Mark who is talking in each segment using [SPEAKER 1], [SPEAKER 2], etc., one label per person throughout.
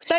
[SPEAKER 1] 二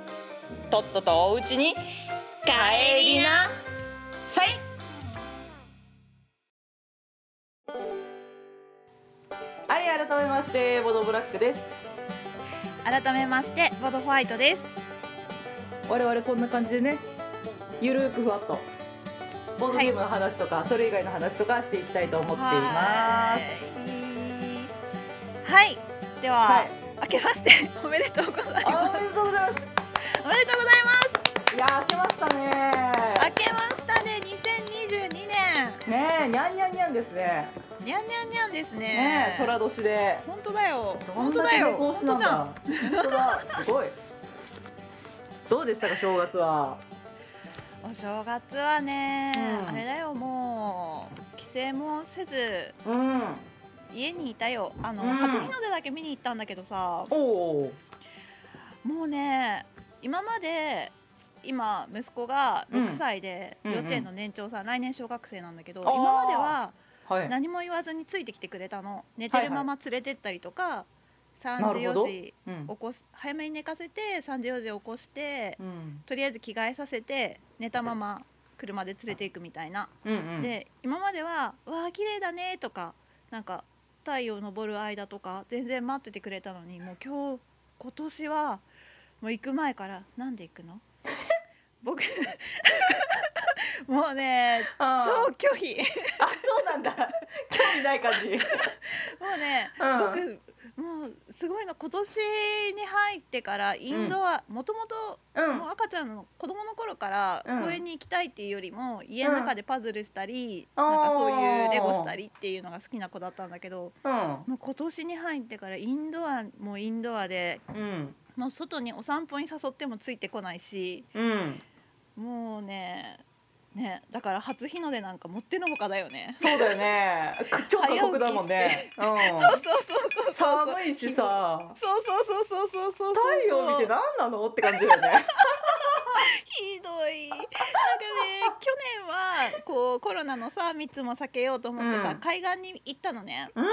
[SPEAKER 1] とっととおうちに帰りなさいはい改めましてボードブラックです
[SPEAKER 2] 改めましてボドホワイトです
[SPEAKER 1] 我々こんな感じでねゆるくふわっとボードゲームの話とか、それ以外の話とかしていきたいと思っています
[SPEAKER 2] すはいでは、
[SPEAKER 1] はい
[SPEAKER 2] 明けまして おめでとうございます
[SPEAKER 1] あおめでとうございます
[SPEAKER 2] おめでとうございま
[SPEAKER 1] いやー開けました
[SPEAKER 2] す
[SPEAKER 1] ね
[SPEAKER 2] 明けましたね2022年
[SPEAKER 1] ねえにゃんにゃんにゃんですね
[SPEAKER 2] にゃんにゃんにゃんですね
[SPEAKER 1] ねえ虎年で
[SPEAKER 2] 本当だよ
[SPEAKER 1] ど
[SPEAKER 2] 本
[SPEAKER 1] ん
[SPEAKER 2] 当
[SPEAKER 1] だ
[SPEAKER 2] だ
[SPEAKER 1] け
[SPEAKER 2] よ
[SPEAKER 1] 猫推
[SPEAKER 2] 本
[SPEAKER 1] しな
[SPEAKER 2] 当
[SPEAKER 1] ん
[SPEAKER 2] じゃん
[SPEAKER 1] だ本当だすごいどうでしたか正月は
[SPEAKER 2] お正月はね、
[SPEAKER 1] うん
[SPEAKER 2] あれだよもう帰省もせず
[SPEAKER 1] うん
[SPEAKER 2] 家にいたよあの、
[SPEAKER 1] うん
[SPEAKER 2] 初日の出だけ見に行ったんだけどさ
[SPEAKER 1] おお
[SPEAKER 2] もうね今まで今息子が
[SPEAKER 1] うん
[SPEAKER 2] 6歳で
[SPEAKER 1] うんうん
[SPEAKER 2] 幼稚園の年長さん、来年小学生なんだけど
[SPEAKER 1] あー
[SPEAKER 2] 今までは
[SPEAKER 1] はい
[SPEAKER 2] 何も言わずについてきてくれたの寝てるまま連れてったりとか、
[SPEAKER 1] な
[SPEAKER 2] 3時
[SPEAKER 1] るほ
[SPEAKER 2] 4
[SPEAKER 1] ど
[SPEAKER 2] 時
[SPEAKER 1] うん
[SPEAKER 2] 起こす早めに寝かせて3時4時起こして
[SPEAKER 1] うん
[SPEAKER 2] とりあえず着替えさせて寝たまま車で連れていくみたいな、
[SPEAKER 1] うんうん
[SPEAKER 2] で今までは「わあ綺麗だね」とかなんか太陽昇る間とか全然待っててくれたのにもう今日今年はもう行く前から「なんで行くの? 」僕もうね
[SPEAKER 1] あー
[SPEAKER 2] 超拒否
[SPEAKER 1] あそうなんだ興味ない感じ
[SPEAKER 2] もうね、
[SPEAKER 1] うん
[SPEAKER 2] 僕もうすごいの今年に入ってからインドはもともと
[SPEAKER 1] うん
[SPEAKER 2] もう赤ちゃんの子供の頃から
[SPEAKER 1] うん
[SPEAKER 2] 公園に行きたいっていうよりも家の中でパズルしたり、
[SPEAKER 1] うん
[SPEAKER 2] なんかそうい
[SPEAKER 1] あ
[SPEAKER 2] う
[SPEAKER 1] ー
[SPEAKER 2] レゴしたりっていうのが好きな子だったんだけど
[SPEAKER 1] うん
[SPEAKER 2] もう今年に入ってからインドアもインドアで
[SPEAKER 1] うん
[SPEAKER 2] もう外にお散歩に誘ってもついてこないし
[SPEAKER 1] うん
[SPEAKER 2] もうねねだから初日の出なんかもってのほかだよね。
[SPEAKER 1] そうだよね超過酷だもんねうん
[SPEAKER 2] そうそうそうそうそう
[SPEAKER 1] 寒いしさ
[SPEAKER 2] そうそうそうそうそうそうそう
[SPEAKER 1] 太陽見て何なのって感じだよ ね
[SPEAKER 2] ひどいなんかね去年はこうコロナのさ密も避けようと思ってさ、
[SPEAKER 1] うん
[SPEAKER 2] 海岸に行ったのね、
[SPEAKER 1] うん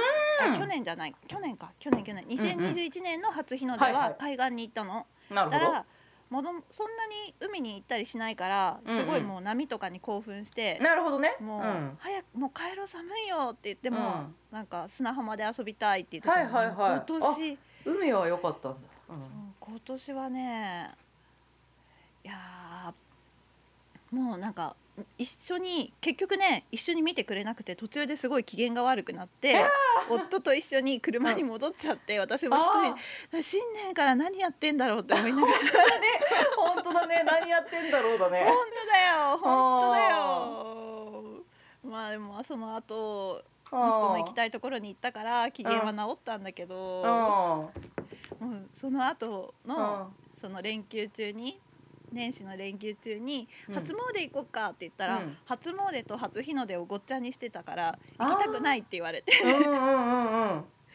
[SPEAKER 2] あ去年じゃない去年か去年去年
[SPEAKER 1] んうん
[SPEAKER 2] 2021年の初日の出
[SPEAKER 1] はいは
[SPEAKER 2] はい海岸に行ったの、
[SPEAKER 1] なるほ
[SPEAKER 2] だか
[SPEAKER 1] ど
[SPEAKER 2] らものそんなに海に行ったりしないから
[SPEAKER 1] うんうん
[SPEAKER 2] すごいもう波とかに興奮して、
[SPEAKER 1] なるほどね
[SPEAKER 2] もう、
[SPEAKER 1] ん
[SPEAKER 2] 早くもう帰ろう寒いよって言っても、
[SPEAKER 1] うん
[SPEAKER 2] なんか砂浜で遊びたいって言ってたのに、
[SPEAKER 1] はいはいはい
[SPEAKER 2] 今年
[SPEAKER 1] 海は良かったんだ うん
[SPEAKER 2] うん今年はねいやーもうなんか一緒に結局ね一緒に見てくれなくて途中ですごい機嫌が悪くなって夫と一緒に車に戻っちゃって私も一
[SPEAKER 1] あ
[SPEAKER 2] 人新年から何やってんだろうって思いながら 本
[SPEAKER 1] 本当だね何やってんだろうだね
[SPEAKER 2] 当だよ 本当だよまあでもその後
[SPEAKER 1] 息子
[SPEAKER 2] 息子の行きたいところに行ったから機嫌は治ったんだけどもうその後のその連休中に年始の連休中に
[SPEAKER 1] うん
[SPEAKER 2] 初詣行こっかって言ったら、
[SPEAKER 1] うん
[SPEAKER 2] 初詣と初日の出をごっちゃにしてたから
[SPEAKER 1] あー
[SPEAKER 2] 行きたくないって言われて
[SPEAKER 1] うんうんうん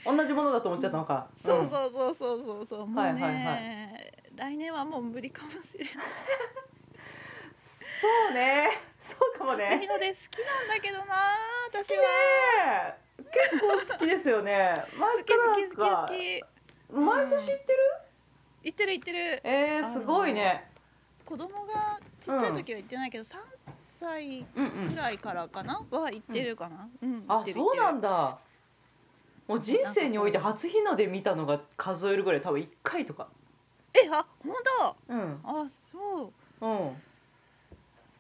[SPEAKER 1] うん同じものだと思っちゃったのか
[SPEAKER 2] そう
[SPEAKER 1] うん
[SPEAKER 2] そうそうそうそうそうもうね、
[SPEAKER 1] はいはいは
[SPEAKER 2] 来年はもう無理かもしれ
[SPEAKER 1] そうねそうかも
[SPEAKER 2] ない初
[SPEAKER 1] ね
[SPEAKER 2] 日の出好きなんだけどな
[SPEAKER 1] 好き
[SPEAKER 2] 私
[SPEAKER 1] ね
[SPEAKER 2] は
[SPEAKER 1] 結構好きですよね
[SPEAKER 2] 好
[SPEAKER 1] 前
[SPEAKER 2] き
[SPEAKER 1] か
[SPEAKER 2] 好き
[SPEAKER 1] らなん
[SPEAKER 2] 好
[SPEAKER 1] か
[SPEAKER 2] き好き
[SPEAKER 1] 毎年行ってる
[SPEAKER 2] 行ってる行ってる
[SPEAKER 1] えーすごいね
[SPEAKER 2] 子供がちっちゃい時は行ってないけど、3歳
[SPEAKER 1] うんう
[SPEAKER 2] く
[SPEAKER 1] ん
[SPEAKER 2] らいからかなは行ってるかな、うん行
[SPEAKER 1] あ
[SPEAKER 2] ってる行っ
[SPEAKER 1] そう
[SPEAKER 2] てる
[SPEAKER 1] なんだもう人生において初日の出見たのが数えるぐらい多分1回とか
[SPEAKER 2] えあ本当
[SPEAKER 1] うん
[SPEAKER 2] あそう
[SPEAKER 1] うん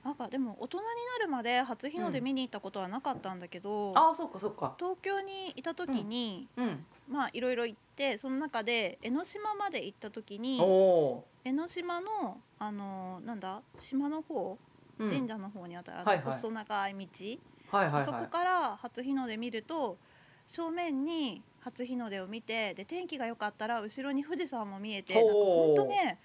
[SPEAKER 2] なんかでも大人になるまで初日の出
[SPEAKER 1] うん
[SPEAKER 2] 見に行ったことはなかったんだけど、
[SPEAKER 1] あそっかそっか
[SPEAKER 2] 東京にいた時に、
[SPEAKER 1] うん
[SPEAKER 2] まあいろいろ行ってその中で江ノ島まで行った時に
[SPEAKER 1] おお
[SPEAKER 2] 江ノ島のあのーなんだ島の方、
[SPEAKER 1] ーうん
[SPEAKER 2] 神社の方にあたら、
[SPEAKER 1] はいはい
[SPEAKER 2] 細長い道、
[SPEAKER 1] はいはいはい
[SPEAKER 2] あそこから初日の出見ると正面に初日の出を見てで天気が良かったら後ろに富士山も見えて
[SPEAKER 1] ほうん
[SPEAKER 2] なか本当ね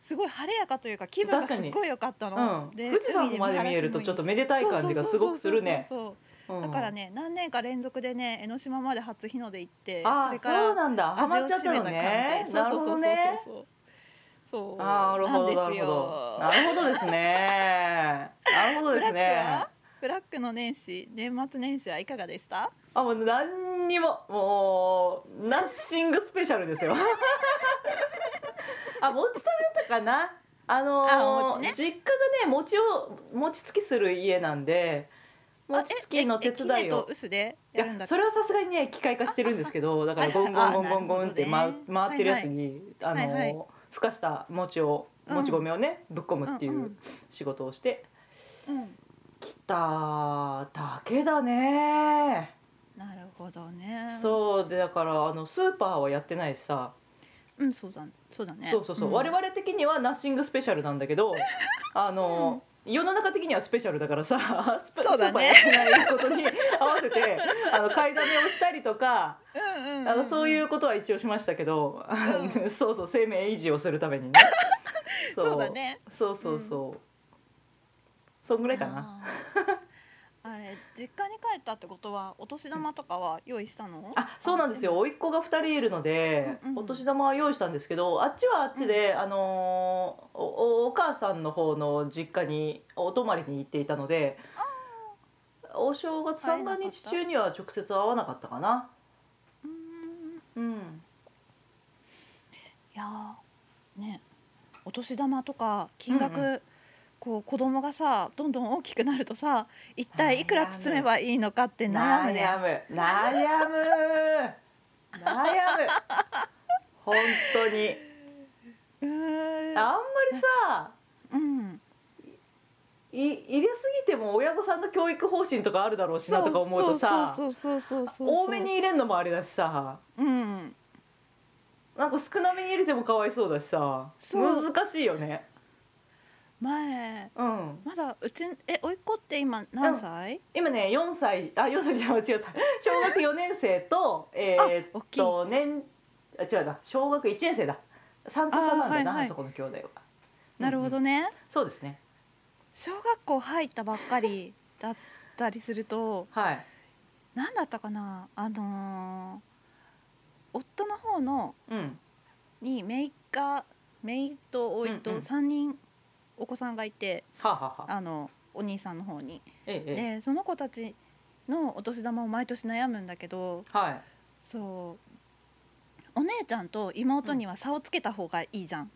[SPEAKER 2] すごい晴れやかというか気分が
[SPEAKER 1] 確
[SPEAKER 2] す
[SPEAKER 1] かに
[SPEAKER 2] っごい良かったの、
[SPEAKER 1] うん
[SPEAKER 2] で
[SPEAKER 1] 富士山まで見えると
[SPEAKER 2] 海
[SPEAKER 1] ちょっと
[SPEAKER 2] 見晴らしもいい
[SPEAKER 1] めでたい感じ
[SPEAKER 2] し
[SPEAKER 1] がすごくするね。
[SPEAKER 2] そうそうそうそうそう
[SPEAKER 1] うん
[SPEAKER 2] だからね何年か連続でね江ノ島まで初日の出行って
[SPEAKER 1] あ
[SPEAKER 2] それ
[SPEAKER 1] ー
[SPEAKER 2] か
[SPEAKER 1] そう
[SPEAKER 2] ら
[SPEAKER 1] なんだハマっちゃったのね
[SPEAKER 2] 味を
[SPEAKER 1] なるほど
[SPEAKER 2] 占め
[SPEAKER 1] ね
[SPEAKER 2] た感じそうそうそうそうそうそう
[SPEAKER 1] あーなるほどなん
[SPEAKER 2] なで
[SPEAKER 1] る
[SPEAKER 2] す
[SPEAKER 1] ほ
[SPEAKER 2] よ
[SPEAKER 1] どなるほどですねなるほどです
[SPEAKER 2] ブラック
[SPEAKER 1] ね
[SPEAKER 2] はブラックの年始年末年始はいかがでした
[SPEAKER 1] あもう何にももうナッシングスペシャルです よあ餅食べたかなあのー
[SPEAKER 2] あお餅ね
[SPEAKER 1] 実家がね餅を餅つきする家なんで餅つきの手伝い
[SPEAKER 2] あえええきね
[SPEAKER 1] を
[SPEAKER 2] と薄で
[SPEAKER 1] い
[SPEAKER 2] やるんだ
[SPEAKER 1] やそれはさすがにね機械化してるんですけ どだから
[SPEAKER 2] あ
[SPEAKER 1] ゴンゴンゴンゴンゴンって
[SPEAKER 2] なる
[SPEAKER 1] 回
[SPEAKER 2] ほどね
[SPEAKER 1] 回ってるやつにあの
[SPEAKER 2] はいはい
[SPEAKER 1] ーふかした餅をもち米をねぶっ込むってい
[SPEAKER 2] んう
[SPEAKER 1] うん仕事をして
[SPEAKER 2] うん
[SPEAKER 1] きただけだね
[SPEAKER 2] なるほどねう
[SPEAKER 1] そうでだからあのスーパーはやってないしさ、
[SPEAKER 2] うんそうだそうだね
[SPEAKER 1] そうそうそう、
[SPEAKER 2] ん
[SPEAKER 1] 我々的にはナッシングスペシャルなんだ けどあの、世の中的にはスペシャルだから さスパ
[SPEAKER 2] そうだね
[SPEAKER 1] スーパーやってないことに合わせ てあの買いだめをしたりとか、
[SPEAKER 2] うんうんうん
[SPEAKER 1] あのそういうことは一応しましたけど、
[SPEAKER 2] う
[SPEAKER 1] そうそう生命維持をするためにね
[SPEAKER 2] そうだね
[SPEAKER 1] そうそうそう、そんぐらいかな
[SPEAKER 2] あーあれ実家に帰ったってことはお年玉とかは用意したの
[SPEAKER 1] あそうなんですよ甥っ子が2人いるので、
[SPEAKER 2] うんうん
[SPEAKER 1] お年玉は用意したんですけどあっちはあっちで、あのーおお母さんの方の実家にお泊まりに行っていたのでお正月
[SPEAKER 2] 会え
[SPEAKER 1] 三
[SPEAKER 2] な
[SPEAKER 1] が
[SPEAKER 2] かった
[SPEAKER 1] 日中には直接会わなかったかな。
[SPEAKER 2] うーん
[SPEAKER 1] うん、
[SPEAKER 2] いやーねお年玉とか金額、
[SPEAKER 1] うん
[SPEAKER 2] こう子供がさどんどん大きくなるとさ一体いくら包めばいいのかって悩むね
[SPEAKER 1] 悩む悩む悩む本当に
[SPEAKER 2] うーん
[SPEAKER 1] あんまりさ
[SPEAKER 2] うん
[SPEAKER 1] い入れすぎても親御さんの教育方針とかあるだろうしなとか思うとさ
[SPEAKER 2] そうそうそうそうそうそう
[SPEAKER 1] 多めに入れんのもあれだしさ
[SPEAKER 2] うん
[SPEAKER 1] なんか少なめに入れてもかわいそうだしさ
[SPEAKER 2] そう
[SPEAKER 1] 難しいよね
[SPEAKER 2] 前
[SPEAKER 1] うん
[SPEAKER 2] まだうちえ甥っ子って今何歳、
[SPEAKER 1] 今ね4歳あ4歳じゃ間違った小学4年生とえー
[SPEAKER 2] 大
[SPEAKER 1] っ
[SPEAKER 2] きい
[SPEAKER 1] と年あ違うだ小学1年生だ3と3なんだよな
[SPEAKER 2] あーは
[SPEAKER 1] あ,、
[SPEAKER 2] いはい
[SPEAKER 1] そこの兄弟は
[SPEAKER 2] なる
[SPEAKER 1] う
[SPEAKER 2] ほ
[SPEAKER 1] んう
[SPEAKER 2] ど
[SPEAKER 1] ん
[SPEAKER 2] ね、
[SPEAKER 1] そうですね
[SPEAKER 2] 小学校入ったばっかりだったりすると
[SPEAKER 1] はい
[SPEAKER 2] 何だったかなあのー夫の方の
[SPEAKER 1] うん
[SPEAKER 2] にメイカメイと甥い
[SPEAKER 1] うんう
[SPEAKER 2] と
[SPEAKER 1] ん
[SPEAKER 2] 3人お子さんがいて、
[SPEAKER 1] はあ、はあはあ、
[SPEAKER 2] あのお兄さんの方に。
[SPEAKER 1] ええええ
[SPEAKER 2] でその子たちのお年玉を毎年悩むんだけど
[SPEAKER 1] はい
[SPEAKER 2] そうお姉ちゃんと妹には差をつけた方がいいじゃん。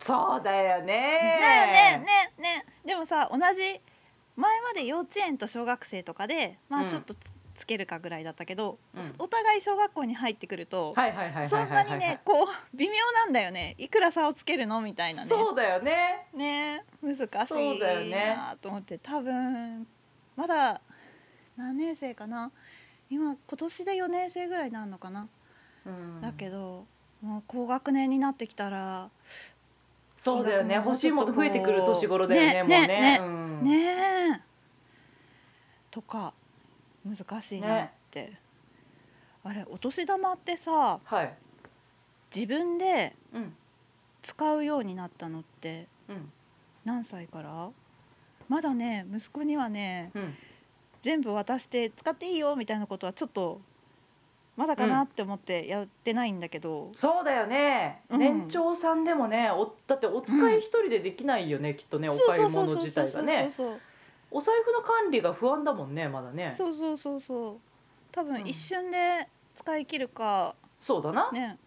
[SPEAKER 1] そうだよね
[SPEAKER 2] ねえねえねえねえでもさ同じ前まで幼稚園と小学生とかでま
[SPEAKER 1] う
[SPEAKER 2] あ
[SPEAKER 1] ん
[SPEAKER 2] ちょっとつ,、けるかぐらいだったけど、
[SPEAKER 1] うん
[SPEAKER 2] お互い小学校に入ってくると、
[SPEAKER 1] はいはいはいはいはい
[SPEAKER 2] そ
[SPEAKER 1] はい
[SPEAKER 2] んなにねこう微妙なんだよねいくら差をつけるのみたいなね
[SPEAKER 1] そうだよね
[SPEAKER 2] ね難し
[SPEAKER 1] そうだよ
[SPEAKER 2] い
[SPEAKER 1] ね
[SPEAKER 2] なと思って、多分まだ何年生かな今今年で4年生ぐらいになるのかな、
[SPEAKER 1] うん
[SPEAKER 2] だけどもう高学年になってきたら
[SPEAKER 1] そうだよね
[SPEAKER 2] 金額も
[SPEAKER 1] 欲しいもの増えてくる年頃だよね
[SPEAKER 2] ね
[SPEAKER 1] もうね
[SPEAKER 2] ね
[SPEAKER 1] うん
[SPEAKER 2] ねえとか難しいなって、あれお年玉ってさ
[SPEAKER 1] はい
[SPEAKER 2] 自分で
[SPEAKER 1] うん
[SPEAKER 2] 使うようになったのって
[SPEAKER 1] うん
[SPEAKER 2] 何歳からまだね息子にはね
[SPEAKER 1] うん
[SPEAKER 2] 全部渡して使っていいよみたいなことはちょっとまだかなって思ってやってないんだけど、
[SPEAKER 1] そうだよね、
[SPEAKER 2] うん
[SPEAKER 1] 年長さんでもねおだってお使い一人でできないよね、きっとねお買い物自体がね
[SPEAKER 2] そう
[SPEAKER 1] お財布の管理が不安だもんねまだねそう
[SPEAKER 2] そうそうそうそうそうそ
[SPEAKER 1] う
[SPEAKER 2] うそう多分
[SPEAKER 1] ん
[SPEAKER 2] 一瞬で使い切るか
[SPEAKER 1] だな、
[SPEAKER 2] ね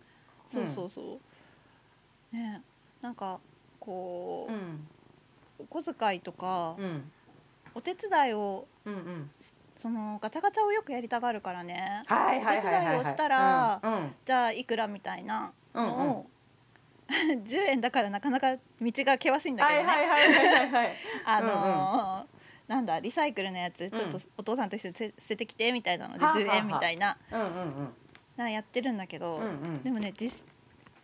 [SPEAKER 1] う
[SPEAKER 2] そ
[SPEAKER 1] ん
[SPEAKER 2] うそうそう、ねなんかこ
[SPEAKER 1] う
[SPEAKER 2] う、
[SPEAKER 1] ん
[SPEAKER 2] お小遣いとか、
[SPEAKER 1] うん
[SPEAKER 2] お手伝いを
[SPEAKER 1] うんうん
[SPEAKER 2] そのガチャガチャをよくやりたがるからね
[SPEAKER 1] はいはいはいはいはい
[SPEAKER 2] お手伝いをしたら
[SPEAKER 1] うんうん
[SPEAKER 2] じゃあいくらみたいな
[SPEAKER 1] うんうん
[SPEAKER 2] のを、10円 だからなかなか道が険しいんだ
[SPEAKER 1] は
[SPEAKER 2] けどね、
[SPEAKER 1] いはいはいはい はい
[SPEAKER 2] あのーなんだリサイクルのやつちょっとお父さんと一緒にせ捨ててきてみたいなので
[SPEAKER 1] はあはあ
[SPEAKER 2] 10円みたいな
[SPEAKER 1] うんうん
[SPEAKER 2] なやってるんだけど、
[SPEAKER 1] うんうんう
[SPEAKER 2] で
[SPEAKER 1] ん
[SPEAKER 2] もね実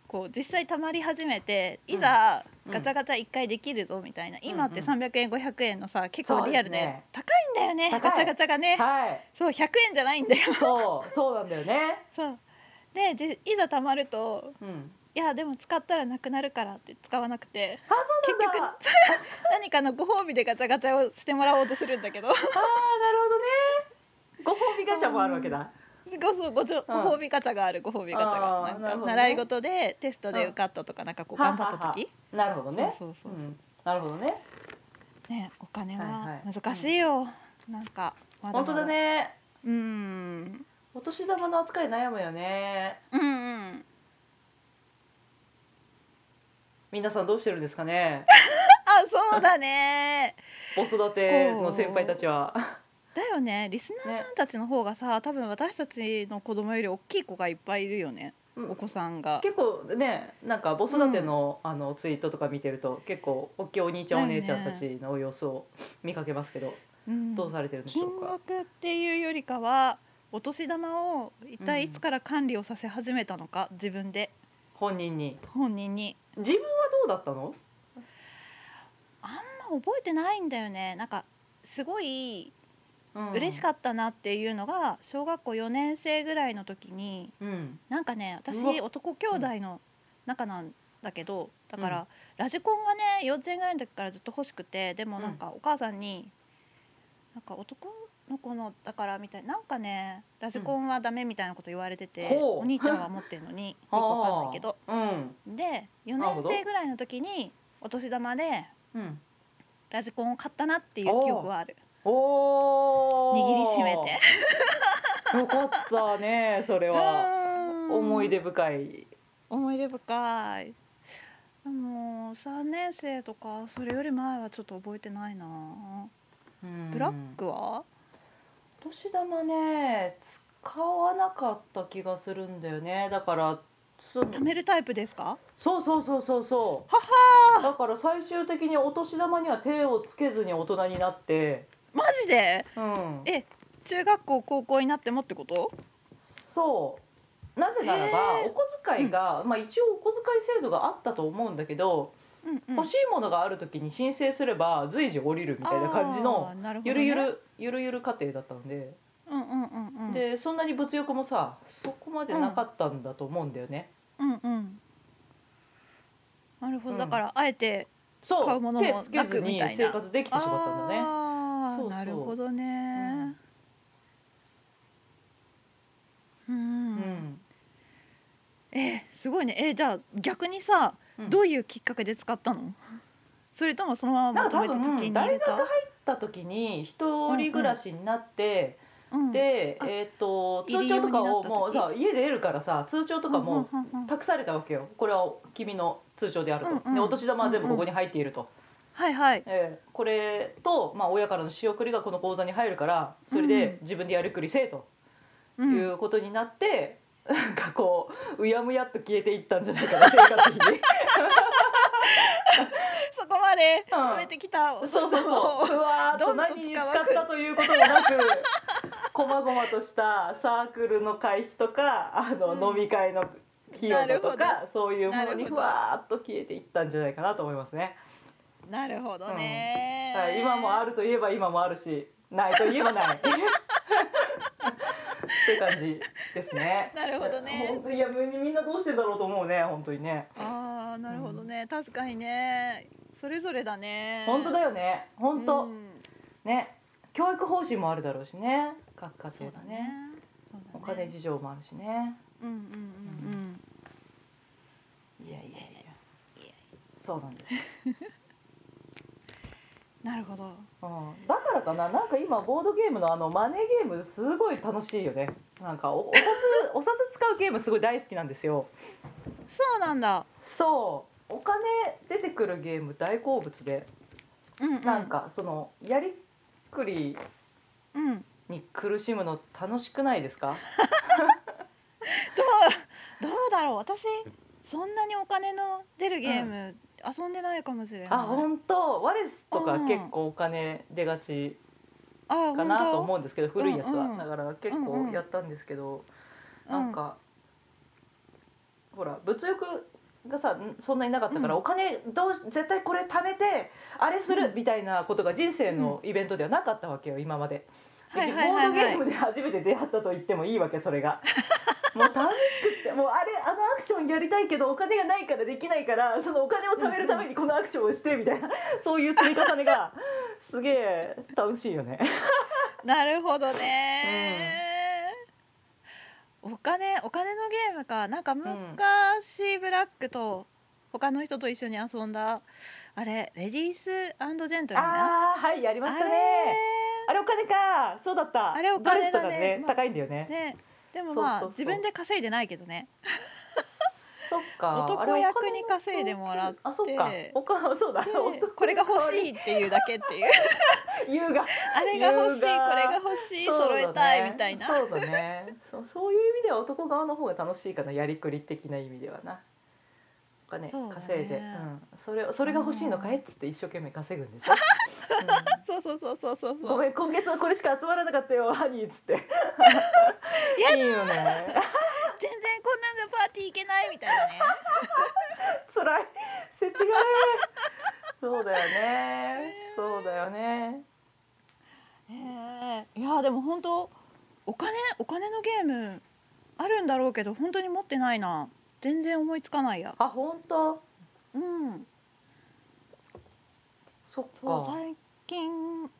[SPEAKER 2] こう実際たまり始めていざ
[SPEAKER 1] うん
[SPEAKER 2] ガチャガチャ1回できるぞみたいな、今って
[SPEAKER 1] うんうん
[SPEAKER 2] 300円500円のさ結構リアルで
[SPEAKER 1] そうですね
[SPEAKER 2] 高いんだよね
[SPEAKER 1] 高い
[SPEAKER 2] ガチャガチャがね、
[SPEAKER 1] はい
[SPEAKER 2] そう100円じゃないんだよ
[SPEAKER 1] そうそうなんだよね
[SPEAKER 2] そうででいざたまると
[SPEAKER 1] うん
[SPEAKER 2] いやでも使ったらなくなるからって使わなくて
[SPEAKER 1] あそうなんだ
[SPEAKER 2] 結局 何かのご褒美でガチャガチャをしてもらおうとするんだけど
[SPEAKER 1] あーなるほどねご褒美ガチャもあるわけだ
[SPEAKER 2] ごそうごじょご
[SPEAKER 1] うん
[SPEAKER 2] 褒美ガチャがあるご褒美ガチャ
[SPEAKER 1] あーなる
[SPEAKER 2] がなん
[SPEAKER 1] ほ
[SPEAKER 2] か
[SPEAKER 1] どね
[SPEAKER 2] 習い事でテストで
[SPEAKER 1] うん
[SPEAKER 2] 受かったとかなんかこう頑張った時
[SPEAKER 1] なるほどね
[SPEAKER 2] そうそうそう
[SPEAKER 1] うんなるほどね
[SPEAKER 2] ねお金
[SPEAKER 1] はい
[SPEAKER 2] は
[SPEAKER 1] はい
[SPEAKER 2] 難しいよなんかま
[SPEAKER 1] 本当だね
[SPEAKER 2] うん
[SPEAKER 1] お年玉の扱い悩むよね
[SPEAKER 2] うんうん
[SPEAKER 1] 皆さんどうしてるんですかね
[SPEAKER 2] あそうだね
[SPEAKER 1] お育ての先輩たちは
[SPEAKER 2] だよねリスナーさんたちの方がさ、多分私たちの子供より大きい子がいっぱいいるよね、
[SPEAKER 1] うん
[SPEAKER 2] お子さんが。
[SPEAKER 1] 結構ねなんか子育ての,、あのツイートとか見てると結構おっきいお兄ちゃんお姉ちゃんたちの様子を見かけますけど、
[SPEAKER 2] うん
[SPEAKER 1] どうされてるんでしょ
[SPEAKER 2] 金
[SPEAKER 1] うか、
[SPEAKER 2] 額っていうよりかはお年玉を一体
[SPEAKER 1] う
[SPEAKER 2] い
[SPEAKER 1] ん
[SPEAKER 2] つから管理をさせ始めたのか、自分で
[SPEAKER 1] 本人に
[SPEAKER 2] 本人に。
[SPEAKER 1] 自分はどうだったの
[SPEAKER 2] まあ覚えてないんだよねなんかすごい
[SPEAKER 1] うん
[SPEAKER 2] 嬉しかったなっていうのが小学校4年生ぐらいの時に
[SPEAKER 1] うん
[SPEAKER 2] なんかね私
[SPEAKER 1] うわ
[SPEAKER 2] 男兄弟の中なんだけどだから、ラジコンがね幼稚園ぐらいの時からずっと欲しくてでもなんかお母さんに、なんか男の子のだからみたいななんかねラジコンはダメみたいなこと言われてて、
[SPEAKER 1] ほう
[SPEAKER 2] お兄ちゃんは持ってるの によくわかんないけど
[SPEAKER 1] うん
[SPEAKER 2] で4
[SPEAKER 1] なるほ
[SPEAKER 2] 年
[SPEAKER 1] ど
[SPEAKER 2] 生ぐらいの時にお年玉で
[SPEAKER 1] うん
[SPEAKER 2] ラジコンを買ったなっていう記憶はある
[SPEAKER 1] おー
[SPEAKER 2] 握りしめて
[SPEAKER 1] よかったねそれは思い出深い
[SPEAKER 2] 思い出深いでも3年生とかそれより前はちょっと覚えてないなブラックは
[SPEAKER 1] お年玉ね使わなかった気がするんだよねだからす
[SPEAKER 2] 貯めるタイプですか
[SPEAKER 1] そうそうそうそうそうだから最終的にお年玉には手をつけずに大人になって
[SPEAKER 2] マジで
[SPEAKER 1] うん
[SPEAKER 2] え中学校高校になってもってこと
[SPEAKER 1] そうなぜならば、
[SPEAKER 2] えー
[SPEAKER 1] お小遣いが、まあ一応お小遣い制度があったと思うんだけど、
[SPEAKER 2] うんうん
[SPEAKER 1] 欲しいものがある時に申請すれば随時降りるみたいな感じ
[SPEAKER 2] あ
[SPEAKER 1] の
[SPEAKER 2] ーなるほ
[SPEAKER 1] ゆ
[SPEAKER 2] どね
[SPEAKER 1] るゆるゆるゆる家庭だったので、
[SPEAKER 2] うんうんうんうん
[SPEAKER 1] でそんなに物欲もさそこまでなかったんだと思うんだよね。
[SPEAKER 2] うんうんなるほど、
[SPEAKER 1] うん
[SPEAKER 2] だからあえて
[SPEAKER 1] そう
[SPEAKER 2] 買うものも
[SPEAKER 1] 手つけずに
[SPEAKER 2] なくみたいな
[SPEAKER 1] 生活できてしまったんだね。
[SPEAKER 2] あ
[SPEAKER 1] そうそ
[SPEAKER 2] あ
[SPEAKER 1] う
[SPEAKER 2] なるほどねうん、
[SPEAKER 1] うん、
[SPEAKER 2] えーすごいねえーじゃあ逆にさ、
[SPEAKER 1] うん
[SPEAKER 2] どういうきっかけで使ったのそれともそのまままとめて貯金に入れた
[SPEAKER 1] なんか多分大学行った時に一人暮らしになって、
[SPEAKER 2] うん
[SPEAKER 1] で、
[SPEAKER 2] あ
[SPEAKER 1] えっ、と
[SPEAKER 2] 入
[SPEAKER 1] 通
[SPEAKER 2] り
[SPEAKER 1] 帳とか
[SPEAKER 2] 用
[SPEAKER 1] を
[SPEAKER 2] に
[SPEAKER 1] も
[SPEAKER 2] な
[SPEAKER 1] う
[SPEAKER 2] った時
[SPEAKER 1] さ家で得るからさ通帳とかも
[SPEAKER 2] うんうんうんうん
[SPEAKER 1] 託されたわけよこれは君の通帳であると、
[SPEAKER 2] うんうん
[SPEAKER 1] でお年玉は全部ここに入っていると、
[SPEAKER 2] はいはい
[SPEAKER 1] えーこれと、まあ、親からの仕送りがこの口座に入るからそれ
[SPEAKER 2] うんう
[SPEAKER 1] で
[SPEAKER 2] ん
[SPEAKER 1] 自分でやりくりせえと
[SPEAKER 2] う
[SPEAKER 1] い
[SPEAKER 2] ん
[SPEAKER 1] うことになって、 なんかこううやむやっと消えていったんじゃないかな生活費 に。
[SPEAKER 2] そこまで
[SPEAKER 1] うん
[SPEAKER 2] 貯めてきた、
[SPEAKER 1] そうそうそう。うわーっと
[SPEAKER 2] どんどん
[SPEAKER 1] 何に使
[SPEAKER 2] 使
[SPEAKER 1] っ
[SPEAKER 2] わく
[SPEAKER 1] たということもなく、こまごまとしたサークルの会費とか、あの
[SPEAKER 2] う
[SPEAKER 1] 飲み会の費用だと
[SPEAKER 2] なる
[SPEAKER 1] か、そういうものに
[SPEAKER 2] なるほ
[SPEAKER 1] ふ
[SPEAKER 2] ど
[SPEAKER 1] わーっと消えていったんじゃないかなと思いますね。
[SPEAKER 2] なるほどね、
[SPEAKER 1] はい、今もあるといえば今もあるし、ないといえばない。 って感じですね。
[SPEAKER 2] なるほどね
[SPEAKER 1] 本当いやみんなどうしてんだろうと思うね、本当にね。
[SPEAKER 2] あーなるほどね、確かにねそれぞれだね
[SPEAKER 1] 本当だよね。本当、
[SPEAKER 2] うん
[SPEAKER 1] ね。教育方針もあるだろうしね。各家
[SPEAKER 2] そう
[SPEAKER 1] 庭
[SPEAKER 2] だ
[SPEAKER 1] の
[SPEAKER 2] ね
[SPEAKER 1] ね。
[SPEAKER 2] そうだね
[SPEAKER 1] お金事情もあるしね。
[SPEAKER 2] うんうんうんうん
[SPEAKER 1] いやいやいや。そうなんです。
[SPEAKER 2] なるほど
[SPEAKER 1] うん、だからかな、なんか今ボードゲームのあのマネーゲームすごい楽しいよね。なんかおお 札お札使うゲームすごい大好きなんですよ。
[SPEAKER 2] そうなんだ
[SPEAKER 1] そう。お金出てくるゲーム大好物で、
[SPEAKER 2] うん、うん、
[SPEAKER 1] なんかそのやりくり
[SPEAKER 2] うん
[SPEAKER 1] に苦しむの楽しくないですか？
[SPEAKER 2] どうどうだろう私そんなにお金の出るゲーム、遊んでないかもしれない
[SPEAKER 1] あ、本当。ワレスとか
[SPEAKER 2] うん
[SPEAKER 1] 結構お金出がち
[SPEAKER 2] あ本
[SPEAKER 1] かなと思うんですけど、古いやつ
[SPEAKER 2] うんう
[SPEAKER 1] は
[SPEAKER 2] ん
[SPEAKER 1] だから結
[SPEAKER 2] うん
[SPEAKER 1] 構
[SPEAKER 2] うん
[SPEAKER 1] やったんですけど。
[SPEAKER 2] 当
[SPEAKER 1] なんか、ほら物欲がさんそんなになかったから、お金どうし絶対これ貯めてあれす
[SPEAKER 2] う
[SPEAKER 1] る
[SPEAKER 2] ん
[SPEAKER 1] みたいなことが人生のイベントではなかったわけよ今まで。
[SPEAKER 2] は
[SPEAKER 1] で
[SPEAKER 2] い
[SPEAKER 1] ボ
[SPEAKER 2] はいはい
[SPEAKER 1] ードゲ
[SPEAKER 2] はい
[SPEAKER 1] ームで初めて出会ったと言ってもいいわけそれ がもう楽しくってもうあれあのアクションやりたいけどお金がないからできないからそのお金を貯めるためにこのアクションをしてみたいな そういう積み重ねがすげえ楽しいよね。
[SPEAKER 2] なるほどね、お金お金のゲームかなんか昔、ブラックと他の人と一緒に遊んだあれレディースジェントルマン
[SPEAKER 1] ああはいやりましたね。あれお金かそうだった
[SPEAKER 2] あれお金だね
[SPEAKER 1] ドレスとかね
[SPEAKER 2] まあ
[SPEAKER 1] 高いんだよね
[SPEAKER 2] あれねでもまあ
[SPEAKER 1] そうそうそう
[SPEAKER 2] 自分で稼いでないけどね
[SPEAKER 1] そっか
[SPEAKER 2] 男
[SPEAKER 1] あれお金
[SPEAKER 2] 役に稼いでもらって
[SPEAKER 1] あそっかお金そうだ
[SPEAKER 2] で
[SPEAKER 1] 男
[SPEAKER 2] これが欲しいっていうだけっていう
[SPEAKER 1] 優雅
[SPEAKER 2] あれが欲しいこ
[SPEAKER 1] 優
[SPEAKER 2] れ
[SPEAKER 1] 雅
[SPEAKER 2] が欲しい
[SPEAKER 1] そう
[SPEAKER 2] 揃
[SPEAKER 1] だね
[SPEAKER 2] えたいみたいな
[SPEAKER 1] そうだねそうそういう意味では男側の方が楽しいかなやりくり的な意味ではなお金
[SPEAKER 2] そうだね
[SPEAKER 1] 稼いで、うん、それそれが欲しいのかいっつって一生懸命稼ぐんでし ょ、
[SPEAKER 2] そうそうそうそうそう
[SPEAKER 1] うん
[SPEAKER 2] そ
[SPEAKER 1] ご
[SPEAKER 2] う
[SPEAKER 1] めん今月はこれしか集まらなかったよハニーっつっていいよね
[SPEAKER 2] 全然こんなんじゃパーティー行けないみたいなね
[SPEAKER 1] 辛いせちがいそうだよねそうだよね
[SPEAKER 2] ねえいやでも本当お金お金のゲームあるんだろうけど本当に持ってないな全然思いつかないや
[SPEAKER 1] あ本当
[SPEAKER 2] うん
[SPEAKER 1] そっ
[SPEAKER 2] そう
[SPEAKER 1] か
[SPEAKER 2] 最近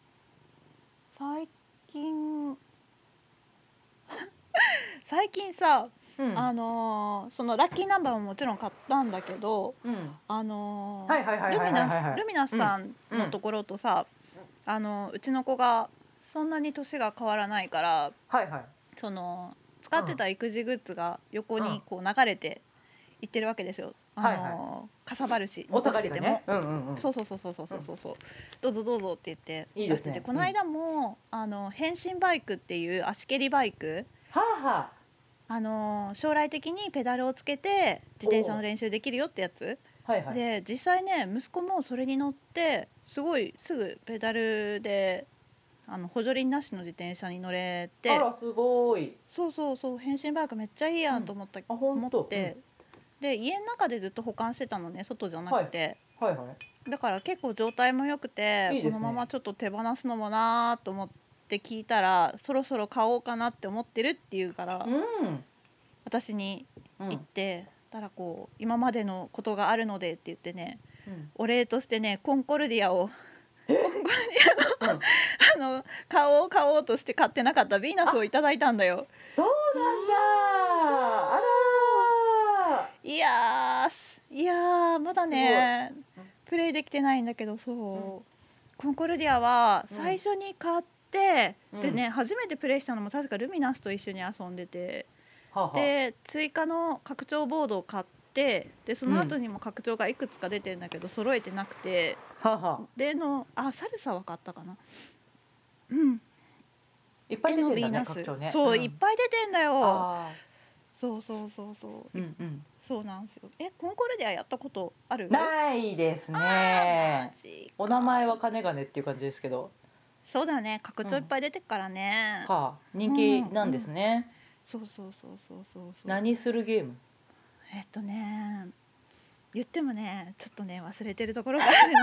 [SPEAKER 2] 最近 最近さ、
[SPEAKER 1] うん
[SPEAKER 2] あのーそのラッキーナンバーももちろん買ったんだけど
[SPEAKER 1] うん
[SPEAKER 2] あのー
[SPEAKER 1] はいはいはい
[SPEAKER 2] ル
[SPEAKER 1] は
[SPEAKER 2] ミ
[SPEAKER 1] いはいはい
[SPEAKER 2] ナスルミナスさんのところとさ、あのうちの子がそんなに年が変わらないから
[SPEAKER 1] はいはい
[SPEAKER 2] その使ってた育児グッズが横
[SPEAKER 1] う
[SPEAKER 2] に
[SPEAKER 1] ん
[SPEAKER 2] こう流れていってるわけですよ。あの
[SPEAKER 1] はいは
[SPEAKER 2] かさばるし
[SPEAKER 1] お下
[SPEAKER 2] 残
[SPEAKER 1] が
[SPEAKER 2] し
[SPEAKER 1] り
[SPEAKER 2] て
[SPEAKER 1] が
[SPEAKER 2] ても、
[SPEAKER 1] ねうんうんうん
[SPEAKER 2] そうそうそうそうそうそうそう、どうぞどうぞって言って
[SPEAKER 1] いい
[SPEAKER 2] 出
[SPEAKER 1] です
[SPEAKER 2] して
[SPEAKER 1] ね
[SPEAKER 2] てこの間も、あの変身バイクっていう足蹴りバイク
[SPEAKER 1] はあは
[SPEAKER 2] あの将来的にペダルをつけて自転車の練習できるよってやつ
[SPEAKER 1] あはいはい
[SPEAKER 2] で実際ね息子もそれに乗ってすごいすぐペダルであの補助輪なしの自転車に乗れ
[SPEAKER 1] あ
[SPEAKER 2] て
[SPEAKER 1] らすごい
[SPEAKER 2] そうそうそう変身バイクめっちゃいいやんと思った、
[SPEAKER 1] あ本当
[SPEAKER 2] 思って、で家の中でずっと保管してたのね外じゃなくて、
[SPEAKER 1] うんはいはい
[SPEAKER 2] だから結構状態も良くて
[SPEAKER 1] いいです
[SPEAKER 2] こ
[SPEAKER 1] ね
[SPEAKER 2] のままちょっと手放すのもなーと思って聞いたらそろそろ買おうかなって思ってるっていうから
[SPEAKER 1] うん
[SPEAKER 2] 私に
[SPEAKER 1] う
[SPEAKER 2] 言っ
[SPEAKER 1] ん
[SPEAKER 2] て、たらこう今までのことがあるのでって言ってね
[SPEAKER 1] うん
[SPEAKER 2] お礼としてねコンコルディアを
[SPEAKER 1] うん
[SPEAKER 2] あの買おう買おうとして買ってなかったヴィーナスをいただいたんだよ
[SPEAKER 1] そうなんだあら
[SPEAKER 2] いやーすいやーまだね
[SPEAKER 1] すごいうん
[SPEAKER 2] プレイできてないんだけどそう、
[SPEAKER 1] ん
[SPEAKER 2] コンコルディアは
[SPEAKER 1] うん
[SPEAKER 2] 最初に買って、
[SPEAKER 1] うん
[SPEAKER 2] でね初めてプレイしたのも確かルミナスと一緒に遊んでて、
[SPEAKER 1] はあはあ
[SPEAKER 2] で追加の拡張ボードを買ってでその後にも拡張がいくつか出てんだけど揃えてなくて、
[SPEAKER 1] はあはあ
[SPEAKER 2] でのあサルサは買ったかなうん
[SPEAKER 1] いっぱい
[SPEAKER 2] で
[SPEAKER 1] 出
[SPEAKER 2] のヴ
[SPEAKER 1] て
[SPEAKER 2] ィー
[SPEAKER 1] んだ
[SPEAKER 2] ナ
[SPEAKER 1] ね
[SPEAKER 2] ス、
[SPEAKER 1] 拡張ね
[SPEAKER 2] そう、
[SPEAKER 1] ん
[SPEAKER 2] いっぱい出てんだよ
[SPEAKER 1] あ
[SPEAKER 2] そうそうそうそう
[SPEAKER 1] ーうんうん
[SPEAKER 2] そうなんですよ。え、コンコルディアやったことある？
[SPEAKER 1] ないです
[SPEAKER 2] マ
[SPEAKER 1] ね
[SPEAKER 2] ジか
[SPEAKER 1] お名前は金がねっていう感じですけど
[SPEAKER 2] そうだね。拡張いっぱい出てっからね。
[SPEAKER 1] か人気なんですね、
[SPEAKER 2] そうそうそうそうそうそう。
[SPEAKER 1] 何するゲーム
[SPEAKER 2] えっとね、言ってもね、ちょっとね忘れてるところがあるんで。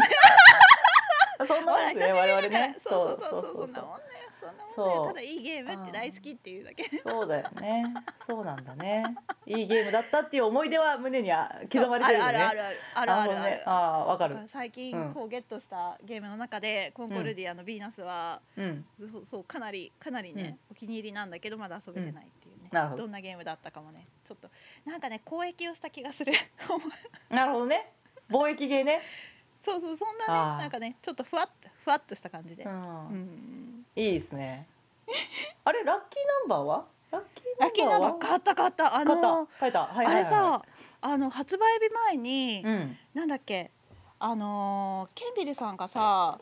[SPEAKER 1] そん
[SPEAKER 2] ほ
[SPEAKER 1] なもん
[SPEAKER 2] ら久
[SPEAKER 1] です
[SPEAKER 2] しぶり
[SPEAKER 1] ね我々
[SPEAKER 2] だから
[SPEAKER 1] ね。
[SPEAKER 2] そうそうそうそうそんなもんね。そんなもん
[SPEAKER 1] そう
[SPEAKER 2] ね。ただいいゲームって大好きっていうだけ。
[SPEAKER 1] そうだよねそうなんだねいいゲームだったっていう思い出は胸にあ刻まれてるよね
[SPEAKER 2] あるあるあるあるあるある
[SPEAKER 1] あ。あわか
[SPEAKER 2] だ
[SPEAKER 1] る
[SPEAKER 2] から最近
[SPEAKER 1] うん
[SPEAKER 2] こうゲットしたゲームの中でコンコルディアのヴィーナスは
[SPEAKER 1] うん
[SPEAKER 2] そうそうかなりかなりね、お気に入りなんだけどまだ遊べてないっていうね、
[SPEAKER 1] うんなるほど
[SPEAKER 2] んなゲームだったかもねちょっとなんかね交易をした気がする
[SPEAKER 1] なるほどね貿易ゲーね、
[SPEAKER 2] そうそうそんなね
[SPEAKER 1] あー
[SPEAKER 2] なんかねちょっとふわっとふわっとした感じで、
[SPEAKER 1] う
[SPEAKER 2] うんん、
[SPEAKER 1] いいですね あれラッキーナンバーはラッ
[SPEAKER 2] ラッキ
[SPEAKER 1] キ
[SPEAKER 2] ー
[SPEAKER 1] ー
[SPEAKER 2] ナ
[SPEAKER 1] ナ
[SPEAKER 2] ン
[SPEAKER 1] ンバ
[SPEAKER 2] バー
[SPEAKER 1] ーは
[SPEAKER 2] 買った買ったあのー
[SPEAKER 1] 買った書いた、はいはいはい、
[SPEAKER 2] あれさあの発売日前に、
[SPEAKER 1] うん
[SPEAKER 2] なんだっけあのーケンビルさんがさ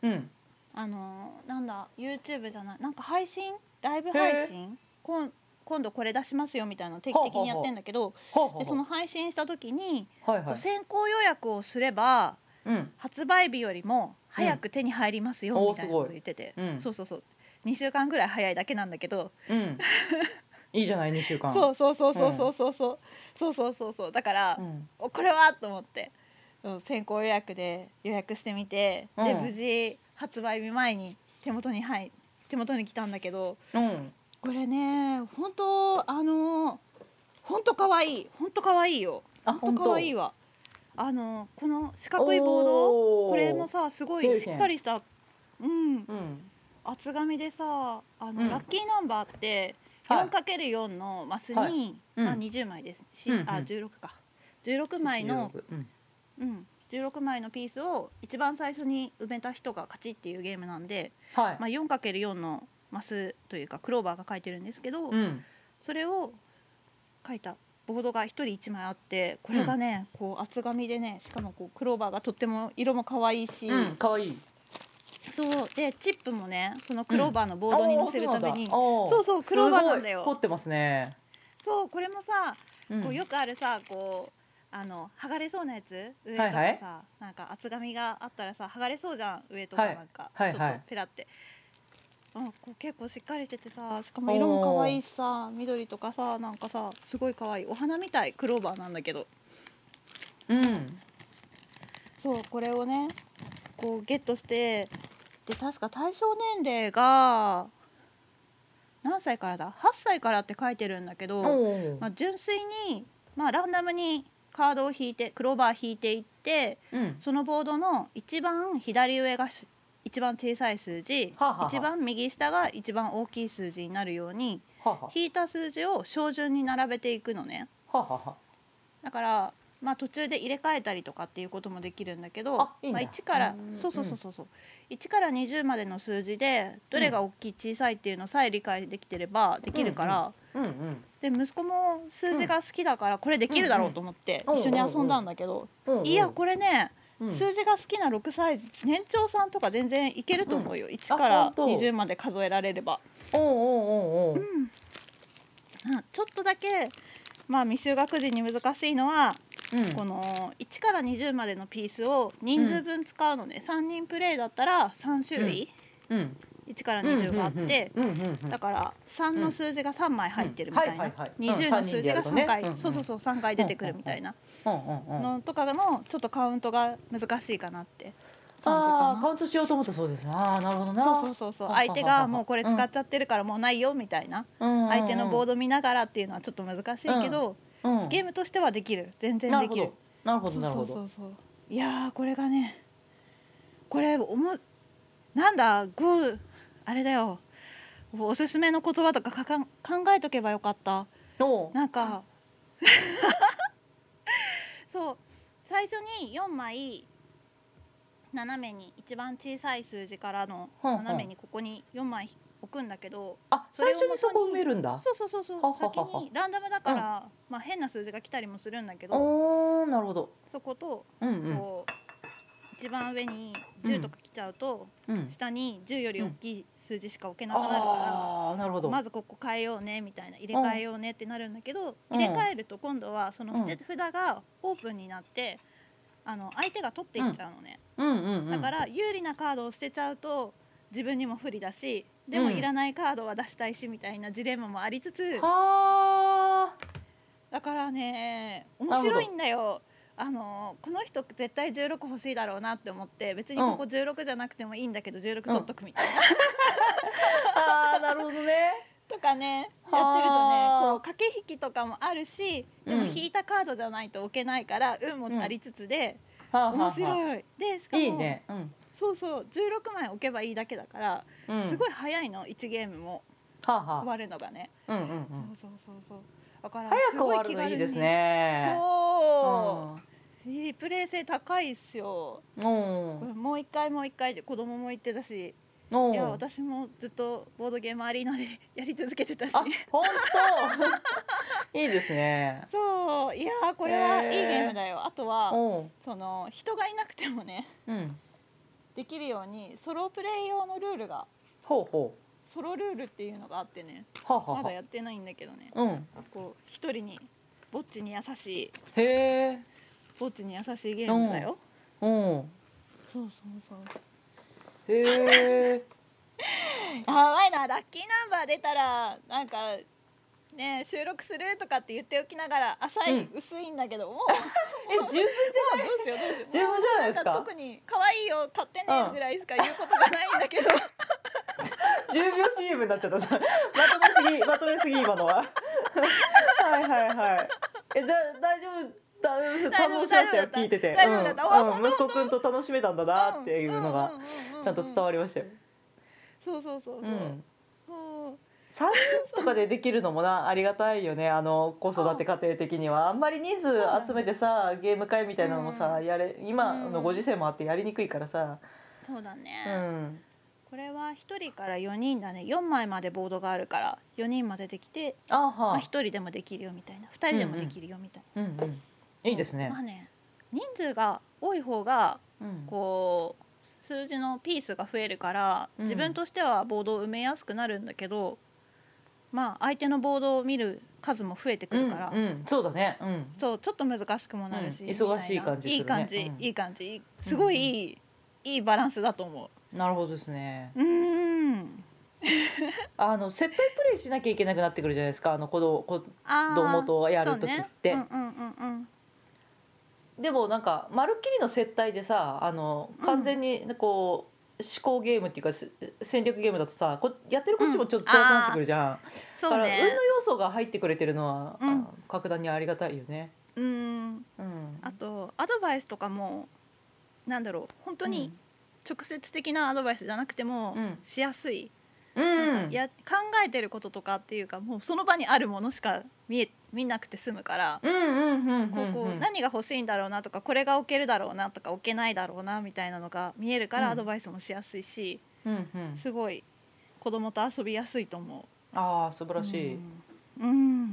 [SPEAKER 1] うん
[SPEAKER 2] あのーなんだ YouTube じゃないなんか配信ライブ配信こん今度これ出しますよみたいなの定期的にやってんだけど
[SPEAKER 1] ほうほう
[SPEAKER 2] でその配信した時に
[SPEAKER 1] はいはい
[SPEAKER 2] 先行予約をすれば
[SPEAKER 1] うん
[SPEAKER 2] 発売日よりも早く手に入りますよ
[SPEAKER 1] うん
[SPEAKER 2] みたいなこと言ってて、
[SPEAKER 1] おーすごいうん
[SPEAKER 2] そうそうそう2週間ぐらい早いだけなんだけど、
[SPEAKER 1] うんいいじゃない二週間
[SPEAKER 2] そう
[SPEAKER 1] う、
[SPEAKER 2] そうそうそうそうそうそうそうそうそうそうだから、
[SPEAKER 1] うん、
[SPEAKER 2] おこれはと思ってうん先行予約で予約してみて、
[SPEAKER 1] う
[SPEAKER 2] で
[SPEAKER 1] ん
[SPEAKER 2] 無事発売日前に手元に入手元に来たんだけど
[SPEAKER 1] うん
[SPEAKER 2] これね本当あの本当可愛い本当可愛いよ
[SPEAKER 3] あ
[SPEAKER 2] 本当可愛いわあのこの四角いボー
[SPEAKER 3] お
[SPEAKER 2] ド
[SPEAKER 3] ー
[SPEAKER 2] これもさすご
[SPEAKER 3] 出
[SPEAKER 2] い
[SPEAKER 3] る
[SPEAKER 2] し
[SPEAKER 3] けん
[SPEAKER 2] っかりしたうん
[SPEAKER 3] うん
[SPEAKER 2] 厚紙でさあの、
[SPEAKER 3] うん
[SPEAKER 2] ラッキーナンバーって
[SPEAKER 3] はい
[SPEAKER 2] 4×4 のマスに、
[SPEAKER 3] はいうん
[SPEAKER 2] あ20枚ですし、
[SPEAKER 3] うんうん
[SPEAKER 2] あ16か16枚の、
[SPEAKER 3] うん
[SPEAKER 2] うん、16枚のピースを一番最初に埋めた人が勝ちっていうゲームなんで、
[SPEAKER 3] はい、
[SPEAKER 2] まあ、4×4 のマスというかクローバーが書いてるんですけど、
[SPEAKER 3] うん
[SPEAKER 2] それを書いたボードが1人1枚あってこれがね、こう厚紙でねしかもこうクローバーがとっても色も可愛いし、
[SPEAKER 3] うん可愛い
[SPEAKER 2] そうでチップもねそのクローバーのボードに載せるために、そ
[SPEAKER 3] そう
[SPEAKER 2] そうクローバーなんだ
[SPEAKER 3] 凝っ
[SPEAKER 2] よ。
[SPEAKER 3] てますね、
[SPEAKER 2] そうこれもさ
[SPEAKER 3] うん
[SPEAKER 2] こうよくあるさこうあの剥がれそうなやつ上とかさ、
[SPEAKER 3] はい
[SPEAKER 2] なんか厚紙があったらさ剥がれそうじゃん上とか
[SPEAKER 3] はい
[SPEAKER 2] なんか、
[SPEAKER 3] はい
[SPEAKER 2] ちょ
[SPEAKER 3] は
[SPEAKER 2] っ
[SPEAKER 3] い
[SPEAKER 2] とペラって、うん、こう結構しっかりしててさしかも色も可愛いしさ緑とかさなんかさすごい可愛いお花みたいクローバーなんだけど
[SPEAKER 3] うん
[SPEAKER 2] そうこれをねこうゲットしてで確か対象年齢が何歳からだ8歳からって書いてるんだけど。
[SPEAKER 3] お
[SPEAKER 2] まあ、純粋に、まあ、ランダムにカードを引いてクローバー引いていって
[SPEAKER 3] うん
[SPEAKER 2] そのボードの一番左上がし一番小さい数字、
[SPEAKER 3] はあはあはあ
[SPEAKER 2] 一番右下が一番大きい数字になるように
[SPEAKER 3] はは
[SPEAKER 2] 引いた数字を照準に並べていくのね
[SPEAKER 3] はは
[SPEAKER 2] だから、まあ、途中で入れ替えたりとかっていうこともできるんだけど
[SPEAKER 3] あいいん
[SPEAKER 2] ま
[SPEAKER 3] だ
[SPEAKER 2] あ、1から
[SPEAKER 3] うん
[SPEAKER 2] そうそうそうそうそう1から20までの数字でどれが大きい小さいっていうのさえ理解できてればできるから。
[SPEAKER 3] うんうん
[SPEAKER 2] で息子も数字が好きだからこれできるだろうと思って
[SPEAKER 3] うんうん
[SPEAKER 2] 一緒に遊んだんだけど
[SPEAKER 3] おうおう
[SPEAKER 2] いやこれね
[SPEAKER 3] うん
[SPEAKER 2] 数字が好きな6歳児年長さんとか全然いけると思うよ1か
[SPEAKER 3] ほ
[SPEAKER 2] ら
[SPEAKER 3] んと
[SPEAKER 2] 20まで数えられれば
[SPEAKER 3] おうおうおうおう
[SPEAKER 2] うんちょっとだけまあ未就学児に難しいのは
[SPEAKER 3] うん
[SPEAKER 2] この1から20までのピースを人数分使うのね3人プレイだったら3種類
[SPEAKER 3] うん
[SPEAKER 2] 1から20があって
[SPEAKER 3] うんうんうん
[SPEAKER 2] だから3の数字が3枚入ってるみたい
[SPEAKER 3] うんは
[SPEAKER 2] ない
[SPEAKER 3] はいはい
[SPEAKER 2] 20の数
[SPEAKER 3] うん
[SPEAKER 2] 字が3
[SPEAKER 3] 三人でやるとねうんう
[SPEAKER 2] 回
[SPEAKER 3] ん
[SPEAKER 2] そうそうそう3回出てくるみたいな
[SPEAKER 3] うんうんうん
[SPEAKER 2] のとかのちょっとカウントが難しいかなって
[SPEAKER 3] あ
[SPEAKER 2] 感
[SPEAKER 3] あ
[SPEAKER 2] じ
[SPEAKER 3] カウントしようと思ったそうですああなるほど
[SPEAKER 2] か
[SPEAKER 3] な
[SPEAKER 2] な。そうそうそうそう相手がもうこれ使っちゃってるからもうないよみたいな相
[SPEAKER 3] 相
[SPEAKER 2] 手のボ
[SPEAKER 3] ド
[SPEAKER 2] ード見ながらっていうのはちょっと難しいけどゲー
[SPEAKER 3] ム
[SPEAKER 2] ムとしてはできる全然
[SPEAKER 3] な
[SPEAKER 2] で
[SPEAKER 3] るほ
[SPEAKER 2] きる
[SPEAKER 3] どなるほ
[SPEAKER 2] そう
[SPEAKER 3] ど
[SPEAKER 2] そう
[SPEAKER 3] なるほ
[SPEAKER 2] そ
[SPEAKER 3] ど
[SPEAKER 2] うそういやーこれがねこれおもなんだゴーあれだよおすすめの言葉とかかかん考えとけばよかった
[SPEAKER 3] おう
[SPEAKER 2] なんか そう最初に4枚斜めに一番小さい数字からの
[SPEAKER 3] ほんほん
[SPEAKER 2] 斜めにここに4枚置くんだけど
[SPEAKER 3] あ
[SPEAKER 2] それ
[SPEAKER 3] 最初
[SPEAKER 2] を
[SPEAKER 3] にそこ埋めるんだ
[SPEAKER 2] そうそうそうそう
[SPEAKER 3] ははは
[SPEAKER 2] 先
[SPEAKER 3] は
[SPEAKER 2] にランダムだから、まあ、変な数字が来たりもするんだけど
[SPEAKER 3] おおなるほど
[SPEAKER 2] そこと
[SPEAKER 3] うんうん
[SPEAKER 2] こう、一番上に10とか来ちゃうと、
[SPEAKER 3] うん
[SPEAKER 2] 下に10より大きい数字しか置けなくなるから。
[SPEAKER 3] ああなるほど
[SPEAKER 2] まずここ変えようねみたいな入れ替えようねってなるんだけど、
[SPEAKER 3] うん
[SPEAKER 2] 入れ替えると今度はその
[SPEAKER 3] うん
[SPEAKER 2] 捨て札がオープンになって、あの相手が取っていっちゃうのね、
[SPEAKER 3] うんうんうん
[SPEAKER 2] だから有利なカードを捨てちゃうと自分にも不利だしでも
[SPEAKER 3] うん
[SPEAKER 2] いらないカードは出したいしみたいなジレンマもありつつ、
[SPEAKER 3] はあ
[SPEAKER 2] だからね
[SPEAKER 3] る
[SPEAKER 2] 面
[SPEAKER 3] ほど
[SPEAKER 2] 白いんだよ。あのこの人絶対16欲しいだろうなって思って別にここ16じゃなくてもいいんだけど16取っとくみたいな、
[SPEAKER 3] ああなるほど ね
[SPEAKER 2] とかね
[SPEAKER 3] は
[SPEAKER 2] や
[SPEAKER 3] あ
[SPEAKER 2] ってるとねこう駆け引きとかもあるしでも
[SPEAKER 3] うん
[SPEAKER 2] 引いたカードじゃないと置けないから運もありつつで、
[SPEAKER 3] はあはあはあ
[SPEAKER 2] 面白いでしかも
[SPEAKER 3] いいねうん
[SPEAKER 2] そうそう16枚置けばいいだけだから、
[SPEAKER 3] うん
[SPEAKER 2] すごい早いの1ゲームも
[SPEAKER 3] はあは
[SPEAKER 2] 終わるのがね、
[SPEAKER 3] あうんうんうん
[SPEAKER 2] そうそうそうそうだから
[SPEAKER 3] 早
[SPEAKER 2] す
[SPEAKER 3] く
[SPEAKER 2] ご
[SPEAKER 3] 終
[SPEAKER 2] い
[SPEAKER 3] わる
[SPEAKER 2] 気
[SPEAKER 3] の
[SPEAKER 2] 軽
[SPEAKER 3] い
[SPEAKER 2] に
[SPEAKER 3] いですね
[SPEAKER 2] そう、リプレイ性高いっすよ
[SPEAKER 3] うん
[SPEAKER 2] これもう一回もう一回で子供も言ってたし、
[SPEAKER 3] うん
[SPEAKER 2] いや私もずっとボードゲームアリーナでやり続けてたし
[SPEAKER 3] あ本当 いいですね
[SPEAKER 2] そういやーこれはいいゲ
[SPEAKER 3] へー
[SPEAKER 2] ームだよ、あとは
[SPEAKER 3] おう
[SPEAKER 2] その人がいなくてもね
[SPEAKER 3] うん
[SPEAKER 2] できるようにソロプレイ用のルールが
[SPEAKER 3] ほうほ
[SPEAKER 2] ソロルールっていうのがあってね
[SPEAKER 3] うはあはあは
[SPEAKER 2] ま
[SPEAKER 3] あ
[SPEAKER 2] だやってないんだけどね
[SPEAKER 3] うん
[SPEAKER 2] こう一人にぼっちに優しい
[SPEAKER 3] へえ
[SPEAKER 2] ぼっちに優しいゲームだよ
[SPEAKER 3] うん
[SPEAKER 2] そうそうそう
[SPEAKER 3] へえ
[SPEAKER 2] やばいなラッキーナンバー出たらなんかね収録するとかって言っておきながら浅い、
[SPEAKER 3] う
[SPEAKER 2] 薄いんだけど もうも
[SPEAKER 3] え十分じ
[SPEAKER 2] うどうしようどうしよう
[SPEAKER 3] 十分じゃないですか
[SPEAKER 2] ん特に可愛いよ買ってねぐらいしか言うことがないんだけど
[SPEAKER 1] 10秒 CM になっちゃったさまとめすぎまとめすぎ今のははいはいはいえだ大丈夫大丈夫
[SPEAKER 2] 大丈夫
[SPEAKER 1] 楽しましたよ
[SPEAKER 2] 大丈夫だった
[SPEAKER 1] 聞いてて
[SPEAKER 2] 大丈夫だった
[SPEAKER 1] うん
[SPEAKER 2] わ
[SPEAKER 1] うん息子くんと楽しめたんだなっていうのがちゃんと伝わりましたよ、、
[SPEAKER 2] そうそうそうそううんそう
[SPEAKER 1] 3人とかでできるのもなありがたいよねあの子育て家庭的にはあんまり人数集めてさゲーム会みたいなのもさ
[SPEAKER 2] う
[SPEAKER 1] やれ今のご時世もあってやりにくいからさ、
[SPEAKER 2] そうだ
[SPEAKER 1] う
[SPEAKER 2] ね、
[SPEAKER 1] ん、
[SPEAKER 2] これは一人から四人だね四枚までボードがあるから四人までできて
[SPEAKER 1] あ
[SPEAKER 2] まあ、
[SPEAKER 1] は
[SPEAKER 2] 一人でもできるよみたいな二人でもできるよみたいな、
[SPEAKER 1] うんうんいいですね
[SPEAKER 2] まあね人数が多い方が
[SPEAKER 1] うん
[SPEAKER 2] こう数字のピースが増えるから
[SPEAKER 1] うん
[SPEAKER 2] 自分としてはボードを埋めやすくなるんだけど、まあ相手のボードを見る数も増えてくるから、
[SPEAKER 1] うんうんそうだねうん
[SPEAKER 2] そうちょっと難しくもなるし、
[SPEAKER 1] うん忙しい感じ
[SPEAKER 2] みたいな
[SPEAKER 1] するねうん
[SPEAKER 2] いい感じ、いい感じすごいいい,、いいバランスだと思
[SPEAKER 1] なるほどですね
[SPEAKER 2] ううーん
[SPEAKER 1] あの接待プレイしなきゃいけなくなってくるじゃないですかあの子供子
[SPEAKER 2] あー
[SPEAKER 1] どうもとやる時って
[SPEAKER 2] そうね、うんうんうんうん
[SPEAKER 1] でもなんかまるっきりの接待でさあの
[SPEAKER 2] うん
[SPEAKER 1] 完全にこう、思考ゲームっていうかす戦略ゲームだとさこやってるこっちもちょっと辛くなってくるじゃん、だ
[SPEAKER 2] そ
[SPEAKER 1] か
[SPEAKER 2] う
[SPEAKER 1] ら運
[SPEAKER 2] ね
[SPEAKER 1] の要素が入ってくれてるのは、
[SPEAKER 2] うん
[SPEAKER 1] あ格段にありがたいよね。
[SPEAKER 2] うん
[SPEAKER 1] うん、
[SPEAKER 2] あとアドバイスとかもなんだろう本当
[SPEAKER 1] う
[SPEAKER 2] に
[SPEAKER 1] ん
[SPEAKER 2] 直接的なアドバイスじゃなくても
[SPEAKER 1] うん
[SPEAKER 2] しやすい、
[SPEAKER 1] うん
[SPEAKER 2] なんかや考えてることとかっていうかもうその場にあるものしか見え見なくて済むから、
[SPEAKER 1] うんうんうんうん
[SPEAKER 2] こうこ
[SPEAKER 1] う
[SPEAKER 2] うん何が欲しいんだろうなとかこれが置けるだろうなとか置けないだろうなみたいなのが見えるか
[SPEAKER 1] う
[SPEAKER 2] ら
[SPEAKER 1] ん
[SPEAKER 2] アドバイスもしやすいし、
[SPEAKER 1] うんうん、
[SPEAKER 2] すごい子供と遊びやすいと思う。
[SPEAKER 1] ああ素晴らしい、
[SPEAKER 2] うん、うん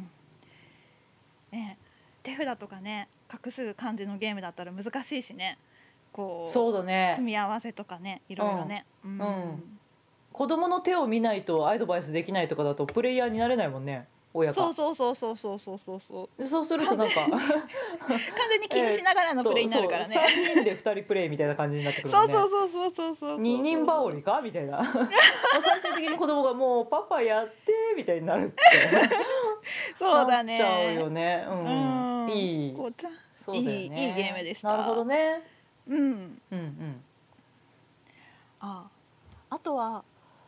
[SPEAKER 2] ね手札とかね画数漢字のゲームだったら難しいしねこう
[SPEAKER 1] そうだね
[SPEAKER 2] 組み合わせとかねいろいろね、うん
[SPEAKER 1] うん子供の手を見ないとアドバイスできないとかだとプレイヤーになれないもんね親が
[SPEAKER 2] そうそうそうそうそうそうそうそう
[SPEAKER 1] でそうするとなんか
[SPEAKER 2] 完全に気にしながらのプレイになるからね、
[SPEAKER 1] 3人で2人プレイみたいな感じになってくるも
[SPEAKER 2] そ
[SPEAKER 1] んね
[SPEAKER 2] うそうそうそうそうそうそう
[SPEAKER 1] 二人羽織かみたいなもう 最終的に子供がもうパパやってみたいになるって
[SPEAKER 2] そうだね
[SPEAKER 1] なっちゃうよねうん、
[SPEAKER 2] うん
[SPEAKER 1] いい
[SPEAKER 2] こうちゃん
[SPEAKER 1] そうだよね
[SPEAKER 2] いいいいゲームでした
[SPEAKER 1] なるほどね
[SPEAKER 2] うん
[SPEAKER 1] うんうん
[SPEAKER 2] ああとは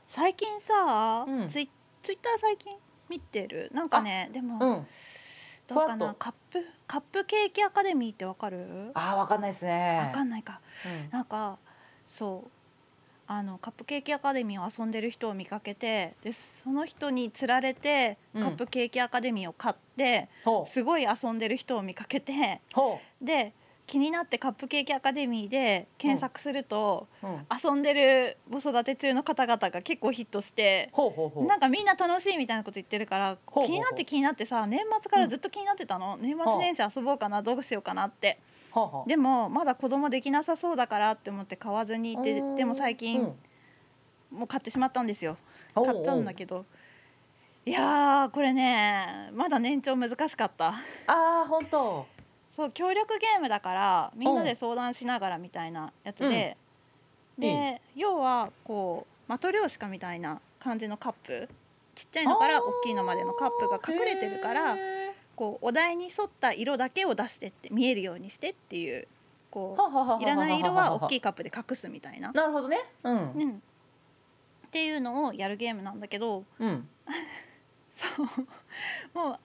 [SPEAKER 2] 最近さ、
[SPEAKER 1] うん
[SPEAKER 2] ツイツイッター最近見てるなんかねでも、
[SPEAKER 1] うん
[SPEAKER 2] どうか
[SPEAKER 1] ふわっ
[SPEAKER 2] な
[SPEAKER 1] と
[SPEAKER 2] カップカップケーキアカデミーってわかる
[SPEAKER 1] ああわかんないですね
[SPEAKER 2] わか
[SPEAKER 1] ん
[SPEAKER 2] んないかなんかそうあのカップケーキアカデミーを遊んでる人を見かけてでその人につられて
[SPEAKER 1] う
[SPEAKER 2] カ
[SPEAKER 1] ん
[SPEAKER 2] ップケーキアカデミーを買って、
[SPEAKER 1] ほう
[SPEAKER 2] すごい遊んでる人を見かけて
[SPEAKER 1] ほ
[SPEAKER 2] で気になってカップケーキアカデミーで検索すると、
[SPEAKER 1] う、うん、
[SPEAKER 2] 遊んでる子育て中の方々が結構ヒットして。
[SPEAKER 1] ほうほうほう
[SPEAKER 2] なんかみんな楽しいみたいなこと言ってるから
[SPEAKER 1] ほうほう
[SPEAKER 2] 気になって気になってさ年末からずっと気になってたの、年末年始遊ぼうかなどうしようかなって
[SPEAKER 1] ほうほう
[SPEAKER 2] でもまだ子供できなさそうだからって思って買わずにいて
[SPEAKER 1] うん
[SPEAKER 2] でも最近
[SPEAKER 1] うん
[SPEAKER 2] もう買ってしまったんですよ
[SPEAKER 1] おうおう
[SPEAKER 2] 買ったんだけどいやーこれねまだ年長難しかった
[SPEAKER 1] ああ本当
[SPEAKER 2] そう協力ゲームだからみんなで相談しながらみたいなやつで、
[SPEAKER 1] うん
[SPEAKER 2] で要はこうマトリョーシカみたいな感じのカップちっちゃいのから大きいのまでのカップが隠れてるからこうお題に沿った色だけを出してって見えるようにしてっていうこういらない色は大き
[SPEAKER 1] い
[SPEAKER 2] いカップで隠すみたいな、
[SPEAKER 1] なるほどねうん、
[SPEAKER 2] うん、っていうのをやるゲームなんだけど
[SPEAKER 1] うん、
[SPEAKER 2] もう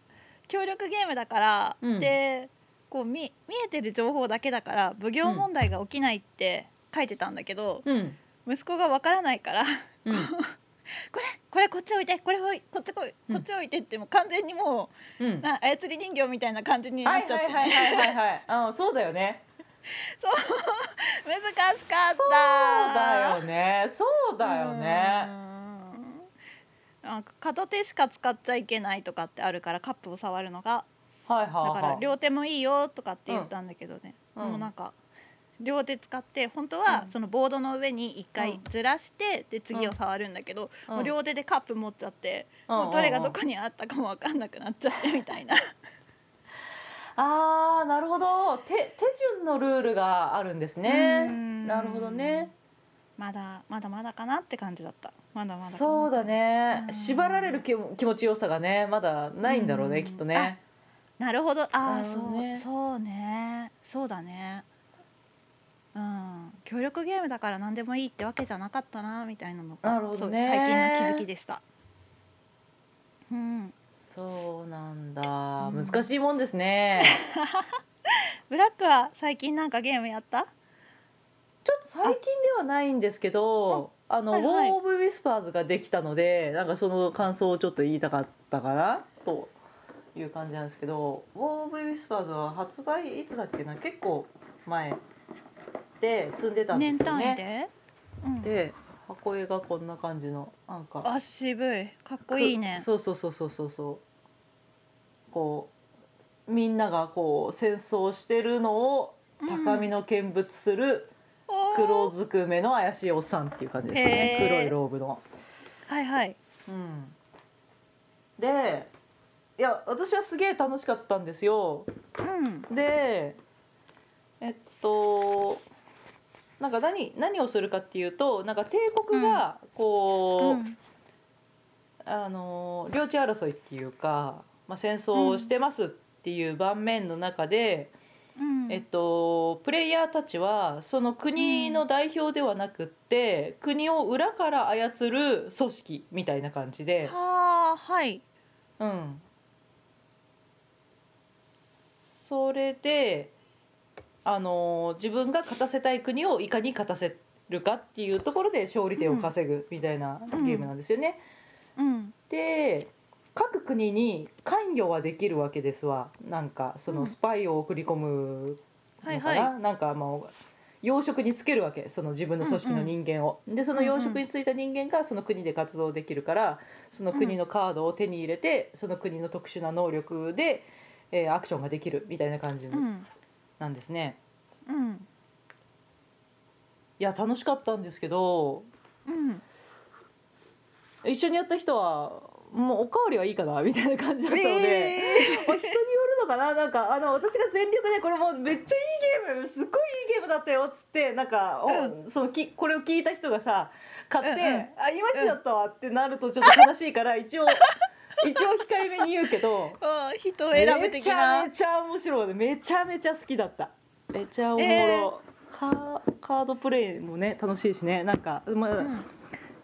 [SPEAKER 2] 協力ゲームだから、
[SPEAKER 1] うん
[SPEAKER 2] でこう見見えてる情報だけだから奉行問題が起きないって書いてたんだけど、
[SPEAKER 1] うん
[SPEAKER 2] 息子がわからないから
[SPEAKER 1] うん
[SPEAKER 2] これこれこっち置いてこれおいこっち来いこっち置いてってもう完全にも
[SPEAKER 1] う、
[SPEAKER 2] うんな操り人形みたいな感じにな
[SPEAKER 1] は
[SPEAKER 2] っ
[SPEAKER 1] い
[SPEAKER 2] ちゃっ
[SPEAKER 1] は
[SPEAKER 2] て、
[SPEAKER 1] い
[SPEAKER 2] ね
[SPEAKER 1] はいはいはいはいあそうだよね
[SPEAKER 2] 難しかった
[SPEAKER 1] そうだよねそうだよ
[SPEAKER 2] う
[SPEAKER 1] ね
[SPEAKER 2] んなんか片手しか使っちゃいけないとかってあるからカップを触るのが
[SPEAKER 1] はいはい
[SPEAKER 2] だ
[SPEAKER 1] はい
[SPEAKER 2] から両手もいいよとかって言ったんだけどね、
[SPEAKER 1] うん
[SPEAKER 2] もうなんか両手使って本当は
[SPEAKER 1] うん
[SPEAKER 2] そのボードの上に
[SPEAKER 1] う
[SPEAKER 2] 一回
[SPEAKER 1] ん
[SPEAKER 2] ずらして、で次を触るんだけど、
[SPEAKER 1] うん
[SPEAKER 2] もう両手でカップ持っちゃって、
[SPEAKER 1] うん
[SPEAKER 2] もうどれがどこにあったかも分かんなくなっちゃってみたいな
[SPEAKER 1] あーなるほど手手順のルールがあるんですね
[SPEAKER 2] うん
[SPEAKER 1] なるほどね
[SPEAKER 2] まだまだまだかなって感じだったまだまだかな
[SPEAKER 1] そうだね
[SPEAKER 2] うん
[SPEAKER 1] 縛られる気も気持ちよさがねまだないんだろうね
[SPEAKER 2] うん
[SPEAKER 1] きっとね
[SPEAKER 2] なるほどああ、
[SPEAKER 1] なるほどね
[SPEAKER 2] そうそうねそうだねうん協力ゲームだから何でもいいってわけじゃなかったなみたいなの
[SPEAKER 1] なるほどね
[SPEAKER 2] そう最近の気づきでした。うん、
[SPEAKER 1] そうなんだ、
[SPEAKER 2] うん
[SPEAKER 1] 難しいもんですね
[SPEAKER 2] ブラックは最近なんかゲームやった？
[SPEAKER 1] ちょっと最近ではないんですけどあの、
[SPEAKER 2] はいはい
[SPEAKER 1] ウォー・オブ・ウィスパーズができたのでなんかその感想をちょっと言いたかったかなという感じなんですけどウォー・オブ・ウィスパーズは発売いつだっけな結構前で積んでたんで
[SPEAKER 2] 年
[SPEAKER 1] すよ
[SPEAKER 2] 単位
[SPEAKER 1] ね。
[SPEAKER 2] で？うん。
[SPEAKER 1] で箱絵がこんな感じのなんか
[SPEAKER 2] あ渋いかっこいいね。
[SPEAKER 1] そうそうそうそうそうそうこうみんながこう戦争してるのを高みの見物する黒
[SPEAKER 2] おー
[SPEAKER 1] ずくめの怪しいおっさんっていう感じですよね
[SPEAKER 2] へー
[SPEAKER 1] 黒いローブの。
[SPEAKER 2] はいはい。
[SPEAKER 1] うん、でいや私はすげえ楽しかったんですよ。
[SPEAKER 2] うん
[SPEAKER 1] でえっとなんか何何をするかっていうとなんか帝国がこう。
[SPEAKER 2] うん
[SPEAKER 1] あの領地争いっていうか、まあ、戦争をしてますっていう盤面の中で、
[SPEAKER 2] うん。
[SPEAKER 1] えっと、プレイヤーたちはその国の代表ではなくって、国を裏から操る組織みたいな感じで、
[SPEAKER 2] はあはい。
[SPEAKER 1] うん、それであの自分が勝たせたい国をいかに勝たせるかっていうところで勝利点を稼ぐみたいなゲームなんですよね。
[SPEAKER 2] うん
[SPEAKER 1] で各国に関与はできるわけですわなんかそうの
[SPEAKER 2] ん
[SPEAKER 1] スパイを送り込む
[SPEAKER 2] はい
[SPEAKER 1] のか
[SPEAKER 2] はい
[SPEAKER 1] な、。なんかもう養殖につけるわけその自分の組織の人間を、でその養殖についた人間がその国で活動できるからその国のカードを手に入れて、その国の特殊な能力で、えーアクションができるみたいな感じ
[SPEAKER 2] うん
[SPEAKER 1] なんですね、
[SPEAKER 2] うん
[SPEAKER 1] いや楽しかったんですけど
[SPEAKER 2] うん。
[SPEAKER 1] 一緒にやった人はもうおかわりはいいかなみたいな感じだったので、
[SPEAKER 2] え
[SPEAKER 1] まあ人によるのかななんかあの私が全力でこれもうめっちゃいいゲームすっごいいいゲームだったよっつってなんか、おそのきこれを聞いた人がさ買って、
[SPEAKER 2] うんうん
[SPEAKER 1] あいまいちだったわってなるとちょっと悲しい から一応一応控えめに言うけど
[SPEAKER 2] ーあー人を選ぶ
[SPEAKER 1] め
[SPEAKER 2] 的
[SPEAKER 1] ちゃ
[SPEAKER 2] な
[SPEAKER 1] め。ちゃ面白いめちゃめちゃ好きだっためちゃおもろ、
[SPEAKER 2] えー
[SPEAKER 1] カーカードプレイもね楽しいしねなんか、まあ
[SPEAKER 2] うん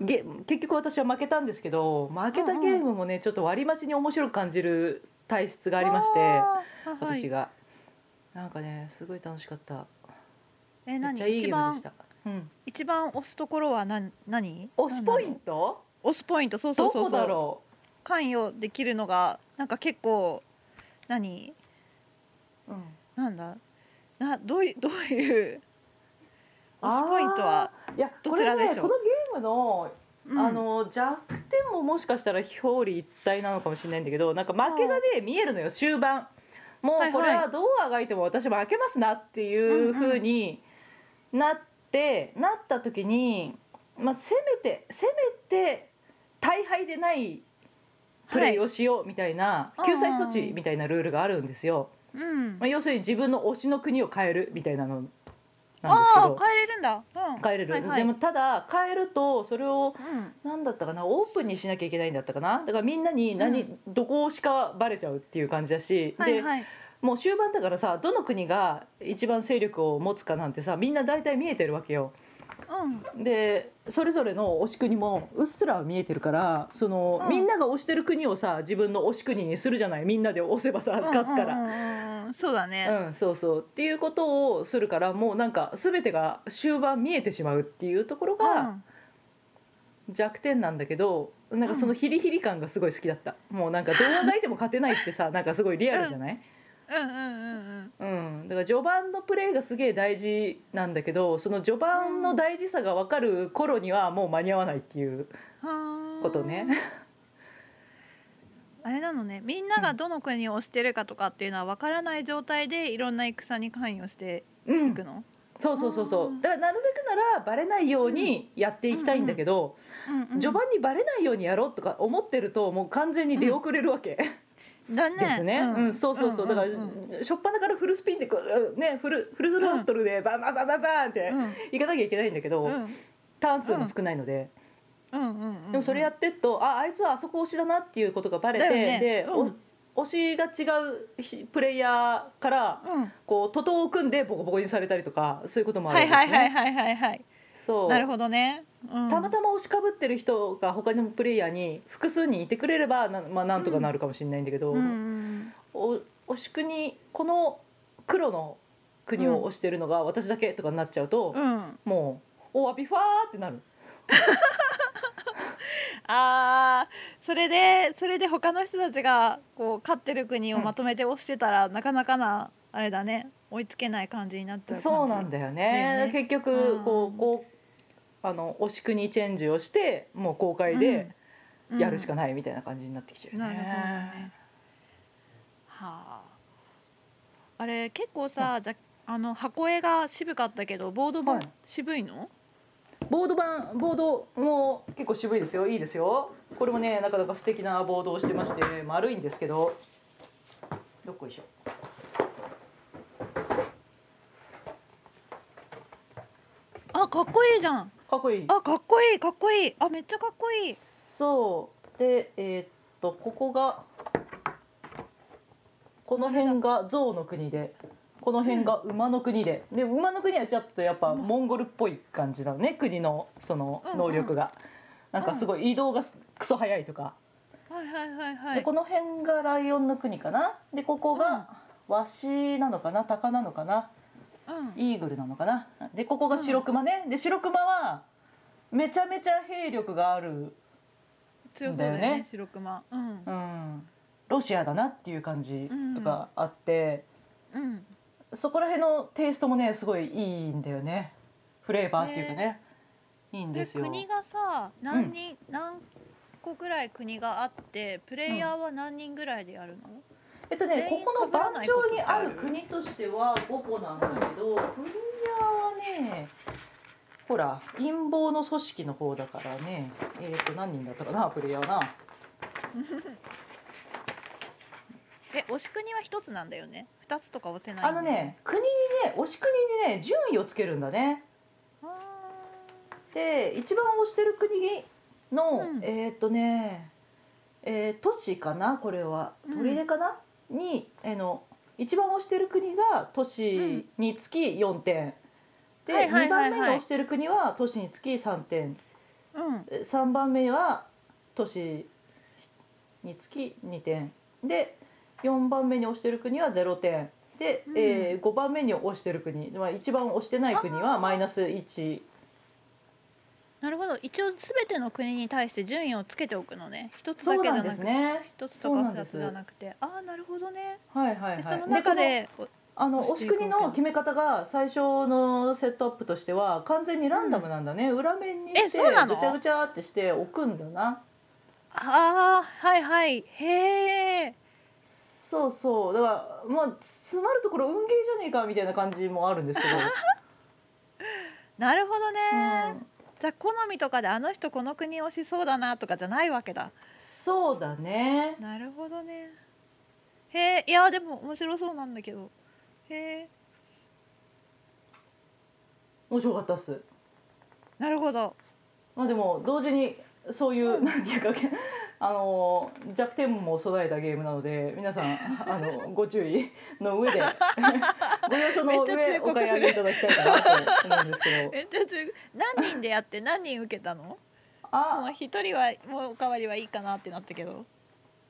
[SPEAKER 1] ゲ結局私は負けたんですけど負けたゲームもね、ちょっと割り増しに面白く感じる体質がありまして。
[SPEAKER 2] あーはい
[SPEAKER 1] 私が、なんかねすごい楽しかった
[SPEAKER 2] え
[SPEAKER 1] めっ
[SPEAKER 2] 何
[SPEAKER 1] ちゃいい
[SPEAKER 2] 一
[SPEAKER 1] ゲーム
[SPEAKER 2] 番
[SPEAKER 1] でした、うん、
[SPEAKER 2] 一番押すところは何何
[SPEAKER 1] 推しポイント
[SPEAKER 2] ト押すポイントそうそ
[SPEAKER 1] ど
[SPEAKER 2] うそう
[SPEAKER 1] こ
[SPEAKER 2] そ
[SPEAKER 1] だ
[SPEAKER 2] う
[SPEAKER 1] ろ
[SPEAKER 2] 関与できるのがなんか結構何
[SPEAKER 1] う、うん、
[SPEAKER 2] なんだなどういうどういう押すポイントは、
[SPEAKER 1] いや
[SPEAKER 2] どちらでしょ
[SPEAKER 1] これ
[SPEAKER 2] う
[SPEAKER 1] ねこのゲームの,、
[SPEAKER 2] うん
[SPEAKER 1] あの弱点ももしかしたら表裏一体なのかもしれないんだけどなんか負けがね見えるのよ終盤も
[SPEAKER 2] は
[SPEAKER 1] う
[SPEAKER 2] い
[SPEAKER 1] こ
[SPEAKER 2] はい
[SPEAKER 1] れはどうあがいても私負けますなっていう風になって、なった時に、まあ、せめてせめて大敗でないプレイをしようみたいな、
[SPEAKER 2] はい
[SPEAKER 1] 救済措置みたいなルールがあるんですよ、
[SPEAKER 2] うん
[SPEAKER 1] まあ、要するに自分の推しの国を変えるみたいなのなんですけ
[SPEAKER 2] あ
[SPEAKER 1] ど
[SPEAKER 2] あ変えれるんだ、うん、
[SPEAKER 1] 変えれる、
[SPEAKER 2] はいはい、
[SPEAKER 1] でもただ変えるとそれを
[SPEAKER 2] うん
[SPEAKER 1] 何だったかなオープンにしなきゃいけないんだったかなだからみんなに何、
[SPEAKER 2] う
[SPEAKER 1] どこしかバレちゃうっていう感じだし、
[SPEAKER 2] はい
[SPEAKER 1] で
[SPEAKER 2] はい
[SPEAKER 1] もう終盤だからさどの国が一番勢力を持つかなんてさみんな大体見えてるわけよ。
[SPEAKER 2] うん
[SPEAKER 1] でそれぞれの推し国もうっすら見えてるからその、
[SPEAKER 2] うん
[SPEAKER 1] みんなが推してる国をさ自分の推し国にするじゃないみんなで押せばさ勝つから。
[SPEAKER 2] う
[SPEAKER 1] うんん
[SPEAKER 2] うんうんうんそうだね、
[SPEAKER 1] そうそうっていうことをするからもうなんか全てが終盤見えてしまうっていうところが弱点なんだけど、なんかそのヒリヒリ感がすごい好きだったもうなんかどう泣いても勝てないって さなんかすごいリアルじゃない、
[SPEAKER 2] うん、うんうんうん
[SPEAKER 1] うん、だから序盤のプレーがすげえ大事なんだけどその序盤の大事さが分かる頃にはもう間に合わないっていう
[SPEAKER 2] うんはー
[SPEAKER 1] ことね。
[SPEAKER 2] あれなのねみんながどの国を推してるかとかっていうのは分からない状態でいろんな戦に関与して
[SPEAKER 1] う
[SPEAKER 2] い
[SPEAKER 1] ん
[SPEAKER 2] く、の、
[SPEAKER 1] そうそうそうそ
[SPEAKER 2] あ
[SPEAKER 1] う
[SPEAKER 2] ー
[SPEAKER 1] だからなるべくならバレないようにやっていきたいんだけど、
[SPEAKER 2] うんうん
[SPEAKER 1] 序盤にバレないようにやろうとか思ってるともう完全に出遅れるわけ、
[SPEAKER 2] だね
[SPEAKER 1] ですね、うんそうそうそうだから、
[SPEAKER 2] んうん
[SPEAKER 1] 初っ端からフルスピンでこう、うんね、フルフルスロットルでバンバンバンバンバンって
[SPEAKER 2] うんうん
[SPEAKER 1] 行かなきゃいけないんだけど、
[SPEAKER 2] うん
[SPEAKER 1] ターン数も少ないので、
[SPEAKER 2] うんうんうん
[SPEAKER 1] でもそれやってっとああいつはあそこ推しだなっていうことがバレて、
[SPEAKER 2] だよね
[SPEAKER 1] で、
[SPEAKER 2] うん
[SPEAKER 1] お推しが違うひプレイヤーから
[SPEAKER 2] うん
[SPEAKER 1] こう徒党を組んでボコボコにされたりとかそういうこともあ
[SPEAKER 2] は
[SPEAKER 1] るん
[SPEAKER 2] い
[SPEAKER 1] ですね。
[SPEAKER 2] はいはいはいはいはい
[SPEAKER 1] そう
[SPEAKER 2] なるほどね、うん、
[SPEAKER 1] たまたま推しかぶってる人が他のプレイヤーに複数人いてくれればな,、まあ、なんとかなるかもしれないんだけど、
[SPEAKER 2] うんうん
[SPEAKER 1] お推し国この黒の国を推してるのが私だけとかになっちゃうと、
[SPEAKER 2] うん、うん、
[SPEAKER 1] もうおわびファーってなる
[SPEAKER 2] あーそれでそれで他の人たちがこう勝ってる国をまとめて押してたら、なかなかなあれだね追いつけない感じになっちゃう感じ
[SPEAKER 1] そうなんだよね
[SPEAKER 2] だ
[SPEAKER 1] 結局こ
[SPEAKER 2] うん
[SPEAKER 1] うこうあの推し国チェンジをしてもう公開でやるしか
[SPEAKER 2] な
[SPEAKER 1] ないみたいな感じになってきちゃうよ
[SPEAKER 2] な
[SPEAKER 1] ね
[SPEAKER 2] るほどねはああれ結構さ、じゃあの箱絵が渋かったけどボードも
[SPEAKER 1] はい
[SPEAKER 2] 渋いの、
[SPEAKER 1] ボード版ボードも結構渋いですよいいですよこれもねなかなか素敵なボードをしてまして丸いんですけどどっこいしょ
[SPEAKER 2] あかっこいいじゃん
[SPEAKER 1] かっこいい
[SPEAKER 2] あかっこいいかっこいいあめっちゃかっこいい
[SPEAKER 1] そうでえーっとここがこの辺が象の国でこの辺が馬の国で、で馬の国はちょっとやっぱモンゴルっぽい感じだね国のその能力が、なんかすごい移動がクソ早いとか、
[SPEAKER 2] はいはいはいは
[SPEAKER 1] で
[SPEAKER 2] い
[SPEAKER 1] この辺がライオンの国かなでここがワシなのかな鷹なのかな
[SPEAKER 2] うん
[SPEAKER 1] イーグルなのかなでここが白熊ね、で白熊はめちゃめちゃ兵力がある
[SPEAKER 2] 強そうだよね
[SPEAKER 1] だよね
[SPEAKER 2] 白熊うん
[SPEAKER 1] うん、ロシアだなっていう感じとかあって、
[SPEAKER 2] うん
[SPEAKER 1] そこら辺のテイストもねすごいいいんだよねフレーバーっていうかね、いいん
[SPEAKER 2] そ
[SPEAKER 1] で
[SPEAKER 2] れ
[SPEAKER 1] すよ
[SPEAKER 2] 国がさ何人、何個ぐらい国があってプレイヤーは何人ぐらいでやるの、
[SPEAKER 1] えっとね
[SPEAKER 2] 全
[SPEAKER 1] こ
[SPEAKER 2] 員
[SPEAKER 1] この
[SPEAKER 2] 被ら
[SPEAKER 1] 番
[SPEAKER 2] ないこと
[SPEAKER 1] 長
[SPEAKER 2] って
[SPEAKER 1] に
[SPEAKER 2] あ
[SPEAKER 1] あ
[SPEAKER 2] る
[SPEAKER 1] る国としては5個なんだけどプレイヤーはねほら陰謀の組織の方だからねえっと何人だったかなプレイヤーな
[SPEAKER 2] え押し国は一つなんだよね二つとか押せない
[SPEAKER 1] あのね国にね推し国にね順位をつけるんだね
[SPEAKER 2] あ
[SPEAKER 1] で一番推してる国の、
[SPEAKER 2] うん
[SPEAKER 1] えーっとね、えー都市かなこれは
[SPEAKER 2] うん
[SPEAKER 1] 砦かな、にあの一番推してる国が都市につき4点、で、
[SPEAKER 2] はいはいはいはい
[SPEAKER 1] 2番目に推してる国は都市につき3点
[SPEAKER 2] ーうん
[SPEAKER 1] え3番目は都市につき2点で4番目に推してる国は0点で、
[SPEAKER 2] うん
[SPEAKER 1] え5番目に推してる国、まあ、一番推してない国はマイナス1。
[SPEAKER 2] なるほど一応すべての国に対して順位をつけておくのね一つ
[SPEAKER 1] そ
[SPEAKER 2] だ
[SPEAKER 1] う
[SPEAKER 2] けじ
[SPEAKER 1] なん
[SPEAKER 2] ゃ
[SPEAKER 1] で
[SPEAKER 2] なく
[SPEAKER 1] す
[SPEAKER 2] て
[SPEAKER 1] ね。
[SPEAKER 2] 一つ
[SPEAKER 1] そ
[SPEAKER 2] と
[SPEAKER 1] う
[SPEAKER 2] か
[SPEAKER 1] なんで
[SPEAKER 2] 二
[SPEAKER 1] す
[SPEAKER 2] つじゃなくてああなるほどね
[SPEAKER 1] はいはいは
[SPEAKER 2] で
[SPEAKER 1] い。
[SPEAKER 2] その中
[SPEAKER 1] で
[SPEAKER 2] で
[SPEAKER 1] こ
[SPEAKER 2] お
[SPEAKER 1] のあの
[SPEAKER 2] 押
[SPEAKER 1] 押
[SPEAKER 2] し
[SPEAKER 1] し
[SPEAKER 2] ていくわけ
[SPEAKER 1] 国の決め方が最初のセットアップとしては完全にランダムなんだね。裏面に
[SPEAKER 2] え
[SPEAKER 1] して
[SPEAKER 2] そうなの
[SPEAKER 1] ぐちゃぐちゃってして置くんだな。
[SPEAKER 2] ああはいはいへえ
[SPEAKER 1] そうそう。だからまあ詰まるところ運ゲーじゃねえかみたいな感じもあるん ですけど。
[SPEAKER 2] なるほどね、
[SPEAKER 1] うん
[SPEAKER 2] じゃあ好みとかであの人この国推しそうだなとかじゃないわけだ
[SPEAKER 1] そうだね。
[SPEAKER 2] なるほどねへえいやでも面白そうなんだけどへえ
[SPEAKER 1] 面白かったっす。
[SPEAKER 2] なるほど
[SPEAKER 1] まあでも同時にそういう、なんていうか あの弱点も備えたゲームなので皆さんあ のご注意の 上でご了承の
[SPEAKER 2] めっちゃ
[SPEAKER 1] 上
[SPEAKER 2] 忠告
[SPEAKER 1] お買い上げいただきたいかなと思うんですけど
[SPEAKER 2] えだって何人でやって何人受けたのそ
[SPEAKER 1] あ
[SPEAKER 2] の一人はもうおかわりはいいかなってなったけど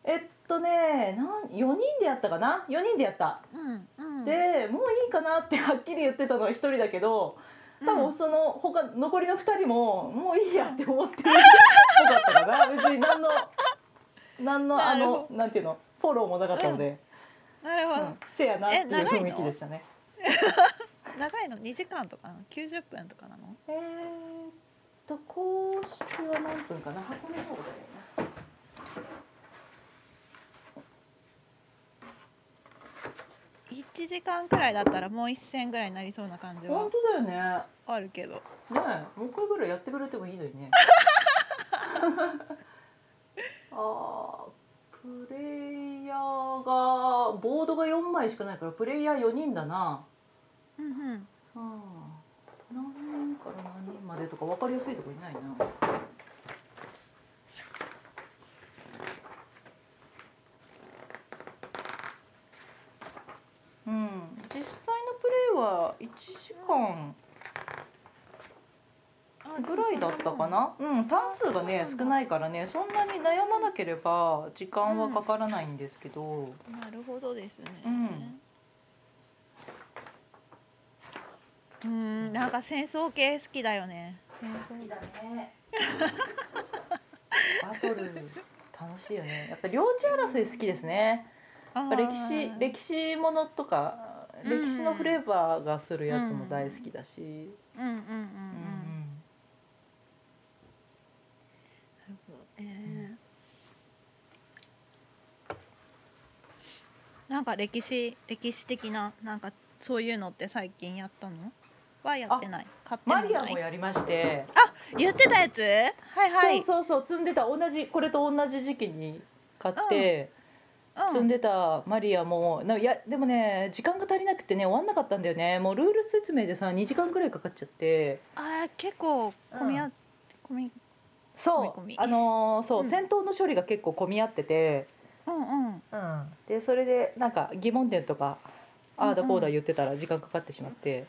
[SPEAKER 1] えっとねなん4人でやったかな4人でやった、
[SPEAKER 2] うんうん
[SPEAKER 1] でもういいかなってはっきり言ってたのは1人だけど多
[SPEAKER 2] う
[SPEAKER 1] 分
[SPEAKER 2] ん
[SPEAKER 1] その他残りの2人ももういいやって思ってる人だったか な別に何の何のあ
[SPEAKER 2] なるほ
[SPEAKER 1] のなんていうのフォローもなかったので。
[SPEAKER 2] なるほど、
[SPEAKER 1] せやなっていう
[SPEAKER 2] え長い
[SPEAKER 1] 雰
[SPEAKER 2] の
[SPEAKER 1] 囲気でしたね。
[SPEAKER 2] 長いの2時間とかなの90分とかなの
[SPEAKER 1] えー、っと公式は何分かな箱の方だよね。
[SPEAKER 2] 1時間くらいだったらもう1戦ぐらいになりそうな感じは
[SPEAKER 1] 本当だよね。
[SPEAKER 2] あるけど
[SPEAKER 1] ねえもう一回ぐらいやってくれてもいいのに ね。あープレイヤーがボードが4枚しかないからプレイヤー4人だな。
[SPEAKER 2] うんうん
[SPEAKER 1] うん何人から何人までとか分かりやすいとこいないな。ぐらいだったかなうん単数がね
[SPEAKER 2] そうなん
[SPEAKER 1] 少
[SPEAKER 2] だ
[SPEAKER 1] ないからねそんなに悩まなければ時間はかからないんですけど、
[SPEAKER 2] なるほどですね。
[SPEAKER 1] うん
[SPEAKER 2] うーん、なんか戦争系好きだよね。
[SPEAKER 1] 好きだねバトル楽しいよねやっぱ領地争い好きですね
[SPEAKER 2] あー
[SPEAKER 1] 歴史歴史ものとか
[SPEAKER 2] うん
[SPEAKER 1] 歴史のフレーバーがするやつも大好きだし、
[SPEAKER 2] うんうんうん
[SPEAKER 1] うん
[SPEAKER 2] うん。なるほどねなんか歴史歴史的ななんかそういうのって最近やったの？はやってない。買っても
[SPEAKER 1] マリア
[SPEAKER 2] な
[SPEAKER 1] も
[SPEAKER 2] い。
[SPEAKER 1] やりまして
[SPEAKER 2] 言ってたやつ？はいはい。
[SPEAKER 1] そうそうそう積んでた同じこれと同じ時期に買って、
[SPEAKER 2] うん
[SPEAKER 1] 積んでたマリアもないやでもね時間が足りなくてね終わんなかったんだよねもうルール説明でさ2時間くらいかかっちゃって
[SPEAKER 2] あー結構混み合っ、混み
[SPEAKER 1] そう
[SPEAKER 2] 混み込み
[SPEAKER 1] あのーそう、
[SPEAKER 2] うん
[SPEAKER 1] 戦闘の処理が結構混み合ってて、
[SPEAKER 2] うんうん。
[SPEAKER 1] でそれでなんか疑問点とかああ
[SPEAKER 2] う
[SPEAKER 1] だ
[SPEAKER 2] んうん
[SPEAKER 1] こうだ言ってたら時間かかってしまって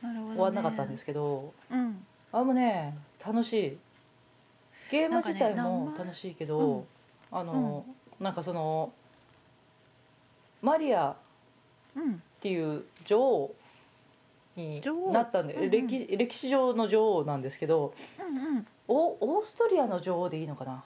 [SPEAKER 2] なるほど、ね。
[SPEAKER 1] 終わんなかったんですけど、
[SPEAKER 2] うん。
[SPEAKER 1] あれもね楽しいゲーム自体
[SPEAKER 2] なんかね
[SPEAKER 1] も
[SPEAKER 2] 何枚
[SPEAKER 1] 楽しいけど、あのーなんかそのマリア
[SPEAKER 2] うん。
[SPEAKER 1] っていう女王に
[SPEAKER 2] 女王
[SPEAKER 1] なったんで、
[SPEAKER 2] うんうん
[SPEAKER 1] 歴歴史上の女王なんですけど
[SPEAKER 2] うんうん。
[SPEAKER 1] おオーストリアの女王でいいのかな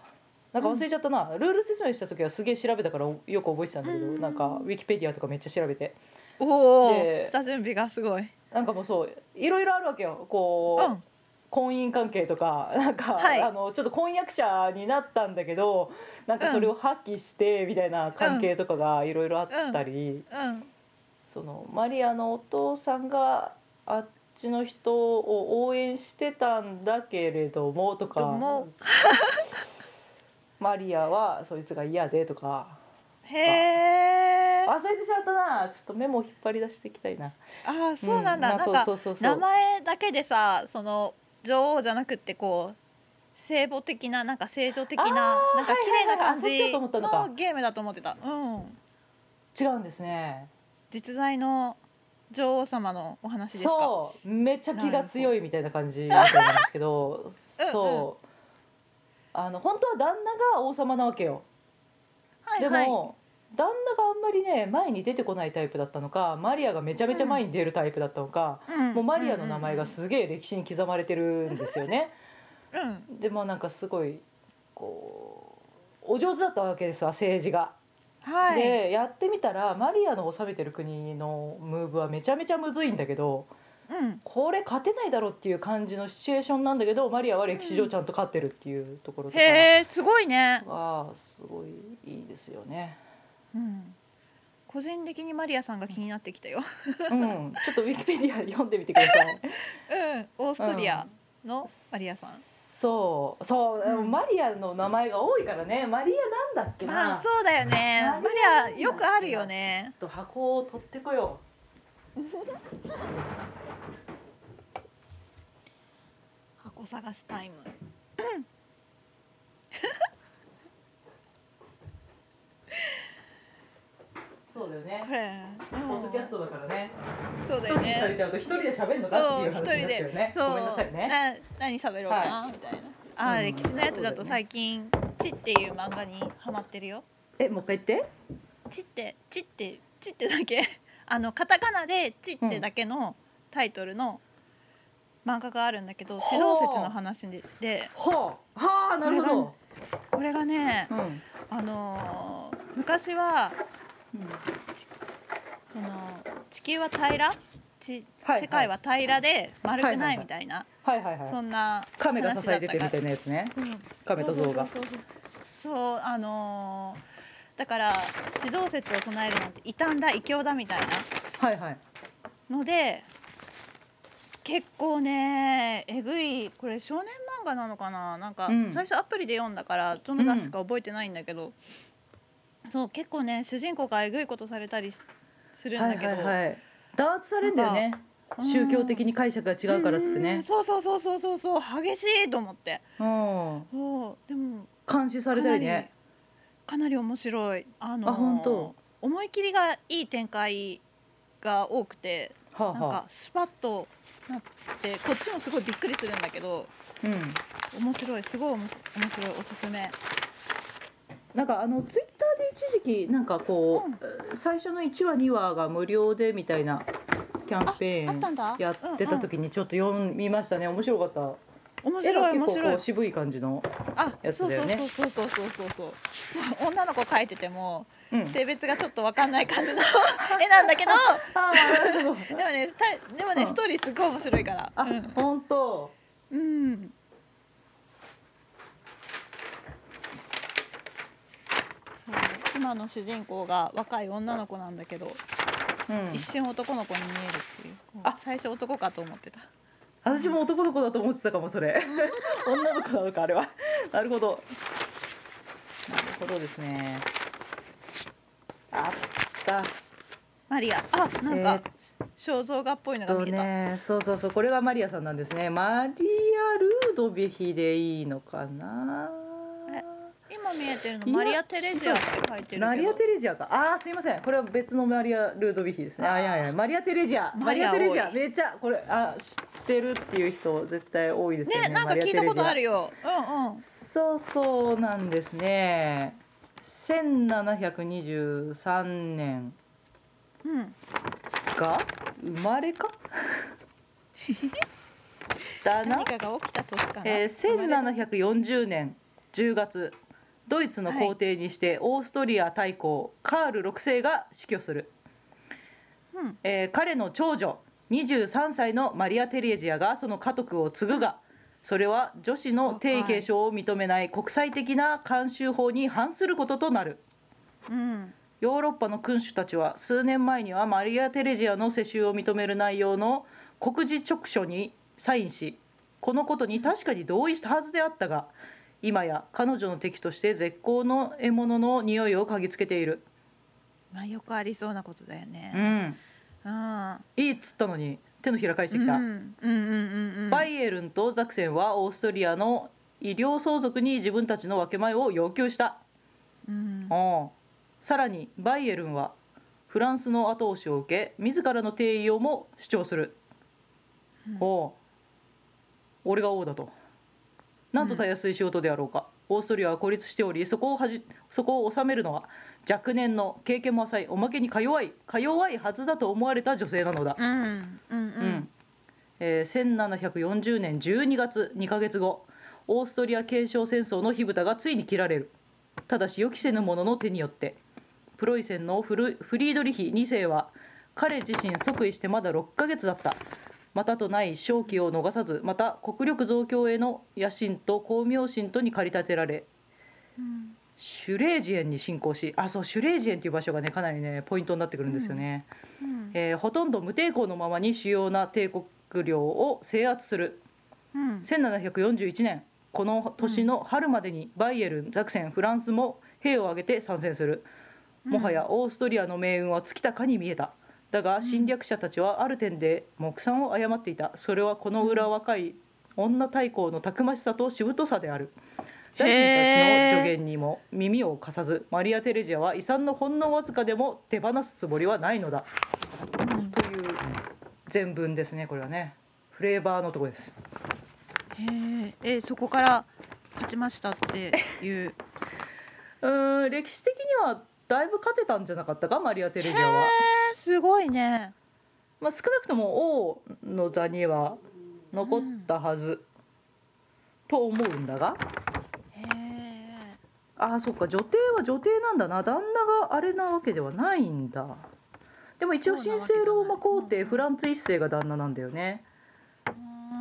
[SPEAKER 1] なんか忘れちゃったな、ルール説明した時はすげえ調べたからよく覚えてたんだけど、
[SPEAKER 2] うんうんうん
[SPEAKER 1] なんかウィキペディアとかめっちゃ調べて
[SPEAKER 2] おお。
[SPEAKER 1] で
[SPEAKER 2] 下準備がすごい。
[SPEAKER 1] なんかもうそういろいろあるわけよこう、
[SPEAKER 2] うん。
[SPEAKER 1] 婚姻関係とか なんか、
[SPEAKER 2] はい
[SPEAKER 1] あのちょっと婚約者になったんだけどなんかそれを破棄してみたいな関係とかがいろいろあったり。
[SPEAKER 2] うん。
[SPEAKER 1] そのマリアのお父さんがあっちの人を応援してたんだけれどもと
[SPEAKER 2] ど
[SPEAKER 1] か
[SPEAKER 2] うも
[SPEAKER 1] マリアはそいつが嫌でとか
[SPEAKER 2] へえ。
[SPEAKER 1] 忘れてしまったなちょっとメモを引っ張り出していきたいな
[SPEAKER 2] あーそうなんだ。
[SPEAKER 1] まあ
[SPEAKER 2] なんか
[SPEAKER 1] そうそうそうそ
[SPEAKER 2] 名
[SPEAKER 1] う
[SPEAKER 2] 前だけでさ、その女王じゃなくってこう。聖母的ななんか聖女的な
[SPEAKER 1] あー
[SPEAKER 2] なんか綺麗な感
[SPEAKER 1] はいはいはいあそっちだ
[SPEAKER 2] じ
[SPEAKER 1] と思ったのか
[SPEAKER 2] のゲームだと思ってた。うん。
[SPEAKER 1] 違うんですね
[SPEAKER 2] 実在の女王様のお話ですか。
[SPEAKER 1] そうめっちゃ気が強いみたいな感じ みたいなんですけど
[SPEAKER 2] うんうん
[SPEAKER 1] そうあの本当は旦那が王様なわけよ
[SPEAKER 2] はい
[SPEAKER 1] で
[SPEAKER 2] はい。
[SPEAKER 1] も、旦那があんまりね前に出てこないタイプだったのかマリアがめちゃめちゃ前に出るタイプだったのか、
[SPEAKER 2] うん
[SPEAKER 1] もうマリアの名前がすげえ歴史に刻まれてるんですよね。
[SPEAKER 2] うんうん
[SPEAKER 1] でもなんかすごいこうお上手だったわけですわ政治が。
[SPEAKER 2] はい。
[SPEAKER 1] でやってみたらマリアの治めてる国のムーブはめちゃめちゃむずいんだけど
[SPEAKER 2] うん。
[SPEAKER 1] これ勝てないだろっていう感じのシチュエーションなんだけどマリアは歴史上ちゃんと勝ってるっていうところとか
[SPEAKER 2] へえすごいね。
[SPEAKER 1] がすごいいいですよね。
[SPEAKER 2] うん。個人的にマリアさんが気になってきたよ。
[SPEAKER 1] うん、ちょっとウィキペディア読んでみてください。
[SPEAKER 2] うん、オーストリアのマリアさん。
[SPEAKER 1] そう、そう、でも
[SPEAKER 2] うん
[SPEAKER 1] マリアの名前が多いからね、マリアなんだっけな。
[SPEAKER 2] まあ、
[SPEAKER 1] ちょ
[SPEAKER 2] そうだよね。
[SPEAKER 1] マ
[SPEAKER 2] マ
[SPEAKER 1] リ
[SPEAKER 2] リ
[SPEAKER 1] ア
[SPEAKER 2] アよくあるよね。
[SPEAKER 1] っと箱を取ってこよ
[SPEAKER 2] 箱探しタイム。
[SPEAKER 1] う。そうだよね
[SPEAKER 2] こ。れ。うん
[SPEAKER 1] ポッドキャストだからね。
[SPEAKER 2] そうだ
[SPEAKER 1] 一
[SPEAKER 2] よ
[SPEAKER 1] 人にされ
[SPEAKER 2] ね。
[SPEAKER 1] ちゃうと、一人で喋るのかっ
[SPEAKER 2] そ、
[SPEAKER 1] ていうう
[SPEAKER 2] 一
[SPEAKER 1] 話
[SPEAKER 2] 人
[SPEAKER 1] になっちゃうよ
[SPEAKER 2] で
[SPEAKER 1] ね。。
[SPEAKER 2] そう
[SPEAKER 1] ごめんなさいね。
[SPEAKER 2] な、何喋ろうかなみたいな。あ
[SPEAKER 1] う
[SPEAKER 2] ー、
[SPEAKER 1] ん
[SPEAKER 2] 歴史のやつだと最近、チっていう漫画にハマってるよ。
[SPEAKER 1] え、もう一回言って。
[SPEAKER 2] チって、チって、チってだけ。 あの、カタカナで、チってだけのタイトルの。漫画があるんだけど、地動説の話で、で、
[SPEAKER 1] ほう。はあ、なるほ
[SPEAKER 2] これがね
[SPEAKER 1] ど。う、ん。
[SPEAKER 2] あのー昔はその地球は平らち、
[SPEAKER 1] はい
[SPEAKER 2] 世界は平らで丸く
[SPEAKER 1] は
[SPEAKER 2] な
[SPEAKER 1] はい
[SPEAKER 2] いい
[SPEAKER 1] はい
[SPEAKER 2] みたいな、
[SPEAKER 1] はいはいは
[SPEAKER 2] そ
[SPEAKER 1] い。
[SPEAKER 2] んな
[SPEAKER 1] 亀が支えててみたい
[SPEAKER 2] な
[SPEAKER 1] なやつね。
[SPEAKER 2] うん
[SPEAKER 1] 亀と象が。
[SPEAKER 2] そうそうそうそうそうあのーだから地動説を唱えるなんて異端だ異教だみたい
[SPEAKER 1] はいはい。
[SPEAKER 2] なので結構ねえぐいこれ少年漫画なのかななんか
[SPEAKER 1] うん
[SPEAKER 2] 最初アプリで読んだからどの雑誌か覚えてないんだけど、そう結構ね主人公がえぐいことされたりしするんだけど、
[SPEAKER 1] い。弾圧されるんだよね。
[SPEAKER 2] うん
[SPEAKER 1] 宗教的に解釈が違うからっつって
[SPEAKER 2] うんうんうん
[SPEAKER 1] ね。
[SPEAKER 2] そうそうそうそうそうそう激しいと思って
[SPEAKER 1] うん。
[SPEAKER 2] そうでも
[SPEAKER 1] 監視されたりね
[SPEAKER 2] かなり面白いあのー
[SPEAKER 1] あ本当
[SPEAKER 2] 思い切りがいい展開が多くて
[SPEAKER 1] はあ
[SPEAKER 2] なん
[SPEAKER 1] は
[SPEAKER 2] かスパッとなってこっちもすごいびっくりするんだけど
[SPEAKER 1] うん
[SPEAKER 2] 面白いすごいおもし面白いおすすめ
[SPEAKER 1] なんかあのツイッターで一時期なんかこう、最初の1話2話が無料でみたいなキャンペ
[SPEAKER 2] ああったん
[SPEAKER 1] ー
[SPEAKER 2] だ
[SPEAKER 1] ンやってた時にちょっと読みましたね面白かった
[SPEAKER 2] 面
[SPEAKER 1] 絵が
[SPEAKER 2] 白い面
[SPEAKER 1] 結構
[SPEAKER 2] 白
[SPEAKER 1] こ
[SPEAKER 2] いう
[SPEAKER 1] 渋い感じの、
[SPEAKER 2] あ
[SPEAKER 1] やつ
[SPEAKER 2] そう
[SPEAKER 1] だ
[SPEAKER 2] そ
[SPEAKER 1] よ
[SPEAKER 2] う
[SPEAKER 1] ね
[SPEAKER 2] そうそうそうそうそうそう女の子描いてても
[SPEAKER 1] うん、
[SPEAKER 2] 性別がちょっとわかんない感じの絵な んだけど
[SPEAKER 3] あーなるほ
[SPEAKER 2] で
[SPEAKER 3] ど
[SPEAKER 2] もねたでもね、
[SPEAKER 1] うん
[SPEAKER 2] ストーリーすごい面白いから
[SPEAKER 3] あ本当
[SPEAKER 2] うん、うん、そう今の主人公が若い女の子なんだけど、
[SPEAKER 1] うん
[SPEAKER 2] 一瞬男の子に見えるっていう
[SPEAKER 1] あ
[SPEAKER 2] 最初男かと思ってた
[SPEAKER 1] 私も男の子だと思ってたかもそ れ女の子なのかあれはなるほどなるほどですねあった
[SPEAKER 2] マリアあなんか、肖像画っぽいのが
[SPEAKER 1] そう
[SPEAKER 2] 見えた、
[SPEAKER 1] ねそうそうそうこれがマリアさんなんですねマリア・ルードビヒでいいのかな
[SPEAKER 2] え今見えてるの
[SPEAKER 1] いや
[SPEAKER 2] マリア・テレジアって書いてるけど
[SPEAKER 1] マリア・テレジアかあーすいませんこれは別のマリア・ルードビヒですねあーいやいやマリア・テレジアマ
[SPEAKER 2] マ
[SPEAKER 1] リ
[SPEAKER 2] リ
[SPEAKER 1] ア・
[SPEAKER 2] ア
[SPEAKER 1] テレジア
[SPEAKER 2] 多い
[SPEAKER 1] めっちゃこれあ知ってるっていう人絶対多いですよね
[SPEAKER 2] ねなんか聞いたことあるようんうん
[SPEAKER 1] そうそうなんですね。1723年
[SPEAKER 2] うん、
[SPEAKER 1] が生まれ かだな
[SPEAKER 2] 何、かが起きた年かな、
[SPEAKER 1] えー、1740年10月ドイツの皇帝にしてオーストリア大公カール6世が死去する、
[SPEAKER 2] うん、
[SPEAKER 1] えー彼の長女23歳のマリア・テレジアがその家督を継ぐがそれは女子の帝位継承を認めない国際的な慣習法に反することとなる
[SPEAKER 2] うん、
[SPEAKER 1] ヨーロッパの君主たちは数年前にはマリア・テレジアの世襲を認める内容の告示直書にサインしこのことに確かに同意したはずであったが今や彼女の敵として絶好の獲物の匂いを嗅ぎつけている
[SPEAKER 2] まあよくありそうなことだよ
[SPEAKER 1] う
[SPEAKER 2] ね
[SPEAKER 1] ん
[SPEAKER 2] うん、
[SPEAKER 1] いいっつったのに手のひら返してきた、
[SPEAKER 2] うんうんうんうんうん
[SPEAKER 1] バイエルンとザクセンはオーストリアの医療相続に自分たちの分け前を要求した
[SPEAKER 2] うん
[SPEAKER 1] おうさらにバイエルンはフランスの後押しを受け自らの定位をも主張する、
[SPEAKER 2] うん
[SPEAKER 1] おう俺が王だとなんとたやすい仕事であろうか、オーストリアは孤立しておりそこをはじそこを治めるのは若年の経験も浅いおまけにか弱いか弱いはずだと思われた女性なのだ、
[SPEAKER 2] うんうんう
[SPEAKER 1] うんんえー1740年12月2ヶ月後オーストリア継承戦争の火蓋がついに切られるただし予期せぬ者の手によってプロイセンのフルフリードリヒ2世は彼自身即位してまだ6ヶ月だったまたとない勝機を逃さずまた国力増強への野心と光明心とに駆り立てられ
[SPEAKER 2] うん
[SPEAKER 1] シュレージエンに侵攻しあそうシュレージエンという場所がねかなりねポイントになってくるんですよね。
[SPEAKER 2] うん
[SPEAKER 1] えーほとんど無抵抗のままに主要な帝国領を制圧する
[SPEAKER 2] うん
[SPEAKER 1] 1741年この年の春までにバイエルンザクセンフランスも兵を挙げて参戦するもはやオーストリアの命運は尽きたかに見えただが侵略者たちはある点で目算を誤っていたそれはこの裏若い女太閤のたくましさとしぶとさである大臣たちの助言にも耳を貸さずマリア・テレジアは遺産のほんのわずかでも手放すつもりはないのだ
[SPEAKER 2] うん
[SPEAKER 1] という全文ですねこれはねフレーバーのとこです
[SPEAKER 2] へええそこから勝ちましたっていう
[SPEAKER 1] うーん歴史的にはだいぶ勝てたんじゃなかったかマリア・テレジアは、
[SPEAKER 2] えすごいね
[SPEAKER 1] まあ、少なくとも王の座には残ったはず、と思うんだが
[SPEAKER 2] へえ
[SPEAKER 1] あーそっか女帝は女帝なんだな旦那があれなわけではないんだでも一応神聖ローマ皇帝フランツ一世が旦那なんだよね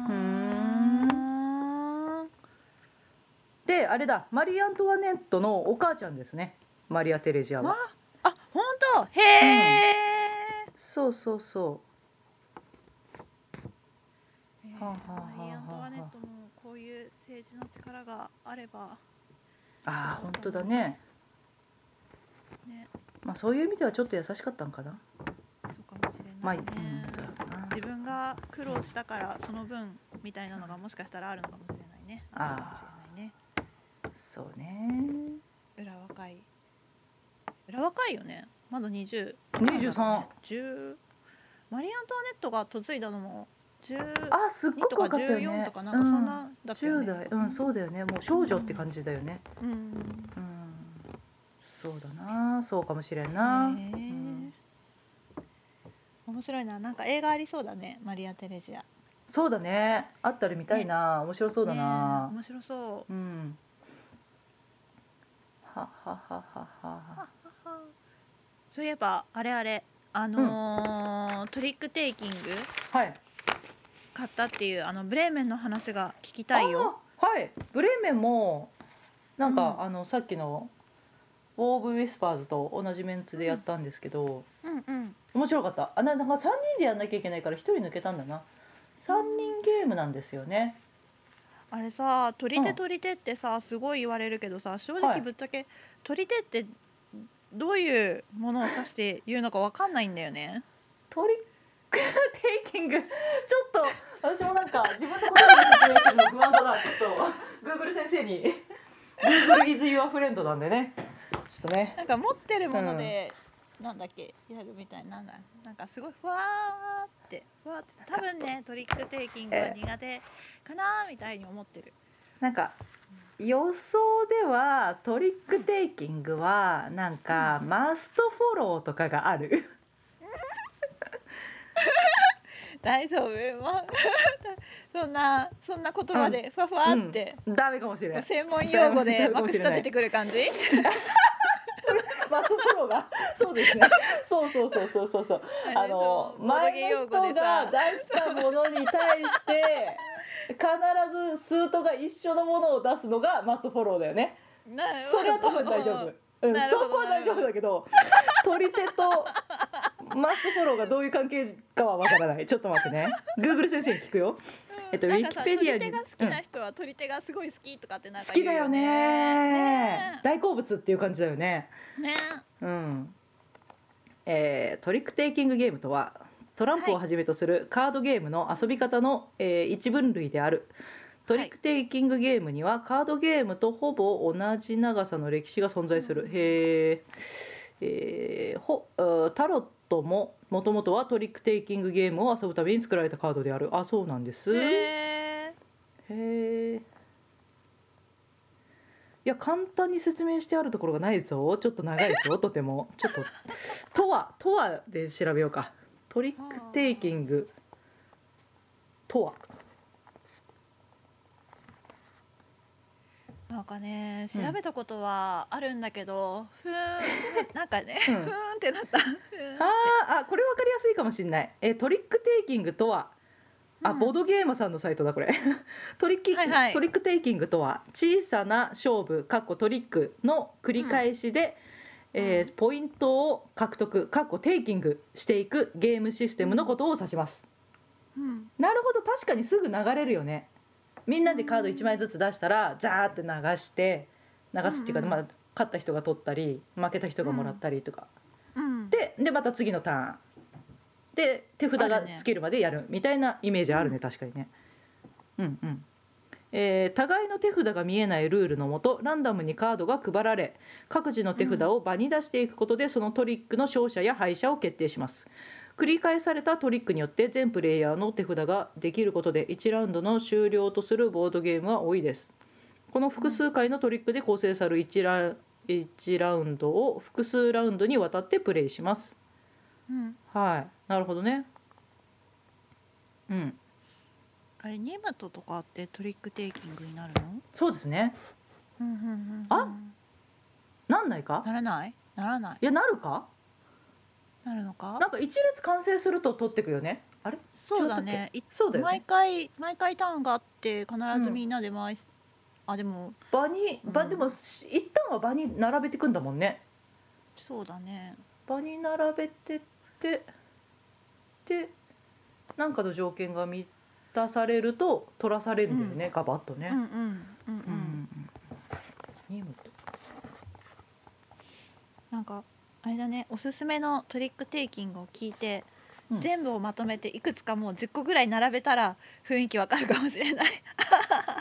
[SPEAKER 1] ん
[SPEAKER 2] ん
[SPEAKER 1] であれだマリー・アントワネットのお母ちゃんですねマリア・テレジアは
[SPEAKER 2] わあ本当へえ、
[SPEAKER 1] そうそうそう。はあは
[SPEAKER 2] マリー・アント
[SPEAKER 1] あは
[SPEAKER 2] ワ
[SPEAKER 1] あ
[SPEAKER 2] ネ
[SPEAKER 1] は
[SPEAKER 2] ットもこういう政治の力があれば
[SPEAKER 1] あああ本当だね。
[SPEAKER 2] ね
[SPEAKER 1] まあそういう意味ではちょっと優しかったんかな。
[SPEAKER 2] そうかもしれ
[SPEAKER 1] まあ、
[SPEAKER 2] な
[SPEAKER 1] う
[SPEAKER 2] い
[SPEAKER 1] ん
[SPEAKER 2] ね、
[SPEAKER 1] そうだな
[SPEAKER 2] 自分が苦労したからその分みたいなのがもしかしたらあるのかもしれないね
[SPEAKER 1] あー
[SPEAKER 2] るかもしれないね
[SPEAKER 1] そうね。
[SPEAKER 2] 裏若い裏若いよねまだ20
[SPEAKER 1] 23
[SPEAKER 2] 十マリーアントワネットが嫁いだのも12
[SPEAKER 1] あすっご
[SPEAKER 2] と
[SPEAKER 1] く多か
[SPEAKER 2] か
[SPEAKER 1] ったよ
[SPEAKER 2] 14
[SPEAKER 1] ね
[SPEAKER 2] とかなんかそんなだったよ
[SPEAKER 1] 10
[SPEAKER 2] ね
[SPEAKER 1] 代うんそうだよねもう少女って感じだよね
[SPEAKER 2] うん
[SPEAKER 1] うんそうだなそうかもしれんな、
[SPEAKER 2] へえ
[SPEAKER 1] うん
[SPEAKER 2] 面白いななんか映画ありそうだねマリア・テレジア
[SPEAKER 1] そうだねあったら見たいな、面白そうだ
[SPEAKER 2] ね
[SPEAKER 1] な
[SPEAKER 2] え、面白そ
[SPEAKER 1] う
[SPEAKER 2] う
[SPEAKER 1] んははははは
[SPEAKER 2] そういえばあれあれあのートリックテイキング
[SPEAKER 1] はい
[SPEAKER 2] 買ったっていうあのブレーメンの話が聞きたいよ
[SPEAKER 1] あーはいブレーメンもなんか、
[SPEAKER 2] うん
[SPEAKER 1] あのさっきのウォーブ・ウィスパーズと同じメンツでやったんですけど、
[SPEAKER 2] うんうん
[SPEAKER 1] 面白かったあななんか3人でやんなきゃいけないから1人抜けたんだな3人ゲームなんですよね
[SPEAKER 2] あれさ取り
[SPEAKER 1] う
[SPEAKER 2] 手
[SPEAKER 1] ん
[SPEAKER 2] 取り手ってさすごい言われるけどさ正
[SPEAKER 1] は
[SPEAKER 2] 直
[SPEAKER 1] い
[SPEAKER 2] ぶっちゃけ取り手ってどういうものを指して言うのかわかんないんだよね
[SPEAKER 1] トリックテイキングちょっと私もなんか自分のことの説明するの不安だなちょっと Google 先生に Google is your friend なんでねちょっとね
[SPEAKER 2] なんか持ってるもので、なんだっけやるみたいななんだなんかすごいふわーってふわーって多分ねトリックテイキングは苦手かなーみたいに思ってる
[SPEAKER 1] なんか予想ではトリックテイキングはなんかマストフォローとかがある
[SPEAKER 2] 大丈夫、まあ、 そんなそんな言葉でふわふわって、
[SPEAKER 1] ダメかもしれん
[SPEAKER 2] 専門用語
[SPEAKER 1] ダ
[SPEAKER 2] で
[SPEAKER 1] メか
[SPEAKER 2] ま
[SPEAKER 1] も
[SPEAKER 2] く
[SPEAKER 1] し
[SPEAKER 2] し
[SPEAKER 1] れない
[SPEAKER 2] 立ててくる感じ
[SPEAKER 1] マストフォロー がそうですねそうそうそうそうそうそうあの前の人が出したものに対して必ず数とが一緒のものを出すのがマストフォローだよねそれは多分大丈夫。うん、そ
[SPEAKER 2] なるほど
[SPEAKER 1] こは大丈夫だけど、取り手とマストフォローがどういう関係かはわからない。ちょっと待ってね。Google 先生に聞くよ。えっと
[SPEAKER 2] なんかさ
[SPEAKER 1] Wikipedia に
[SPEAKER 2] 取り手が好きな人は取り手がすごい好きとかってなん
[SPEAKER 1] 好
[SPEAKER 2] か
[SPEAKER 1] き
[SPEAKER 2] 言う
[SPEAKER 1] だよ
[SPEAKER 2] ね
[SPEAKER 1] ね。大好物っていう感じだよね。
[SPEAKER 2] ね
[SPEAKER 1] うん。えートリックテイキングゲームとはトランプをはじめとするカードゲームの遊び方の、えー一分類である。トリックテイキングゲームにはカードゲームとほぼ同じ長さの歴史が存在する。へーえーほあタロットももともとはトリックテイキングゲームを遊ぶために作られたカードであるあそうなんですへ
[SPEAKER 2] へ
[SPEAKER 1] えいや簡単に説明してあるところがないぞちょっと長いぞとてもちょっと「とは」「とは」で調べようかトリックテイキング「とは
[SPEAKER 2] ーなんかね調べたことはあるんだけど、ふーんなんかね、
[SPEAKER 1] うん
[SPEAKER 2] ふーんってなったふーん」
[SPEAKER 1] あーあこれ分かりやすいかもしれない、えートリックテイキングとは」あ、
[SPEAKER 2] うん
[SPEAKER 1] ボードゲーマーさんのサイトだこれ トリッキ、
[SPEAKER 2] はいはい
[SPEAKER 1] トリックテイキングとは小さな勝負かっこトリックの繰り返しで、えーポイントを獲得かっこテイキングしていくゲームシステムのことを指します、
[SPEAKER 2] うん
[SPEAKER 1] なるほど確かにすぐ流れるよねみんなでカード1枚ずつ出したらザーって流して流すっていうか、
[SPEAKER 2] うんうん
[SPEAKER 1] まあ、勝った人が取ったり負けた人がもらったりとか、
[SPEAKER 2] うん
[SPEAKER 1] ででまた次のターンで手札
[SPEAKER 2] あ
[SPEAKER 1] が
[SPEAKER 2] るね
[SPEAKER 1] 尽きるまでやるみたいなイメージあるね確かにねうんうんえー互いの手札が見えないルールのもとランダムにカードが配られ各自の手札を場に出していくことで、そのトリックの勝者や敗者を決定します繰り返されたトリックによって全プレイヤーの手札ができることで1ラウンドの終了とするボードゲームは多いですこの複数回のトリックで構成される1ラ ,1 ラウンドを複数ラウンドにわたってプレイします
[SPEAKER 2] うん
[SPEAKER 1] はいなるほどねうん
[SPEAKER 2] あれニムトとかってトリックテイキングになるの
[SPEAKER 1] そうですね
[SPEAKER 2] うんうんうんうん
[SPEAKER 1] あなんないか
[SPEAKER 2] ならないならない
[SPEAKER 1] いやなるか
[SPEAKER 2] なるのか
[SPEAKER 1] なんか一列完成すると取ってくよねあれ
[SPEAKER 2] そうだねい
[SPEAKER 1] そうだよ
[SPEAKER 2] 毎
[SPEAKER 1] ね
[SPEAKER 2] 回毎回ターンがあって必ず
[SPEAKER 1] うん
[SPEAKER 2] みんなで回す、あでも
[SPEAKER 1] 場に場
[SPEAKER 2] うん
[SPEAKER 1] でもし一旦は場に並べてくんだもんね
[SPEAKER 2] そうだね
[SPEAKER 1] 場に並べてってでなんかの条件が満たされると取らされるんだよね、ガバッとね、
[SPEAKER 2] うんうんうんうん、
[SPEAKER 1] ニムと
[SPEAKER 2] なんかあれだねおすすめのトリックテイキングを聞いて、
[SPEAKER 1] うん
[SPEAKER 2] 全部をまとめていくつかもう10個ぐらい並べたら雰囲気わかるかもしれない、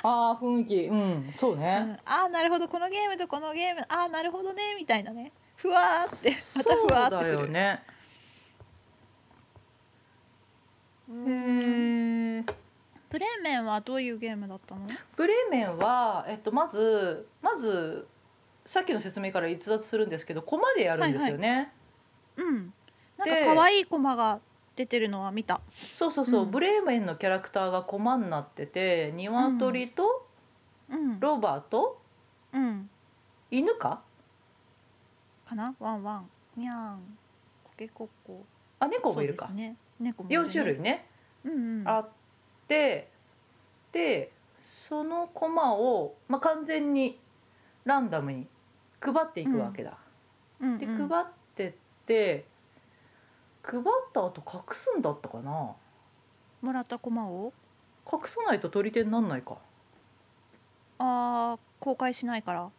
[SPEAKER 1] ああ雰囲気うんそう
[SPEAKER 2] うん、
[SPEAKER 1] ね、
[SPEAKER 2] ああなるほどこのゲームとこのゲームああなるほどねみたいなねふわーってまた
[SPEAKER 1] そ
[SPEAKER 2] ふわ
[SPEAKER 1] う
[SPEAKER 2] ーっ
[SPEAKER 1] だ
[SPEAKER 2] てす
[SPEAKER 1] よ
[SPEAKER 2] る
[SPEAKER 1] ね
[SPEAKER 4] へえ
[SPEAKER 2] プレーメンはどういうゲームだったの？
[SPEAKER 1] ブレーメンは、えっと、まずまずさっきの説明から逸脱するんですけど駒でやるんですよね、
[SPEAKER 2] うん。なん
[SPEAKER 1] で
[SPEAKER 2] か可愛いコマが出てるのは見た。
[SPEAKER 1] そうそうそう、
[SPEAKER 2] うん
[SPEAKER 1] ブレーメンのキャラクターが駒になってて鶏と
[SPEAKER 2] うん。
[SPEAKER 1] ロバーと
[SPEAKER 2] うん。
[SPEAKER 1] 犬か
[SPEAKER 2] かな？ワンワン。にゃん。コケコッコ。
[SPEAKER 1] あ猫もいる
[SPEAKER 2] そう
[SPEAKER 1] か、
[SPEAKER 2] ですね。猫もいる、
[SPEAKER 1] 4
[SPEAKER 2] ね。
[SPEAKER 1] 種類。ね、
[SPEAKER 2] うんうん。
[SPEAKER 1] あってでその駒を、まあ、完全にランダムに配っていくわけだ。
[SPEAKER 2] うんうん。
[SPEAKER 1] で配ってって配った後隠すんだったかな
[SPEAKER 2] もらったコマを？
[SPEAKER 1] 隠さないと取り手になんないか
[SPEAKER 2] ああ公開しないから。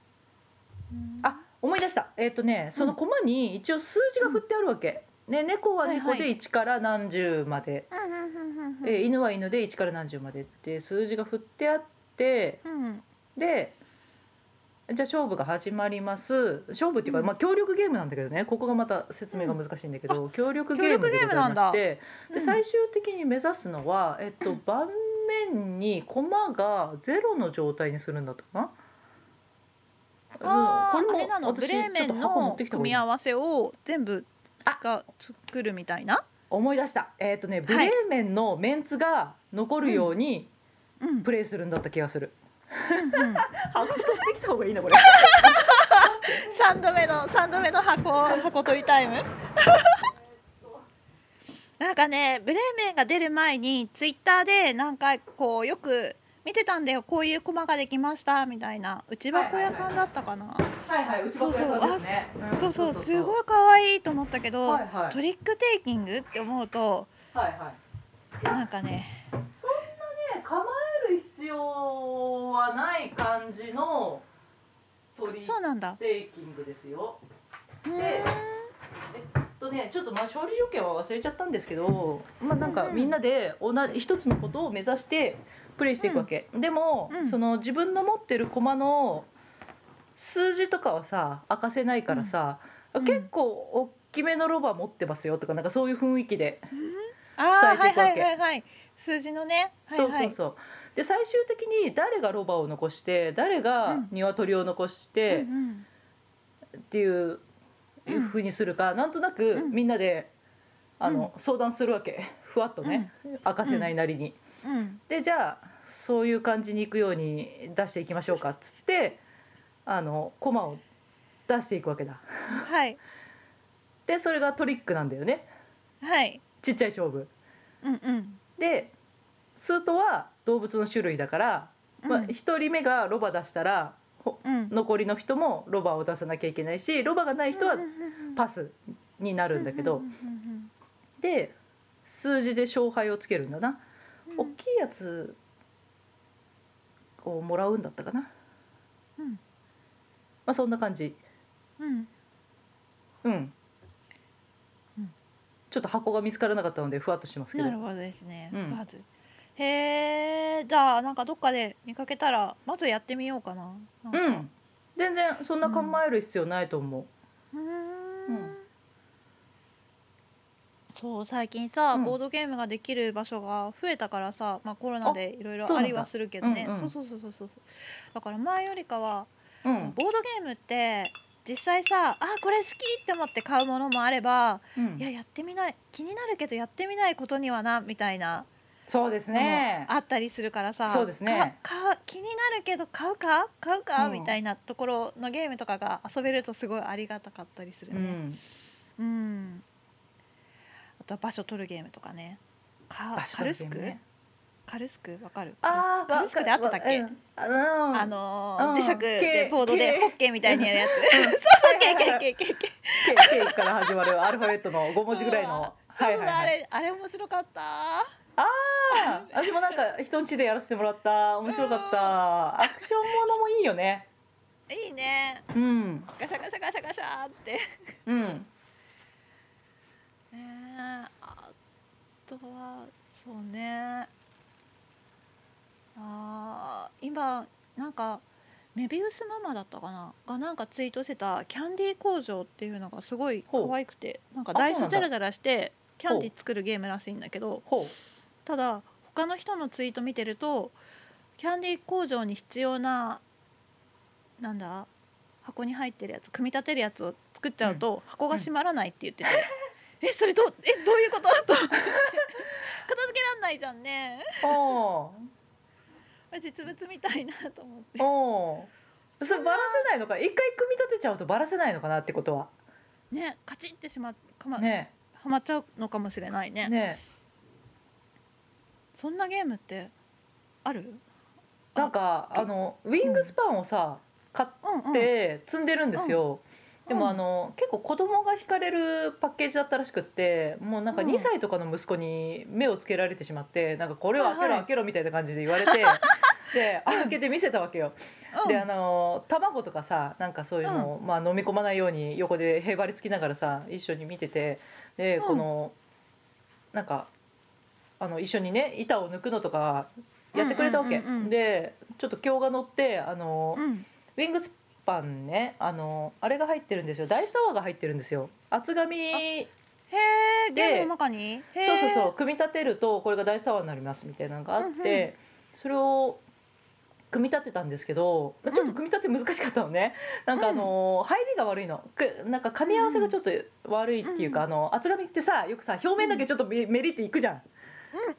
[SPEAKER 1] あ思い出したえっ、とねその駒に一応数字が振ってあるわけ、ね、猫は猫
[SPEAKER 2] はいは
[SPEAKER 1] で1から何十まで、
[SPEAKER 2] うんうんうんうん
[SPEAKER 1] えー犬は犬で1から何十までって数字が振ってあって
[SPEAKER 2] うん。うん。
[SPEAKER 1] でじゃあ勝負が始まります勝負っていうか、
[SPEAKER 2] うん
[SPEAKER 1] まあ、協力ゲームなんだけどねここがまた説明が難しいんだけど、協力ゲームでござい
[SPEAKER 2] 協力ゲームなんだ
[SPEAKER 1] まして
[SPEAKER 2] う
[SPEAKER 1] で
[SPEAKER 2] ん
[SPEAKER 1] 最終的に目指すのは、えっと、盤面に駒がゼロの状態にするんだったかな
[SPEAKER 2] あ
[SPEAKER 1] う
[SPEAKER 2] ー
[SPEAKER 1] んこ
[SPEAKER 2] あ
[SPEAKER 1] れ
[SPEAKER 2] れな
[SPEAKER 1] も
[SPEAKER 2] の
[SPEAKER 1] 私
[SPEAKER 2] ブ
[SPEAKER 1] ちょ
[SPEAKER 2] レーメ
[SPEAKER 1] っと
[SPEAKER 2] ン
[SPEAKER 1] 箱持っ
[SPEAKER 2] の
[SPEAKER 1] てきた方が
[SPEAKER 2] 組
[SPEAKER 1] いい
[SPEAKER 2] み合わせを全部が作るみたいな、
[SPEAKER 1] 思い出した、えっとね、ブ
[SPEAKER 2] はい
[SPEAKER 1] レーメンのメンツが残るように
[SPEAKER 2] うん
[SPEAKER 1] プレイするんだった気がする、
[SPEAKER 2] うん
[SPEAKER 3] 箱取ってきた方がいいなこれ
[SPEAKER 2] 3度目の三度目の箱箱取りタイム なんかねブレーメンが出る前にツイッターで何回こうよく見てたんだよこういうコマができましたみたいな内箱屋さんだったかな、
[SPEAKER 1] はいはい内箱屋さんですねん
[SPEAKER 2] そうそうすごい可愛いと思ったけど、
[SPEAKER 1] はいはい
[SPEAKER 2] トリックテイキングって思うと
[SPEAKER 1] はいはい
[SPEAKER 2] なんかね
[SPEAKER 1] そんなね構える必要はない感じの鳥
[SPEAKER 2] そうなんだ
[SPEAKER 1] テイキングですよ。
[SPEAKER 2] うーん
[SPEAKER 1] でとねちょっとまあ勝利条件は忘れちゃったんですけど、まあなん
[SPEAKER 2] うん
[SPEAKER 1] か
[SPEAKER 2] うん
[SPEAKER 1] みんなで同じ一つのことを目指してプレイしていくわけ。でも、
[SPEAKER 2] うん
[SPEAKER 1] その自分の持ってる駒の数字とかはさ明かせないからさ、
[SPEAKER 2] ん
[SPEAKER 1] 結構大きめのロバ持ってますよとかなんかそういう雰囲気で
[SPEAKER 2] ああ
[SPEAKER 1] 伝えて
[SPEAKER 2] はい
[SPEAKER 1] いくわ
[SPEAKER 2] は
[SPEAKER 1] け
[SPEAKER 2] いはいはい数字のねはい
[SPEAKER 1] そう
[SPEAKER 2] はい
[SPEAKER 1] そうそうで最終的に誰がロバを残して誰
[SPEAKER 2] う
[SPEAKER 1] が
[SPEAKER 2] ん
[SPEAKER 1] 鶏を残して
[SPEAKER 2] うんうん
[SPEAKER 1] っていう
[SPEAKER 2] うん
[SPEAKER 1] ふうにするか、なんとなく
[SPEAKER 2] うん
[SPEAKER 1] みんなであの、相談するわけふわっとね、明かせないなりに。
[SPEAKER 2] うん
[SPEAKER 1] でじゃあそういう感じに行くように出していきましょうかっつってあの駒を出していくわけだ。
[SPEAKER 2] はい
[SPEAKER 1] でそれがトリックなんだよね
[SPEAKER 2] はい
[SPEAKER 1] ちっちゃい勝負。
[SPEAKER 2] うんうん
[SPEAKER 1] でスートは動物の種類だから、まあ、
[SPEAKER 2] うん
[SPEAKER 1] 1人目がロバ出したら、ほ
[SPEAKER 2] うん
[SPEAKER 1] 残りの人もロバを出さなきゃいけないしロバがない人は
[SPEAKER 2] うんうんうん
[SPEAKER 1] パスになるんだけど、
[SPEAKER 2] うんうん
[SPEAKER 1] で数字で勝敗をつけるんだな、
[SPEAKER 2] うん
[SPEAKER 1] 大きいやつをもらうんだったかな、
[SPEAKER 2] うん
[SPEAKER 1] まあ、そんな感じ
[SPEAKER 2] うん
[SPEAKER 1] う
[SPEAKER 2] うん
[SPEAKER 1] ん、
[SPEAKER 2] うん
[SPEAKER 1] ちょっと箱が見つからなかったのでふわっとしてますけど
[SPEAKER 2] なるほどですね、
[SPEAKER 1] うん
[SPEAKER 2] まずへえじゃあなんかどっかで見かけたらまずやってみようかななんか
[SPEAKER 1] うん全然そんな考える必要ないと思う、
[SPEAKER 2] うーん
[SPEAKER 1] うん
[SPEAKER 2] そう最近さ、
[SPEAKER 1] うん
[SPEAKER 2] ボードゲームができる場所が増えたからさ、まあ、コロナでいろい
[SPEAKER 1] そう
[SPEAKER 2] ろ
[SPEAKER 1] な
[SPEAKER 2] あ
[SPEAKER 1] んだ
[SPEAKER 2] りはするけどね
[SPEAKER 1] うんうん
[SPEAKER 2] そうそうそうそうそうだから前よりかは
[SPEAKER 1] うん
[SPEAKER 2] ボードゲームって実際さあこれ好きって思って買うものもあれば
[SPEAKER 1] うん
[SPEAKER 2] いややってみない気になるけどやってみないことにはなみたいな
[SPEAKER 1] そうですね
[SPEAKER 2] あったりするからさ
[SPEAKER 1] そうですね
[SPEAKER 2] かか気になるけど買うか買うか、
[SPEAKER 1] うん
[SPEAKER 2] みたいなところのゲームとかが遊べるとすごいありがたかったりする
[SPEAKER 1] う
[SPEAKER 2] ね。
[SPEAKER 1] ん、
[SPEAKER 2] うんあとは場所取るゲームとかねか
[SPEAKER 1] 場所
[SPEAKER 2] カ
[SPEAKER 1] 取
[SPEAKER 2] ル
[SPEAKER 1] るゲ
[SPEAKER 2] ス
[SPEAKER 1] ー
[SPEAKER 2] ク、
[SPEAKER 1] ムね
[SPEAKER 2] カルスクわかる
[SPEAKER 1] あー
[SPEAKER 2] カルスクであってたっけ、
[SPEAKER 1] うんうん
[SPEAKER 2] あの
[SPEAKER 1] う
[SPEAKER 2] ー
[SPEAKER 1] ん
[SPEAKER 2] 磁石でボード
[SPEAKER 1] け
[SPEAKER 2] でホッケーみたいにやるやつ そうそうケーケーケーケーケー
[SPEAKER 1] K, K から始まるアルファベットの5文字ぐらいの、
[SPEAKER 2] そう
[SPEAKER 1] はい
[SPEAKER 2] だ、
[SPEAKER 1] はいはい、
[SPEAKER 2] あれあれ面白かった
[SPEAKER 1] あー私もなんか人ん家でやらせてもらった面白かった、アクションものもいいよね
[SPEAKER 2] いいね
[SPEAKER 1] うん
[SPEAKER 2] ガシャガシャガシャガシャーって
[SPEAKER 1] うん
[SPEAKER 2] ねえあとはそうねあー今なんかメビウスママだったかながなんかツイートしてたキャンディー工場っていうのがすごい
[SPEAKER 1] ほう
[SPEAKER 2] 可愛くてなんか
[SPEAKER 1] あ
[SPEAKER 2] ダイ
[SPEAKER 1] そうな
[SPEAKER 2] ス
[SPEAKER 1] ん
[SPEAKER 2] ザ
[SPEAKER 1] だ
[SPEAKER 2] ラザラしてキャンディー作るゲームらしいんだけど
[SPEAKER 1] ほ
[SPEAKER 2] ただ他の人のツイート見てるとキャンディー工場に必要ななんだ箱に入ってるやつ組み立てるやつを作っちゃうと、箱が閉まらないって言ってて、えそれどうえどういうことと思って 片付けらんないじゃんね
[SPEAKER 1] あ
[SPEAKER 2] 実物みたいなと思って
[SPEAKER 1] あああそれバラせないのかな一回組み立てちゃうとバラせないのかなってことは
[SPEAKER 2] ねカチってしまかま、
[SPEAKER 1] ね
[SPEAKER 2] はまっちゃうのかもしれないね
[SPEAKER 1] ね
[SPEAKER 2] そんなゲームってある
[SPEAKER 1] なんかあのウィングスパンをさ、買
[SPEAKER 2] うんうん
[SPEAKER 1] って積んでるんですよ、
[SPEAKER 2] うん
[SPEAKER 1] でもあの結構子供が惹かれるパッケージだったらしくってもうなんか
[SPEAKER 2] うん
[SPEAKER 1] 2歳とかの息子に目をつけられてしまってなんかこれを開け
[SPEAKER 2] はい
[SPEAKER 1] ろ
[SPEAKER 2] はい
[SPEAKER 1] 開けろみたいな感じで言われて、 で開けて見せたわけよ。
[SPEAKER 2] うん
[SPEAKER 1] であの卵とかさなんかそういうのを、まあ、飲み込まないように横でへばりつきながらさ一緒に見ててで
[SPEAKER 2] うん
[SPEAKER 1] この、なんかあの一緒にね板を抜くのとかやってくれたわけ、
[SPEAKER 2] うんうんうんうん
[SPEAKER 1] でちょっと今日が乗ってあの、
[SPEAKER 2] うん
[SPEAKER 1] ウィングスパンねあのあれが入ってるんですよダイスタワーが入ってるんですよ厚紙
[SPEAKER 2] へえゲームの中にへー
[SPEAKER 1] そうそうそう組み立てるとこれがダイスタワーになりますみたいなのがあって、
[SPEAKER 2] うんうん
[SPEAKER 1] それを組み立てたんですけど、まあちょっと組み立て難しかったのね、なんかあの入りが悪いのくなんか噛み合わせがちょっと悪いっていうか、
[SPEAKER 2] うん
[SPEAKER 1] あの厚紙ってさよくさ表面だけちょっとめめりっていくじゃん。
[SPEAKER 2] うん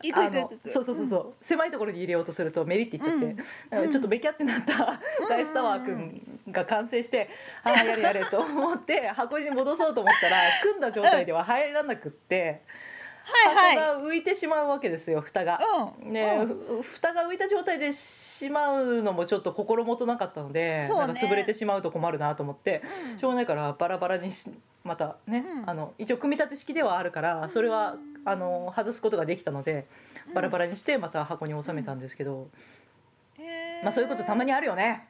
[SPEAKER 2] いく
[SPEAKER 1] あ
[SPEAKER 2] いくい
[SPEAKER 1] の
[SPEAKER 2] くいく
[SPEAKER 1] そうそうそうそう、狭いところに入れようとするとメリっていっちゃって、
[SPEAKER 2] うん
[SPEAKER 1] なんかちょっとべきゃってなった、
[SPEAKER 2] ん
[SPEAKER 1] ダイスタワーくんが完成して、ああやれやれと思って箱に戻そうと思ったら組んだ状態では入らなくって、
[SPEAKER 2] はいはい
[SPEAKER 1] 箱が浮いてしまうわけですよ蓋が。
[SPEAKER 2] うん
[SPEAKER 1] ね
[SPEAKER 2] うん
[SPEAKER 1] ふ蓋が浮いた状態でしまうのもちょっと心もとなかったので、
[SPEAKER 2] そうね
[SPEAKER 1] なんか潰れてしまうと困るなと思って、
[SPEAKER 2] うん
[SPEAKER 1] しょうがないからバラバラにしまたね、
[SPEAKER 2] うん
[SPEAKER 1] あの一応組み立て式ではあるからそれは
[SPEAKER 2] うん
[SPEAKER 1] あの外すことができたのでバラバ
[SPEAKER 2] ラ、
[SPEAKER 1] ラにしてまた箱に収めたんですけど、
[SPEAKER 2] へー
[SPEAKER 1] まあそういうことたまにあるよね。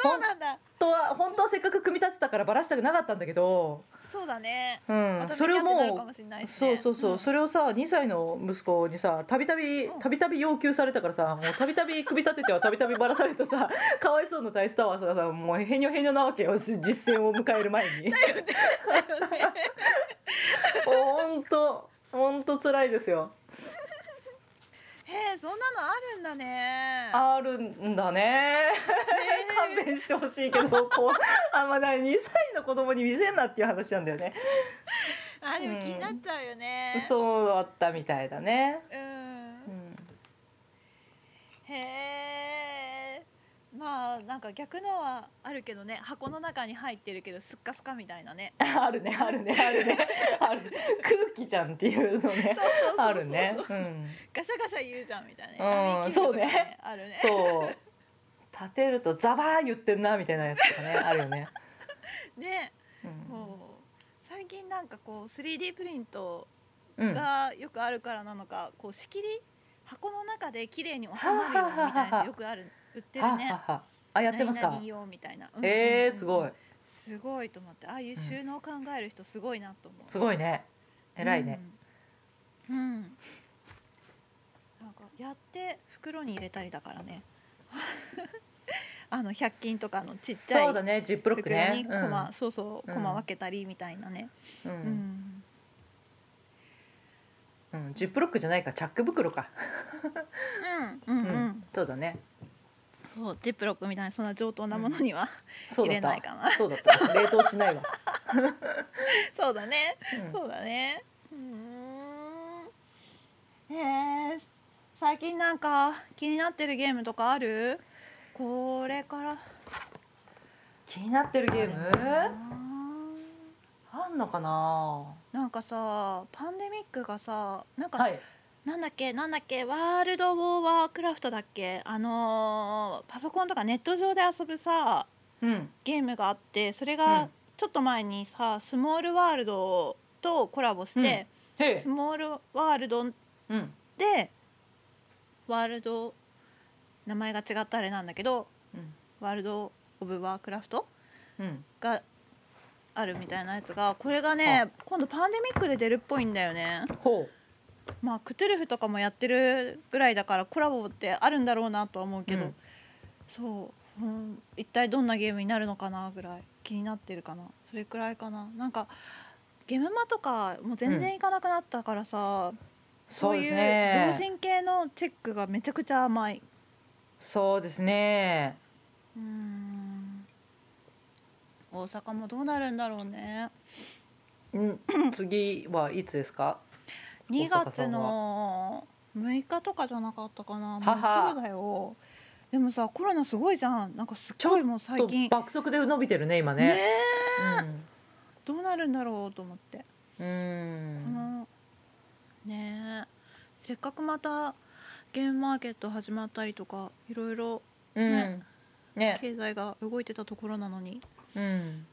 [SPEAKER 2] そうなんだ
[SPEAKER 1] 本当は本当はせっかく組み立てたからバラしたくなかったんだけど、
[SPEAKER 2] そうだね
[SPEAKER 1] うん
[SPEAKER 2] ま、た
[SPEAKER 1] それを
[SPEAKER 2] 見たくなるか
[SPEAKER 1] も
[SPEAKER 2] もしれな
[SPEAKER 1] う
[SPEAKER 2] いしね
[SPEAKER 1] そうそうそう、それをさ2歳の息子にさたびたび
[SPEAKER 2] うん
[SPEAKER 1] たびたび要求されたからさもうたびたび組み立ててはたびたびばらされたさ かわいそうな大スターはさもうへにょへにょなわけよ実践を迎える前 に。本当本当辛いですよ。
[SPEAKER 2] へえそんなのあるんだね
[SPEAKER 1] あるんだね。勘弁してほしいけど、こうあんまない2歳の子供に見せんなっていう話なんだよね。
[SPEAKER 2] あでも気になっちゃうよね、
[SPEAKER 1] そうだったみたいだね。
[SPEAKER 2] う
[SPEAKER 1] う
[SPEAKER 2] ん
[SPEAKER 1] ん
[SPEAKER 2] へえまあなんか逆のはあるけどね箱の中に入ってるけどすっかすかみたいなね
[SPEAKER 1] あるねあるねあるねある空気じゃんっていうのね
[SPEAKER 2] そうそうそうそう
[SPEAKER 1] あるねうん
[SPEAKER 2] ガシャガシャ言うじゃんみたいなね
[SPEAKER 1] うん
[SPEAKER 2] ラミーキューブとか
[SPEAKER 1] そうね
[SPEAKER 2] あるね
[SPEAKER 1] そう立てるとザバー言ってんなみたいなやつとか ねあるよね、
[SPEAKER 2] ね
[SPEAKER 1] うん
[SPEAKER 2] もう最近なんかこう 3D プリント
[SPEAKER 1] うん、あ
[SPEAKER 2] がよくあるからなのか、こう仕切り箱の中で綺麗に収まるようにみたいなやつよくある売ってるね
[SPEAKER 1] ははあやってますか
[SPEAKER 2] 何々用みたいな、うん
[SPEAKER 1] えー、すごい
[SPEAKER 2] すごいと思ってああいう収納考える人すごいなと思う、
[SPEAKER 1] すごいね偉いね、
[SPEAKER 2] うん、うんなんかやって袋に入れたりだからね あの100均とかのちっちゃ
[SPEAKER 1] そう
[SPEAKER 2] い
[SPEAKER 1] だねジップロック
[SPEAKER 2] 袋
[SPEAKER 1] ね
[SPEAKER 2] にコマ、そうそうコマ分けたりみたいなね、
[SPEAKER 1] うんう
[SPEAKER 2] うん
[SPEAKER 1] んうんジップロックじゃないかチャック袋か、
[SPEAKER 2] うん
[SPEAKER 1] う
[SPEAKER 2] う
[SPEAKER 1] ん
[SPEAKER 2] んうん
[SPEAKER 1] そうだね
[SPEAKER 2] そうジップロックみたいなそんな上等なものには、
[SPEAKER 1] そうだ
[SPEAKER 2] 入
[SPEAKER 1] っ
[SPEAKER 2] れ
[SPEAKER 1] た
[SPEAKER 2] ないかな
[SPEAKER 1] そうだった冷凍しないわ、
[SPEAKER 2] そうだね
[SPEAKER 1] うん
[SPEAKER 2] そうだねうーんえー、最近なんか気になってるゲームとかあるこれから
[SPEAKER 1] 気になってるゲーム
[SPEAKER 2] あ
[SPEAKER 1] あんのかな
[SPEAKER 2] なんかさパンデミックがさなんか、
[SPEAKER 1] はい
[SPEAKER 2] なんだっけなんだっけワールド・ウォー・ワークラフトだっけあのーパソコンとかネット上で遊ぶさ
[SPEAKER 1] うん
[SPEAKER 2] ゲームがあってそれ
[SPEAKER 1] うん
[SPEAKER 2] がちょっと前にさ、スモールワールドとコラボして、
[SPEAKER 1] へえ
[SPEAKER 2] スモールワールド
[SPEAKER 1] うん
[SPEAKER 2] でワールド名前が違ったあれなんだけど
[SPEAKER 1] うん
[SPEAKER 2] ワールド・オブ・ワークラフト
[SPEAKER 1] うん
[SPEAKER 2] があるみたいなやつがこれがね今度パンデミックで出るっぽいんだよね。
[SPEAKER 1] ほ
[SPEAKER 2] まあクトゥルフとかもやってるぐらいだからコラボってあるんだろうなとは思うけど、
[SPEAKER 1] うん
[SPEAKER 2] そう、うん、一体どんなゲームになるのかなぐらい気になってるかなそれくらいかななんかゲームマとかもう全然行かなくなったからさ、そう
[SPEAKER 1] そう
[SPEAKER 2] いう
[SPEAKER 1] ですね
[SPEAKER 2] 同人系のチェックがめちゃくちゃ甘い
[SPEAKER 1] そうですね
[SPEAKER 2] うーん大阪もどうなるんだろうね
[SPEAKER 1] ん次はいつですか
[SPEAKER 2] 2
[SPEAKER 1] 大阪さ
[SPEAKER 2] 月
[SPEAKER 1] ん
[SPEAKER 2] の6日とかじゃなかったかなもう
[SPEAKER 1] はは
[SPEAKER 2] すぐだよでもさコロナすごいじゃんなんかすっごいもう最
[SPEAKER 1] と
[SPEAKER 2] 近
[SPEAKER 1] 爆速で伸びてるね今
[SPEAKER 2] ね
[SPEAKER 1] ね
[SPEAKER 2] えどうなるんだろうと思って、
[SPEAKER 1] うん
[SPEAKER 2] このねえせっかくまたゲームマーケット始まったりとかいろいろ
[SPEAKER 1] うん
[SPEAKER 2] ね
[SPEAKER 1] ね
[SPEAKER 2] 経済が動いてたところなのに
[SPEAKER 1] うん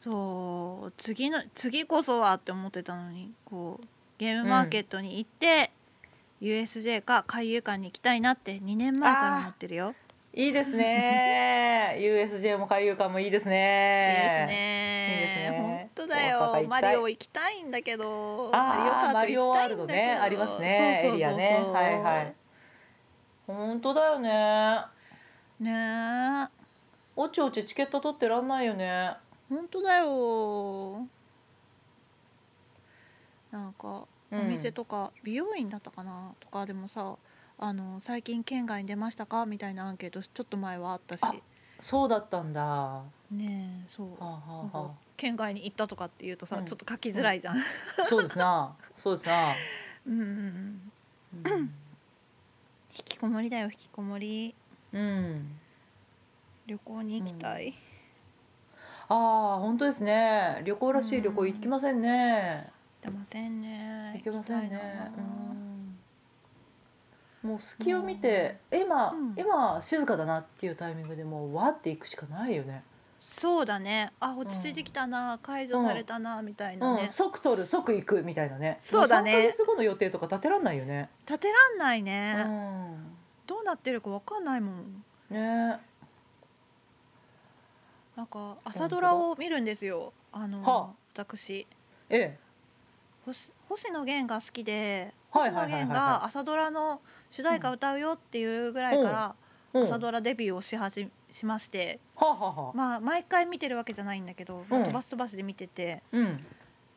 [SPEAKER 2] そう次の次こそはって思ってたのにこうゲームマーケットに行って、USJ か海遊館に行きたいなって2年前から思ってるよ。
[SPEAKER 1] いいです ね USJ も海遊館もいいです
[SPEAKER 2] いいです
[SPEAKER 1] ね
[SPEAKER 2] ね
[SPEAKER 1] いいですね
[SPEAKER 2] 本当だ
[SPEAKER 1] 大阪行きた
[SPEAKER 2] よマ
[SPEAKER 1] い
[SPEAKER 2] リオ行きたいんだけど
[SPEAKER 1] あーマ
[SPEAKER 2] マリ
[SPEAKER 1] リ
[SPEAKER 2] オ
[SPEAKER 1] オ
[SPEAKER 2] カ
[SPEAKER 1] ワ
[SPEAKER 2] ー
[SPEAKER 1] ール
[SPEAKER 2] ト行
[SPEAKER 1] ド
[SPEAKER 2] きたいん
[SPEAKER 1] ね
[SPEAKER 2] だけど
[SPEAKER 1] ありますね
[SPEAKER 2] そう
[SPEAKER 1] エ
[SPEAKER 2] そうそうそう
[SPEAKER 1] リアねはいはい本当だよね
[SPEAKER 2] ねえ
[SPEAKER 1] おちおちチケット取ってらんないよね
[SPEAKER 2] 本当だよなんかお
[SPEAKER 1] うん
[SPEAKER 2] 店とか美容院だったかなとかでもさあの最近県外に出ましたかみたいなアンケートちょっと前はあったし
[SPEAKER 1] あそうだったんだは
[SPEAKER 2] ねえそう
[SPEAKER 1] あ、は
[SPEAKER 2] なん
[SPEAKER 1] あ
[SPEAKER 2] か
[SPEAKER 1] は
[SPEAKER 2] 県外に行ったとかっていうとさ、
[SPEAKER 1] うん
[SPEAKER 2] ちょっと書きづらいじゃん、
[SPEAKER 1] あ、そうですなそうですな、
[SPEAKER 2] うん、うんうん
[SPEAKER 1] うん
[SPEAKER 2] 引きこもりだよ引きこもり
[SPEAKER 1] うん、
[SPEAKER 2] 旅行に行きたい、
[SPEAKER 1] ああ本当ですね旅行らしい旅行行きませんね、
[SPEAKER 2] 出ませんね
[SPEAKER 1] 行けません
[SPEAKER 2] 行きたい
[SPEAKER 1] ね
[SPEAKER 2] な、
[SPEAKER 1] うん、もう隙を見て、今、
[SPEAKER 2] うん
[SPEAKER 1] 今静かだなっていうタイミングでもうわって行くしかないよね
[SPEAKER 2] そうだねあ落ち着いてきたな、解除されたな、みたいなね、
[SPEAKER 1] うん、即取る即行くみたいなね
[SPEAKER 2] そうだね
[SPEAKER 1] も3ヶ月後の予定とか立てらんないよね、
[SPEAKER 2] 立てらんないうね、
[SPEAKER 1] ん、
[SPEAKER 2] どうなってるかわかんないもん
[SPEAKER 1] ね
[SPEAKER 2] なんか朝ドラを見るんですよあの、
[SPEAKER 1] はあ
[SPEAKER 2] 私
[SPEAKER 1] ええ
[SPEAKER 2] 星星野源が好きで
[SPEAKER 1] はい
[SPEAKER 2] 星
[SPEAKER 1] は
[SPEAKER 2] 野
[SPEAKER 1] いはいはいはい
[SPEAKER 2] 源が朝ドラの主題歌歌うよっていうぐらいから
[SPEAKER 1] うん、
[SPEAKER 2] 朝ドラデビューをしはじしまして、
[SPEAKER 1] はあ、はあはあ、
[SPEAKER 2] まあ、毎回見てるわけじゃないんだけど、
[SPEAKER 1] うん
[SPEAKER 2] 飛ばし飛ばしで見てて
[SPEAKER 1] うん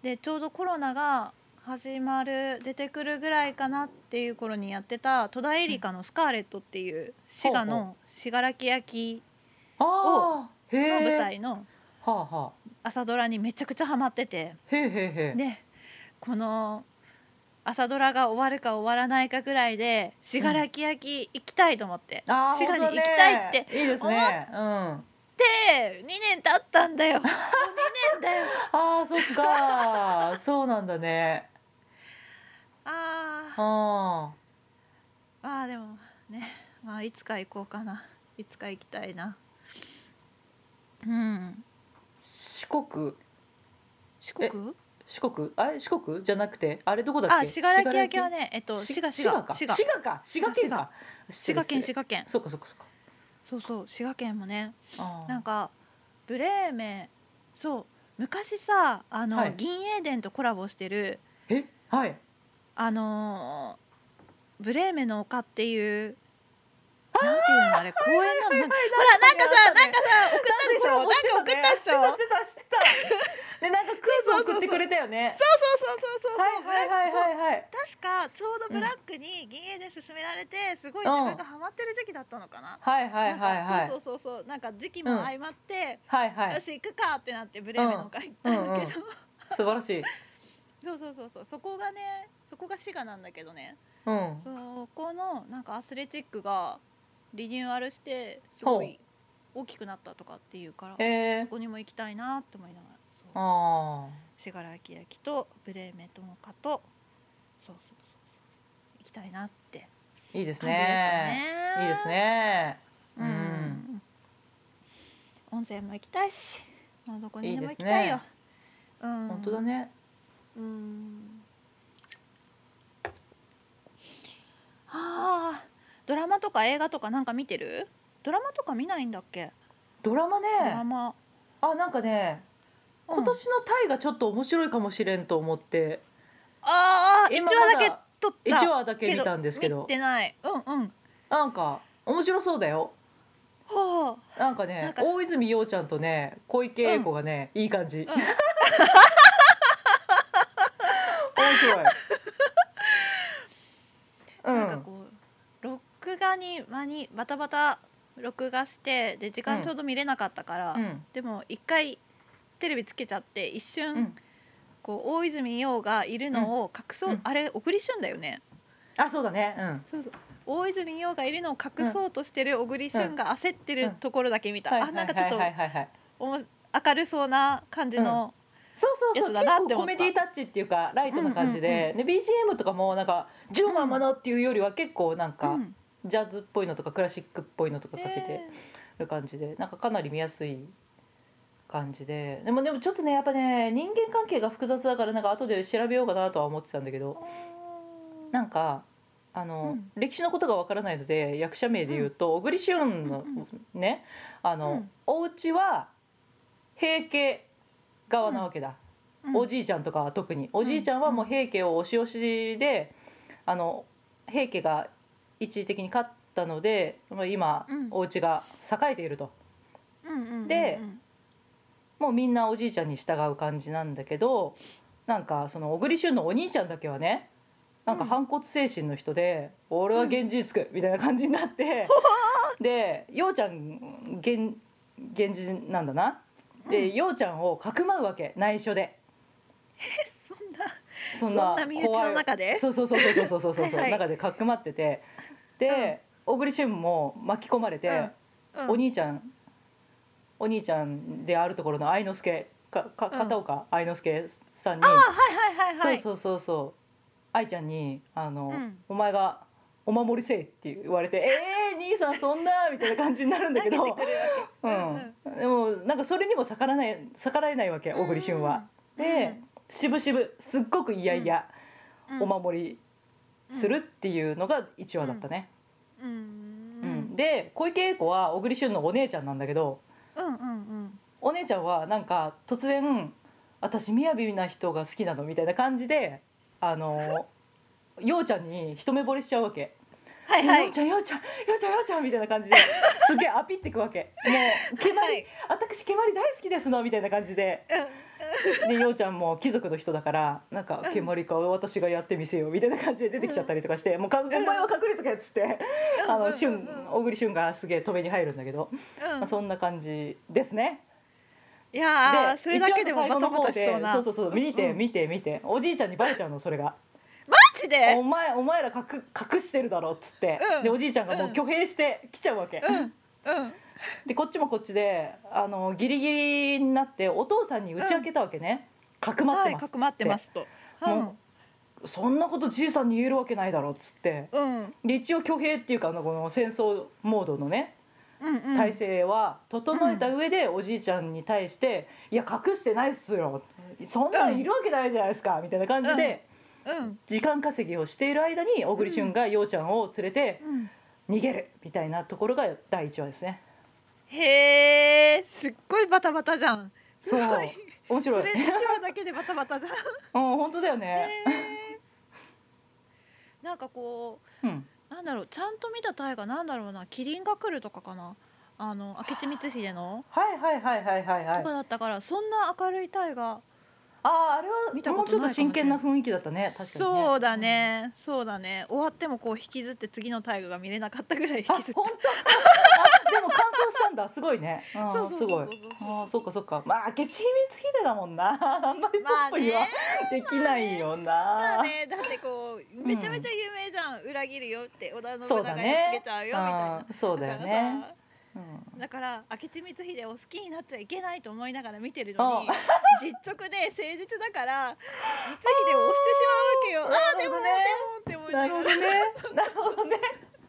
[SPEAKER 2] でちょうどコロナが始まる出てくるぐらいかなっていう頃にやってた戸田恵梨香の「スカーレット」っていう滋賀
[SPEAKER 1] ほう
[SPEAKER 2] の信楽焼
[SPEAKER 1] ああへ
[SPEAKER 2] の
[SPEAKER 1] え
[SPEAKER 2] 舞台の
[SPEAKER 1] はあはあ
[SPEAKER 2] 朝ドラにめちゃくちゃハマってて。
[SPEAKER 1] へえへえへえ
[SPEAKER 2] でこの朝ドラが終わるか終わらないかぐらいで信楽焼行きたいと思って、
[SPEAKER 1] あー
[SPEAKER 2] 滋賀に
[SPEAKER 1] 本当
[SPEAKER 2] 行きたいって
[SPEAKER 1] ねいいですねうんあ
[SPEAKER 2] で2年経ったんだよもう2年だよ
[SPEAKER 1] あーそっかそうなんだね
[SPEAKER 2] あー
[SPEAKER 1] あ
[SPEAKER 2] まあでもね、まあ、いつか行こうかないつか行きたいなうん
[SPEAKER 1] 四国
[SPEAKER 2] 四国
[SPEAKER 1] 四国あれ四国じゃなくてあれどこだっけ
[SPEAKER 2] あ信楽焼はねえっと
[SPEAKER 1] し
[SPEAKER 2] 滋賀
[SPEAKER 1] 滋
[SPEAKER 2] 滋賀
[SPEAKER 1] 賀か
[SPEAKER 2] 滋
[SPEAKER 1] 滋賀
[SPEAKER 2] 賀
[SPEAKER 1] か滋賀県か
[SPEAKER 2] 滋賀県
[SPEAKER 1] 失礼
[SPEAKER 2] 滋賀県
[SPEAKER 1] そうかそうかそうか
[SPEAKER 2] そうそう滋賀県もね
[SPEAKER 1] あー
[SPEAKER 2] なんかブレーメンそう昔さあの、
[SPEAKER 1] はい
[SPEAKER 2] 銀英伝とコラボしてる
[SPEAKER 1] えはい
[SPEAKER 2] あのーブレーメンの丘っていうなんていうのあれ公園なのなんかほらなんかさなんかさ送ったでしょなんか送ったでしょ
[SPEAKER 1] してたしてたでなんかクイズ送ってくれたよね
[SPEAKER 2] そうそうそうそうそうそうブ
[SPEAKER 1] はい
[SPEAKER 2] ラ
[SPEAKER 1] は
[SPEAKER 2] ッ
[SPEAKER 1] い
[SPEAKER 2] クそう
[SPEAKER 1] はいはいはい
[SPEAKER 2] 確かちょうどブラックに銀英伝勧められてすごい自分がハマってる時期だったのかな。
[SPEAKER 1] はいはいはい
[SPEAKER 2] なん
[SPEAKER 1] はい
[SPEAKER 2] かそうそうそうそうなんか時期も相まって、
[SPEAKER 1] はいはい
[SPEAKER 2] 私行くかってなってブレーメンの丘行ったんだけど、
[SPEAKER 1] うんうんうん素晴らしい
[SPEAKER 2] そうそうそうそうそこがねそこが滋賀なんだけどね
[SPEAKER 1] うん
[SPEAKER 2] そこのなんかアスレチックがリニューアルしてすごい大きくなったとかっていうから
[SPEAKER 1] えー
[SPEAKER 2] そ、こにも行きたいなって思いながらそう
[SPEAKER 1] あ
[SPEAKER 2] 信楽焼とブレーメンともかとそうそうそうそう行きたいなって
[SPEAKER 1] ーいいです
[SPEAKER 2] 感じですか
[SPEAKER 1] ね
[SPEAKER 2] ね
[SPEAKER 1] いいですね
[SPEAKER 2] う
[SPEAKER 1] うん
[SPEAKER 2] ん温泉も行きたいしまあどこにでも
[SPEAKER 1] い
[SPEAKER 2] 行
[SPEAKER 1] いで
[SPEAKER 2] き
[SPEAKER 1] すね
[SPEAKER 2] たいようん
[SPEAKER 1] 本当だね
[SPEAKER 2] うんはあドラマとか映画とかなんか見てるドラマとか見ないんだっけ、
[SPEAKER 1] ドラマね
[SPEAKER 2] ドラマ、
[SPEAKER 1] あなんかね
[SPEAKER 2] うん
[SPEAKER 1] 今年のタイがちょっと面白いかもしれんと思って
[SPEAKER 2] ああ一
[SPEAKER 1] 今
[SPEAKER 2] 話だけ
[SPEAKER 1] まだ
[SPEAKER 2] 撮った
[SPEAKER 1] 1話だけ見たんですけど
[SPEAKER 2] 見てないうんうん
[SPEAKER 1] なんか面白そうだよ
[SPEAKER 2] は
[SPEAKER 1] なんか
[SPEAKER 2] な
[SPEAKER 1] ね
[SPEAKER 2] んか
[SPEAKER 1] 大泉洋ちゃんとね小池栄子がね、いい感じ、
[SPEAKER 2] あ、うん、
[SPEAKER 1] 大泉
[SPEAKER 2] 画に間にバタバタ録画してで時間ちょうど見れなかったから、
[SPEAKER 1] うん
[SPEAKER 2] でも一回テレビつけちゃって一瞬、
[SPEAKER 1] うん
[SPEAKER 2] こう大泉洋がいるのを隠そう、
[SPEAKER 1] うん
[SPEAKER 2] あれ小栗旬だよね
[SPEAKER 1] あそうだねうん
[SPEAKER 2] 大泉洋がいるのを隠そうとしてる小栗旬が焦って
[SPEAKER 1] う
[SPEAKER 2] る
[SPEAKER 1] ん
[SPEAKER 2] ところだけ見た、
[SPEAKER 1] はいは
[SPEAKER 2] あ
[SPEAKER 1] い
[SPEAKER 2] なんかちょっと
[SPEAKER 1] はいはいはい
[SPEAKER 2] おも明るそうな感じの、
[SPEAKER 1] そうそう
[SPEAKER 2] や
[SPEAKER 1] そう
[SPEAKER 2] つだなって思
[SPEAKER 1] 結構コ
[SPEAKER 2] った
[SPEAKER 1] メディタッチっていうかライトな感じで、で BGM とかもなんか「ジョーマンマノ」っていうよりは結構なんか、
[SPEAKER 2] うん
[SPEAKER 1] ジャズっぽいのとかクラシックっぽいのとかかけて
[SPEAKER 2] え
[SPEAKER 1] る感じで、なんかかなり見やすい感じででもでもちょっとねやっぱね人間関係が複雑だからなんか後で調べようかなとは思ってたんだけ
[SPEAKER 2] ー
[SPEAKER 1] ど
[SPEAKER 2] おー
[SPEAKER 1] なんかあの、
[SPEAKER 2] うん
[SPEAKER 1] 歴史のことがわからないので役者名で言うと小栗旬の
[SPEAKER 2] うん
[SPEAKER 1] ねあの、
[SPEAKER 2] うん
[SPEAKER 1] お家は平家側なわけだ。
[SPEAKER 2] うん
[SPEAKER 1] おじいちゃんとかは特におじいちゃんはもう平家を押し押しであの平家が一時的に勝ったのでまあ今
[SPEAKER 2] うん
[SPEAKER 1] お家が栄えていると
[SPEAKER 2] うんうんうんうん
[SPEAKER 1] でもうみんなおじいちゃんに従う感じなんだけどなんかその小栗旬のお兄ちゃんだけはねなんか
[SPEAKER 2] うん
[SPEAKER 1] 反骨精神の人で「俺は源氏つく」みたいな感じにな って、でようちゃん源源氏なんだな。でようちゃんをかくまうわけ内緒で。
[SPEAKER 2] そ
[SPEAKER 1] そ
[SPEAKER 2] んな
[SPEAKER 1] ん
[SPEAKER 2] そんな身内の中
[SPEAKER 1] 怖
[SPEAKER 2] で
[SPEAKER 1] いそうそうそうそうそうそうそう
[SPEAKER 2] はいはい
[SPEAKER 1] 中でかくまっててで、小栗旬も巻き込まれて、
[SPEAKER 2] うん
[SPEAKER 1] お兄ちゃんお兄ちゃんであるところの愛之助かか
[SPEAKER 2] うん
[SPEAKER 1] 片岡愛之助さんに、
[SPEAKER 2] あはいはいはいはい
[SPEAKER 1] そうそうそうそう愛ちゃんにあの、
[SPEAKER 2] うん
[SPEAKER 1] お前がお守りせいって言われて「えー、兄さんそんな」みたいな感じになるんだけ
[SPEAKER 2] 投げ
[SPEAKER 1] ど
[SPEAKER 2] てくるわ
[SPEAKER 1] う
[SPEAKER 2] け
[SPEAKER 1] ん、でもなんかそれにも逆らえない逆らえないわけ小栗旬は。
[SPEAKER 2] うん
[SPEAKER 1] で、渋々すっごくいやいや、
[SPEAKER 2] うん
[SPEAKER 1] お守りするっていうのが1話だったね、
[SPEAKER 2] うんう
[SPEAKER 1] うん
[SPEAKER 2] ん
[SPEAKER 1] で小池栄子は小栗旬のお姉ちゃんなんだけど
[SPEAKER 2] うんうん
[SPEAKER 1] お姉ちゃんはなんか突然「私雅な人が好きなの」みたいな感じであの ようちゃんに一目惚れしちゃうわけ。
[SPEAKER 2] はいは
[SPEAKER 1] よう
[SPEAKER 2] い
[SPEAKER 1] ちゃんようちゃんようちゃんようちゃんみたいな感じですげえアピってくわけも う蹴鞠、
[SPEAKER 2] はい
[SPEAKER 1] 私蹴鞠大好きですのみたいな感じででようちゃんも貴族の人だからなんか
[SPEAKER 2] うん
[SPEAKER 1] 蹴鞠か私がやってみせようみたいな感じで出てきちゃったりとかして、もうかお前は隠れとけっつって、 あの
[SPEAKER 2] うんうん
[SPEAKER 1] 旬小栗旬がすげえ止めに入るんだけど、
[SPEAKER 2] うん
[SPEAKER 1] まあ、そんな感じですね。
[SPEAKER 2] いやーそれだけでも
[SPEAKER 1] 一話
[SPEAKER 2] バタ
[SPEAKER 1] の最後の
[SPEAKER 2] バ
[SPEAKER 1] 方
[SPEAKER 2] タし
[SPEAKER 1] で
[SPEAKER 2] そうな
[SPEAKER 1] そうそうそう見て
[SPEAKER 2] うん
[SPEAKER 1] 見て見ておじいちゃんにバレちゃうのそれが。
[SPEAKER 2] マジで
[SPEAKER 1] お前お前ら隠隠してるだろっつって、
[SPEAKER 2] うん
[SPEAKER 1] でおじいちゃんがもう
[SPEAKER 2] うん
[SPEAKER 1] 挙兵して来ちゃうわけ、
[SPEAKER 2] うんうん
[SPEAKER 1] でこっちもこっちであのギリギリになってお父さんに打ち明けたわけね、かくまっ
[SPEAKER 2] は
[SPEAKER 1] て
[SPEAKER 2] い
[SPEAKER 1] ますっつ
[SPEAKER 2] か
[SPEAKER 1] って,、
[SPEAKER 2] くまってますと
[SPEAKER 1] もそんなことじいさんに言えるわけないだろっつって
[SPEAKER 2] うんうん
[SPEAKER 1] で一応挙兵っていうかあのこの戦争モードのね
[SPEAKER 2] うんうん
[SPEAKER 1] 体制は整えた上でおじいちゃんに対して「いや隠してないっすよそんなんいるわけないじゃないですか」みたいな感じで
[SPEAKER 2] うん
[SPEAKER 1] 時間稼ぎをしている間に小栗旬がようちゃんを連れて
[SPEAKER 2] うん
[SPEAKER 1] 逃げるみたいなところが第1話ですね。
[SPEAKER 2] へえすっごいバタバタじゃん
[SPEAKER 1] そう面
[SPEAKER 2] そ
[SPEAKER 1] 白い
[SPEAKER 2] れ一話だけでバタバタじゃん
[SPEAKER 1] うん本当だよね。
[SPEAKER 2] へーなんかこう
[SPEAKER 1] うん
[SPEAKER 2] なんだろうちゃんと見た大河なんだろうな「キリンが来る」とかかなあの明智光秀の
[SPEAKER 1] はいはいはいはいはいは
[SPEAKER 2] と
[SPEAKER 1] い
[SPEAKER 2] か。だったからそんな明るい大河
[SPEAKER 1] あああれは
[SPEAKER 2] 見た
[SPEAKER 1] も
[SPEAKER 2] こ
[SPEAKER 1] うちょ
[SPEAKER 2] とないかもしれな
[SPEAKER 1] っと真
[SPEAKER 2] い
[SPEAKER 1] 剣な雰囲気だったね確かにね。
[SPEAKER 2] そうだねそうだね終わってもこう引きずって次の大河が見れなかったぐらい引
[SPEAKER 1] あ
[SPEAKER 2] き
[SPEAKER 1] 本
[SPEAKER 2] ずって
[SPEAKER 1] 当。あでも完走したんだすごい ね。
[SPEAKER 2] そううんそう
[SPEAKER 1] すごい。ああそっかそっか。まあ明智光秀だもんな。あん まりポップには
[SPEAKER 2] ま
[SPEAKER 1] できないよ
[SPEAKER 2] ま
[SPEAKER 1] な
[SPEAKER 2] あ。ねだってこうめちゃめちゃ有名じゃん、裏切るよって織田信
[SPEAKER 1] そう
[SPEAKER 2] 長
[SPEAKER 1] だ
[SPEAKER 2] が
[SPEAKER 1] ね
[SPEAKER 2] やっつけちゃうよみたいな、
[SPEAKER 1] あーそうだよね。うん
[SPEAKER 2] だからさだから明智光秀を好きになっちゃいけないと思いながら見てる
[SPEAKER 1] あ
[SPEAKER 2] の
[SPEAKER 1] ー
[SPEAKER 2] に実直で誠実だから光秀を押してしまうわけよああーでもでもって
[SPEAKER 1] な
[SPEAKER 2] 思
[SPEAKER 1] るほ
[SPEAKER 2] い
[SPEAKER 1] ど
[SPEAKER 2] な
[SPEAKER 1] ね
[SPEAKER 2] がら。
[SPEAKER 1] なるほどね。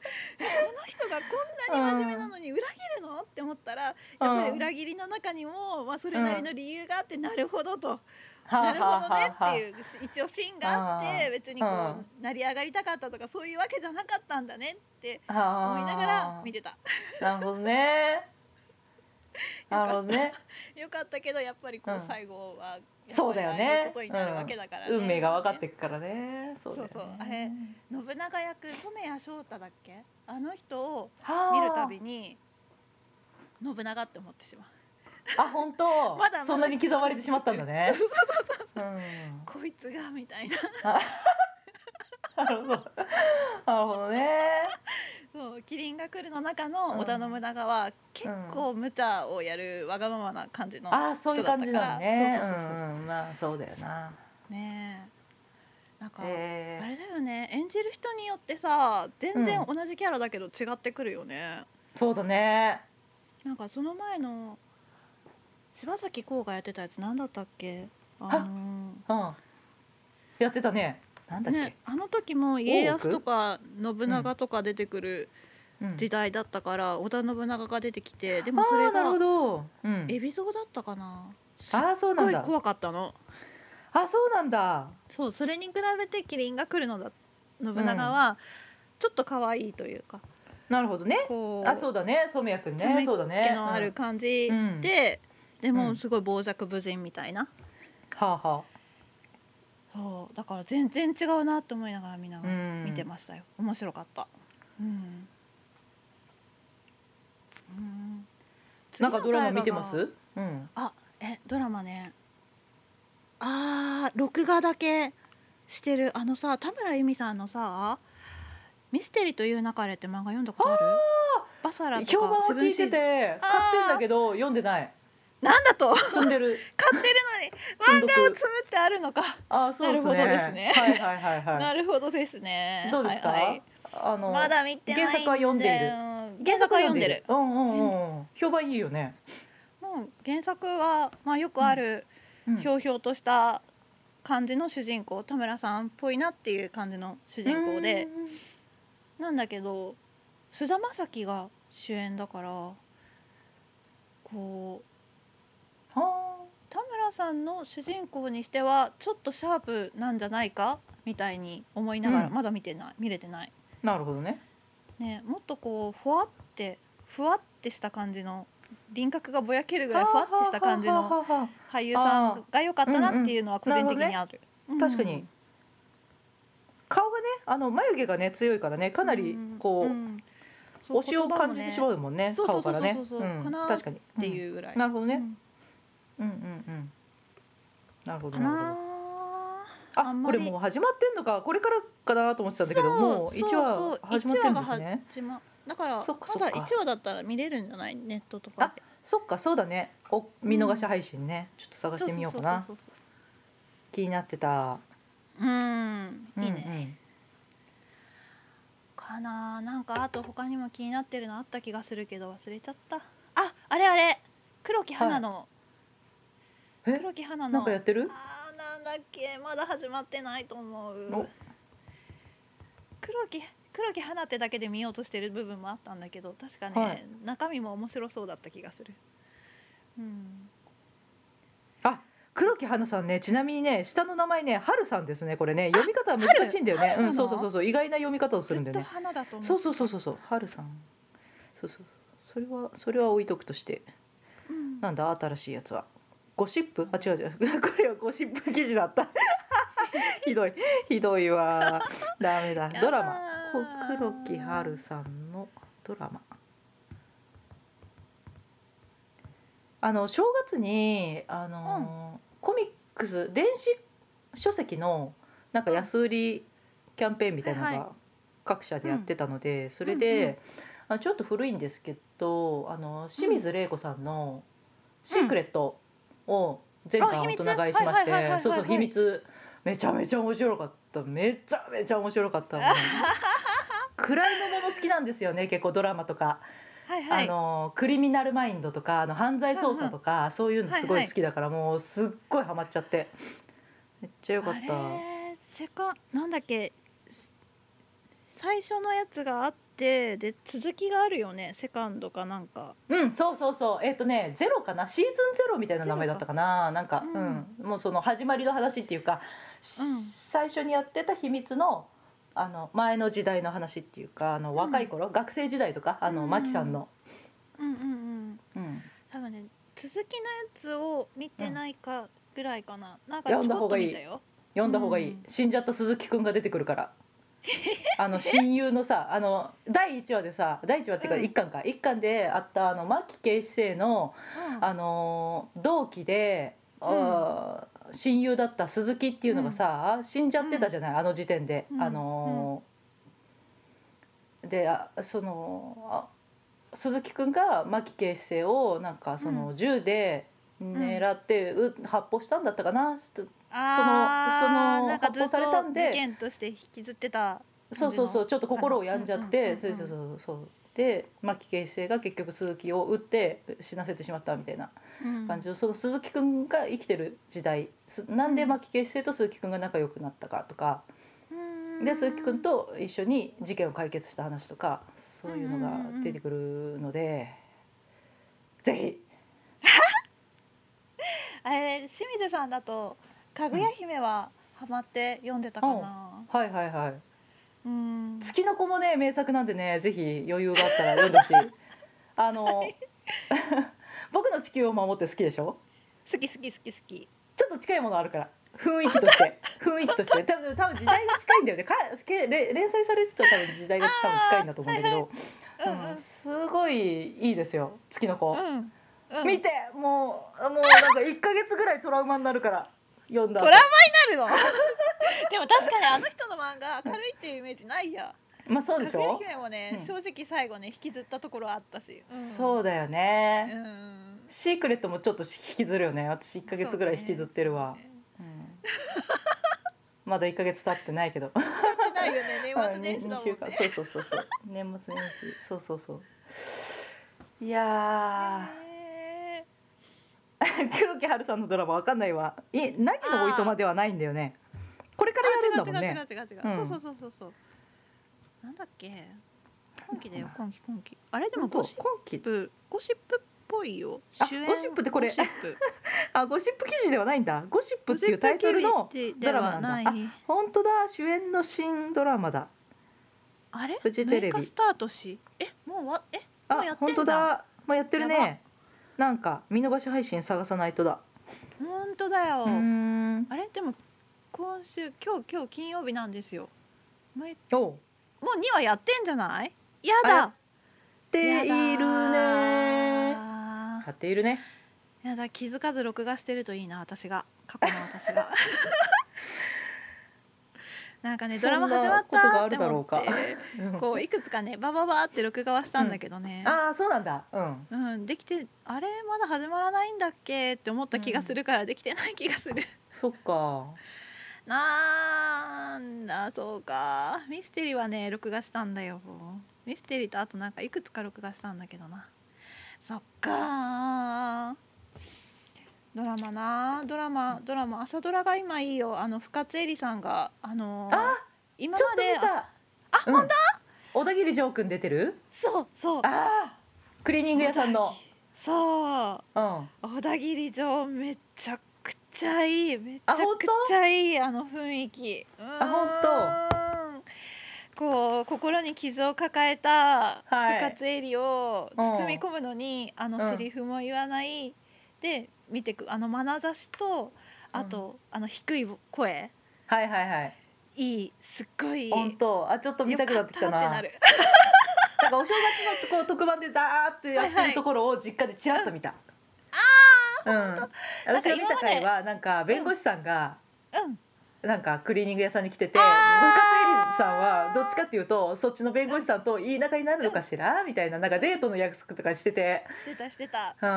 [SPEAKER 2] この人がこんなに真面目なのに裏切るのって思ったらやっぱり裏切りの中にも、まあ、それなりの理由があってなるほどと、
[SPEAKER 1] は
[SPEAKER 2] なるほどねって
[SPEAKER 1] う。
[SPEAKER 2] いう 一応芯があって
[SPEAKER 1] あー
[SPEAKER 2] 別にこう、
[SPEAKER 1] うん
[SPEAKER 2] 成り上がりたかったとかそういうわけじゃなかったんだねって
[SPEAKER 1] 思
[SPEAKER 2] 思いながら見てた
[SPEAKER 1] なるほどね。なるほどね。
[SPEAKER 2] よかったけどやっぱりこ
[SPEAKER 1] う
[SPEAKER 2] うん最後はやっぱり
[SPEAKER 1] そうだよね
[SPEAKER 2] ああいうことになるわけだからね、
[SPEAKER 1] 運命が分かっていくからね。そうだよね
[SPEAKER 2] そうそうあれ信長役染谷翔太だっけあの人を
[SPEAKER 1] はあ
[SPEAKER 2] 見るたびに信長って思ってしまう
[SPEAKER 1] あ本当
[SPEAKER 2] まだまだ
[SPEAKER 1] そんなに刻まれてしまったんだ ね。うん
[SPEAKER 2] こいつがみたいな
[SPEAKER 1] なるほどなるほどね。
[SPEAKER 2] そうそう「キリンが来る」の中の織田信長は結構無茶をやるわがままな感じの
[SPEAKER 1] ああそういう感じなのね
[SPEAKER 2] 人だったからそうそうそう
[SPEAKER 1] うんうんまあそうだよな
[SPEAKER 2] ねえなんか、
[SPEAKER 1] え
[SPEAKER 2] あ
[SPEAKER 1] ー
[SPEAKER 2] れだよね演じる人によってさ全然同じキャラだけど違ってくるよね、
[SPEAKER 1] そうだね
[SPEAKER 2] なんかその前の柴咲コウがやってたやつなんだったっけあの
[SPEAKER 1] うんやってたねなんだっけ、
[SPEAKER 2] ね、あの時も家康とか信長とか出てくる
[SPEAKER 1] うん
[SPEAKER 2] 時代だったから、織田信長が出てきてでもそれ
[SPEAKER 1] あーなる
[SPEAKER 2] が
[SPEAKER 1] ほど、うん、
[SPEAKER 2] 海老蔵だったかなす
[SPEAKER 1] あ
[SPEAKER 2] っ
[SPEAKER 1] ーそうな
[SPEAKER 2] ご
[SPEAKER 1] ん
[SPEAKER 2] い
[SPEAKER 1] だ
[SPEAKER 2] 怖かったの
[SPEAKER 1] あそうなんだ
[SPEAKER 2] そうそれに比べてキリンが来るのだ信長はちょっと可愛いというか、
[SPEAKER 1] なるほどね
[SPEAKER 2] こう
[SPEAKER 1] あそうだね染谷君
[SPEAKER 2] 染
[SPEAKER 1] ね
[SPEAKER 2] 谷
[SPEAKER 1] そうだ
[SPEAKER 2] 毛
[SPEAKER 1] ね
[SPEAKER 2] のあ
[SPEAKER 1] う
[SPEAKER 2] る
[SPEAKER 1] ん
[SPEAKER 2] 感じ
[SPEAKER 1] うん
[SPEAKER 2] で、で
[SPEAKER 1] う
[SPEAKER 2] も
[SPEAKER 1] ん
[SPEAKER 2] すごい傍若無人みたいな、
[SPEAKER 1] はあは
[SPEAKER 2] そうだから全然違うなって思いながら見な
[SPEAKER 1] あ
[SPEAKER 2] が
[SPEAKER 1] う
[SPEAKER 2] ら
[SPEAKER 1] ん
[SPEAKER 2] 見てましたよ、面白かったうん、うん
[SPEAKER 1] なんかドラマ見てま
[SPEAKER 2] 次の大河
[SPEAKER 1] すうん
[SPEAKER 2] があえドラマねあー録画だけしてるあのさ田村由美さんのさ「ミステリーという勿れ」って漫画読んだことあるバサラとか
[SPEAKER 1] 評判を
[SPEAKER 2] セブ
[SPEAKER 1] 聞
[SPEAKER 2] ン
[SPEAKER 1] い
[SPEAKER 2] シ
[SPEAKER 1] て
[SPEAKER 2] ーズン
[SPEAKER 1] て買ってんだけど読んでない
[SPEAKER 2] なんだと
[SPEAKER 1] 積んでる
[SPEAKER 2] 買ってるの
[SPEAKER 1] 積
[SPEAKER 2] に
[SPEAKER 1] んど
[SPEAKER 2] 漫画を
[SPEAKER 1] く
[SPEAKER 2] 積むってあるのか。
[SPEAKER 1] あーそうです
[SPEAKER 2] な
[SPEAKER 1] ね
[SPEAKER 2] るほどですね
[SPEAKER 1] はいはいはいはい
[SPEAKER 2] なるほどですね。
[SPEAKER 1] どうですか、
[SPEAKER 2] はいはい
[SPEAKER 1] あの
[SPEAKER 2] まだ見てないんだよ。
[SPEAKER 1] 原作は読んでいる
[SPEAKER 2] 原作は読んでる。
[SPEAKER 1] うんうんうん評判いいよね、
[SPEAKER 2] もう原作はまあよくある
[SPEAKER 1] うん
[SPEAKER 2] ひょうひょうとした感じの主人公、田村さんっぽいなっていう感じの主人公で、なんだけど菅田将暉が主演だから、こう
[SPEAKER 1] うんは
[SPEAKER 2] 田村さんの主人公にしてはちょっとシャープなんじゃないかみたいに思いながら、
[SPEAKER 1] うん
[SPEAKER 2] まだ見てない見れてない。
[SPEAKER 1] あなるほどね
[SPEAKER 2] ねもっとこうふわってふわってした感じの輪郭がぼやけるぐらいふわってした感じ
[SPEAKER 1] はあは
[SPEAKER 2] の
[SPEAKER 1] あはあは
[SPEAKER 2] 俳優さんが良かったなっていうのは個人的にある。
[SPEAKER 1] あ確かに顔がねあの眉毛がね強いからねか
[SPEAKER 2] か
[SPEAKER 1] なりこう、推しを感じてしま
[SPEAKER 2] う
[SPEAKER 1] うもんね
[SPEAKER 2] そうそ
[SPEAKER 1] 顔
[SPEAKER 2] うそ
[SPEAKER 1] か
[SPEAKER 2] うそ
[SPEAKER 1] ら
[SPEAKER 2] う
[SPEAKER 1] ね
[SPEAKER 2] そう
[SPEAKER 1] うん
[SPEAKER 2] かな
[SPEAKER 1] 確かに
[SPEAKER 2] んって
[SPEAKER 1] う
[SPEAKER 2] いうぐらい。
[SPEAKER 1] んなるほど
[SPEAKER 2] う
[SPEAKER 1] ね
[SPEAKER 2] ん
[SPEAKER 1] うんうんうんなるほど
[SPEAKER 2] か
[SPEAKER 1] なる
[SPEAKER 2] な
[SPEAKER 1] ほど
[SPEAKER 2] あ
[SPEAKER 1] あ
[SPEAKER 2] んま
[SPEAKER 1] こ
[SPEAKER 2] り
[SPEAKER 1] れもう始まってんのかこれからかなと思ってたんだけどもう
[SPEAKER 2] そう
[SPEAKER 1] 一話始まってるんです
[SPEAKER 2] そうそう一話
[SPEAKER 1] ね
[SPEAKER 2] が始まだから
[SPEAKER 1] そっかそっ
[SPEAKER 2] まだ
[SPEAKER 1] か
[SPEAKER 2] 一話だったら見れるんじゃないネットとかで。
[SPEAKER 1] そっかそうだねお見逃し配信ね、ちょっと探してみようかな
[SPEAKER 2] そうそうそう
[SPEAKER 1] 気になってた
[SPEAKER 2] そう。うんいいね。
[SPEAKER 1] うんうん
[SPEAKER 2] かななんかあと他にも気になってるのあった気がするけど忘れちゃったああれあれ黒木花の、
[SPEAKER 1] え
[SPEAKER 2] 黒木花の
[SPEAKER 1] なんかやってる
[SPEAKER 2] あーなんだっけまだ始まってないと思
[SPEAKER 1] お
[SPEAKER 2] う黒木黒木花ってだけで見ようとしてる部分もあったんだけど確かね、
[SPEAKER 1] はい
[SPEAKER 2] 中身も面白そうだった気がするうん
[SPEAKER 1] あ黒木花さんねちなみにね下の名前ね春さんですねこれね読み方は難しいんだよね
[SPEAKER 2] 春
[SPEAKER 1] う
[SPEAKER 2] なの
[SPEAKER 1] んそうそうそうそう意外な読み方をす
[SPEAKER 2] ず
[SPEAKER 1] るん
[SPEAKER 2] っ
[SPEAKER 1] だよ
[SPEAKER 2] と
[SPEAKER 1] ね
[SPEAKER 2] 花だと思う
[SPEAKER 1] そうそうそうそうそう春さんそうそうそれはそれは置いとくとして
[SPEAKER 2] うん
[SPEAKER 1] なんだ新しいやつはゴシップあ違う違う これはゴシップ記事だった ひどいひどいわダメだ
[SPEAKER 2] やだー
[SPEAKER 1] ドラマこ黒木春さんのドラマあの正月にあの、コミックス電子書籍のなんか安売りキャンペーンみたいな
[SPEAKER 2] はい
[SPEAKER 1] の
[SPEAKER 2] はい
[SPEAKER 1] が各社でやってたので、それで、
[SPEAKER 2] うんうん
[SPEAKER 1] あのちょっと古いんですけどあの清水玲子さんの「シークレット」を前
[SPEAKER 2] あ
[SPEAKER 1] 回
[SPEAKER 2] 秘
[SPEAKER 1] 大
[SPEAKER 2] 密
[SPEAKER 1] 人買いしまし
[SPEAKER 2] はいはいはいはいは
[SPEAKER 1] て
[SPEAKER 2] い
[SPEAKER 1] そうそう秘密めちゃめちゃ面白かっためちゃめちゃ面白かった もう暗いもの好きなんですよね結構ドラマとか、
[SPEAKER 2] はいはい
[SPEAKER 1] あのクリミナルマインドとかあの犯罪捜査とか、そういうのすごい好きだから、もうすっごいハマっちゃってめっちゃ良かった
[SPEAKER 2] あれセカなんだっけ最初のやつがあってで続きがあるよねセカンドかなんか
[SPEAKER 1] うんそうそうそうえっ、とねゼロかなシーズンゼロみたいな名前だったかななんか、
[SPEAKER 2] う
[SPEAKER 1] うん
[SPEAKER 2] ん
[SPEAKER 1] もうその始まりの話っていうか、
[SPEAKER 2] うん
[SPEAKER 1] 最初にやってた秘密のあの前の時代の話っていうかあの若い頃、学生時代とかあの、
[SPEAKER 2] うん
[SPEAKER 1] マキさんの、
[SPEAKER 2] うんうんうん
[SPEAKER 1] うん、
[SPEAKER 2] 多分ね続きのやつを見てないかぐらいかな、なんかち
[SPEAKER 1] 読
[SPEAKER 2] ょっ
[SPEAKER 1] んだ方
[SPEAKER 2] と
[SPEAKER 1] がいい
[SPEAKER 2] 見たよ
[SPEAKER 1] 読んだ方がいい、
[SPEAKER 2] うん
[SPEAKER 1] 死んじゃった鈴木くんが出てくるからあの親友のさあの第1話でさ第1話っていうか
[SPEAKER 2] うん
[SPEAKER 1] 1巻か、一1巻であったあの牧圭司生の「
[SPEAKER 2] うん
[SPEAKER 1] あのー同期で、
[SPEAKER 2] ん
[SPEAKER 1] あー親友だった鈴木っていうのがさ、死んじゃってたじゃない、あの時点で、
[SPEAKER 2] うん
[SPEAKER 1] あのーであそのあ鈴木くんが牧圭生をなんかその銃で狙って、う発砲したんだったかなして
[SPEAKER 2] あ
[SPEAKER 1] そ
[SPEAKER 2] ー
[SPEAKER 1] の
[SPEAKER 2] なんかずっ
[SPEAKER 1] 発砲された
[SPEAKER 2] と
[SPEAKER 1] んで
[SPEAKER 2] 事件として引きずってた
[SPEAKER 1] そうそうそうちょっと心を病んじゃって、
[SPEAKER 2] うんうんうん
[SPEAKER 1] そうそうそうそうで牧圭生が結局鈴木を撃って死なせてしまったみたいな感じの、その鈴木くんが生きてる時代すなんで
[SPEAKER 2] うん
[SPEAKER 1] 牧圭生と鈴木くんが仲良くなったかとか、
[SPEAKER 2] うん
[SPEAKER 1] で鈴木くんと一緒に事件を解決した話とかそういうのが出てくるので、ぜ
[SPEAKER 2] あれ清水さんだと「かぐや姫」はハマって読んでたかな
[SPEAKER 1] ひ、はいはいはい
[SPEAKER 2] うん
[SPEAKER 1] 月の子もね名作なんでねぜひ余裕があったら読んでほしいあの、 僕の地球を守って好きでしょ
[SPEAKER 2] 好き好き好き好き
[SPEAKER 1] ちょっと近いものあるから雰囲気として雰囲気として多分多分時代が近いんだよねかけれ連載されてたら多分時代が多分近いんだと思うんだけど、
[SPEAKER 2] うんうん
[SPEAKER 1] うんすごいいいですよ月の子、
[SPEAKER 2] うんうん
[SPEAKER 1] 見てもうもうなんか1か月ぐらいトラウマになるから読んだ
[SPEAKER 2] ト
[SPEAKER 1] 後
[SPEAKER 2] ラウマになるのでも確かにあの人の漫画明るいっていうイメージないや
[SPEAKER 1] まあそうでし
[SPEAKER 2] かぐや
[SPEAKER 1] ょ、
[SPEAKER 2] 姫もね、
[SPEAKER 1] うん
[SPEAKER 2] 正直最後ね引きずったところあったし、
[SPEAKER 1] そう
[SPEAKER 2] だ
[SPEAKER 1] だよね、
[SPEAKER 2] うん
[SPEAKER 1] シークレットもちょっと引きずるよね私1か月ぐらい引きずってるわ、うんまだ1か月経ってないけど
[SPEAKER 2] やってないよね年末年始だもんね
[SPEAKER 1] はいに二週間そうそうそう そう年末年始そうそうそういや
[SPEAKER 2] へ
[SPEAKER 1] ー黒木華さんのドラマわかんないわえ凪のおいとまではないんだよねこれからやるんだもん
[SPEAKER 2] ーあ違う違
[SPEAKER 1] ね
[SPEAKER 2] う違う違う違う、
[SPEAKER 1] うん
[SPEAKER 2] そうそうそうそうそうなんだっけ今期だよ今期今期あれでもゴ
[SPEAKER 1] 今
[SPEAKER 2] シッ
[SPEAKER 1] 期
[SPEAKER 2] プゴシップっぽいよ
[SPEAKER 1] あゴシップってこれ
[SPEAKER 2] ゴシップ
[SPEAKER 1] あゴシップ記事ではないんだゴシップ
[SPEAKER 2] ゴ
[SPEAKER 1] っ
[SPEAKER 2] シ
[SPEAKER 1] ていう
[SPEAKER 2] ッ
[SPEAKER 1] タ
[SPEAKER 2] プ
[SPEAKER 1] イトルの
[SPEAKER 2] 記事で
[SPEAKER 1] ドラマ
[SPEAKER 2] は
[SPEAKER 1] な
[SPEAKER 2] なんい
[SPEAKER 1] だあ本当だ主演の新ドラマだ
[SPEAKER 2] あれ
[SPEAKER 1] フジテレビ
[SPEAKER 2] 6日スタートしえもうわえもうや
[SPEAKER 1] あ
[SPEAKER 2] って
[SPEAKER 1] 本
[SPEAKER 2] んだ
[SPEAKER 1] 当だもうやってる
[SPEAKER 2] や
[SPEAKER 1] ねなんか見逃し配信探さないとだ
[SPEAKER 2] 本当だよ
[SPEAKER 1] うーん
[SPEAKER 2] あれでも今週今日今日金曜日なんですよもうも
[SPEAKER 1] おう
[SPEAKER 2] う2話やってんじゃないや
[SPEAKER 1] あ
[SPEAKER 2] だ
[SPEAKER 1] やっているね
[SPEAKER 2] やだ
[SPEAKER 1] やっているね
[SPEAKER 2] やだ気づかず録画してるといいな私が過去の私 がなんかねドラマ始まった
[SPEAKER 1] そんなことが
[SPEAKER 2] ー
[SPEAKER 1] あ
[SPEAKER 2] って
[SPEAKER 1] るだろ
[SPEAKER 2] 思
[SPEAKER 1] う
[SPEAKER 2] っ
[SPEAKER 1] か
[SPEAKER 2] て
[SPEAKER 1] うん
[SPEAKER 2] こういくつかねバババーって録画はしたんだけどね、
[SPEAKER 1] ああそうなんだうん
[SPEAKER 2] うんできてあれまだ始まらないんだっけって思った気がするからできてない気がする、
[SPEAKER 1] そっか
[SPEAKER 2] なんだそうかミステリーはね録画したんだよミステリーとあとなんかいくつか録画したんだけどなそっかードラマなドラマドラマ朝ドラが今いいよあの深津絵里さんがあのー
[SPEAKER 1] あ
[SPEAKER 2] 今
[SPEAKER 1] ちょっ
[SPEAKER 2] ま
[SPEAKER 1] と見
[SPEAKER 2] で
[SPEAKER 1] た
[SPEAKER 2] あ
[SPEAKER 1] うん小田切丈くん出てる
[SPEAKER 2] そうそう
[SPEAKER 1] ああクリーニング屋さんの
[SPEAKER 2] そう
[SPEAKER 1] うん
[SPEAKER 2] 小田切城めちゃくちゃいいめちゃ
[SPEAKER 1] あ
[SPEAKER 2] く
[SPEAKER 1] 本当
[SPEAKER 2] ちゃいいあの雰囲気
[SPEAKER 1] あ
[SPEAKER 2] 本当こう心に傷を抱えた
[SPEAKER 1] はい
[SPEAKER 2] 深津絵里を包み込むのに、あ
[SPEAKER 1] うん
[SPEAKER 2] のセリフも言わない、で見てくあの眼差しとあと、あの低い声
[SPEAKER 1] はいはいはい
[SPEAKER 2] いいすっごい
[SPEAKER 1] 本当あちょっと見たくなってきたな
[SPEAKER 2] よかったってなる
[SPEAKER 1] なんかお正月のこう特番でダーってやってるところを実家でチラッと見た、ああ、うん、私が見た回はなんか弁護士さんが、
[SPEAKER 2] うん
[SPEAKER 1] なんかクリーニング屋さんに来てて部活
[SPEAKER 2] あー
[SPEAKER 1] エリさんはどっちかっていうとそっちの弁護士さんといい仲になるのかしらみたいななんかデートの約束とかしてて、
[SPEAKER 2] してたしてた
[SPEAKER 1] うん、
[SPEAKER 2] い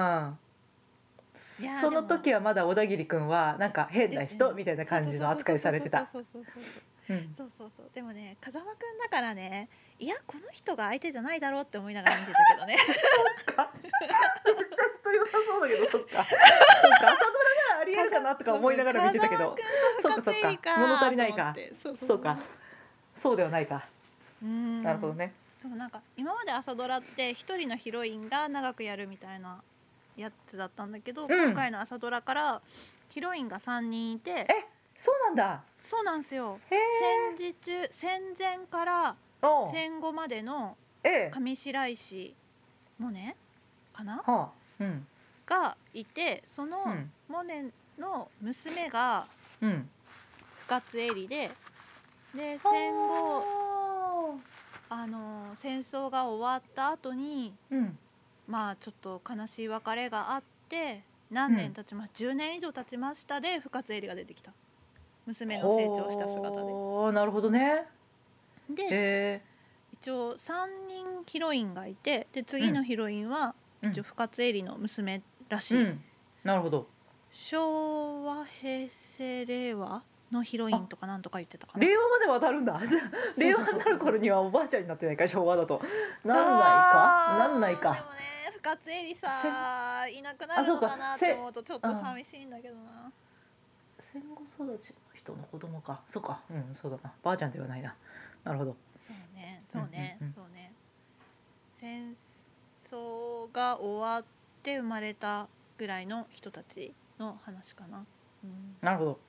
[SPEAKER 2] やー
[SPEAKER 1] その時はまだ小田切君はなんか変な人みたいな感じの扱いされてた。
[SPEAKER 2] そうそうそうそうそう
[SPEAKER 1] うん
[SPEAKER 2] そうそうそうでもね風間くんだからねいやこの人が相手じゃないだろうって思いながら見てたけどね
[SPEAKER 1] めっちゃ人良さそうだけどそっかそっか朝ドラならありえるか なとか思いながら見てたけど
[SPEAKER 2] 風間くんと深津絵
[SPEAKER 1] そっかそ
[SPEAKER 2] 里か
[SPEAKER 1] っか物足りないか
[SPEAKER 2] と思って
[SPEAKER 1] そうかそうではないか、
[SPEAKER 2] うん
[SPEAKER 1] なるほどね
[SPEAKER 2] でもなんか今まで朝ドラって一人のヒロインが長くやるみたいなやつだったんだけど、
[SPEAKER 1] ん
[SPEAKER 2] 今回の朝ドラからヒロインが三人いて
[SPEAKER 1] えそうなんだ
[SPEAKER 2] そうなんですよ
[SPEAKER 1] へえ
[SPEAKER 2] 戦時中戦前から
[SPEAKER 1] おう
[SPEAKER 2] 戦後までの
[SPEAKER 1] ええ
[SPEAKER 2] 上白石もねかな
[SPEAKER 1] はあうん
[SPEAKER 2] がいてその
[SPEAKER 1] うん
[SPEAKER 2] モネの娘が
[SPEAKER 1] うん
[SPEAKER 2] 深津絵里でで戦後
[SPEAKER 1] 後
[SPEAKER 2] あの戦争が終わった後に
[SPEAKER 1] うん
[SPEAKER 2] まあちょっと悲しい別れがあって何年経ちます、10年以上経ちましたで深津絵里が出てきた娘の成長した姿で
[SPEAKER 1] おなるほどね
[SPEAKER 2] で、
[SPEAKER 1] へえ
[SPEAKER 2] 一応3人ヒロインがいてで次のヒロインは
[SPEAKER 1] うん
[SPEAKER 2] 一応深津絵里の娘らし
[SPEAKER 1] う
[SPEAKER 2] い、
[SPEAKER 1] んなるほど
[SPEAKER 2] 昭和平成令和のヒロインとかなんとか言ってたかな
[SPEAKER 3] 令和まで渡る んだ令和になる頃にはおばあちゃんになってないか昭和だとなんないかなんない
[SPEAKER 2] あーで
[SPEAKER 3] か
[SPEAKER 2] もね深津絵里さいなくなるのかな
[SPEAKER 3] あ
[SPEAKER 2] と
[SPEAKER 3] そうかせ
[SPEAKER 2] 思うとちょっと寂しいんだけどな
[SPEAKER 3] 戦後育ちの人の子供か
[SPEAKER 1] そっかうんそうだなばあちゃんではないななるほど
[SPEAKER 2] そうねそうね、
[SPEAKER 1] うんうんうん
[SPEAKER 2] そうね戦争が終わって生まれたぐらいの人たちの話かな、うん、
[SPEAKER 1] なるほど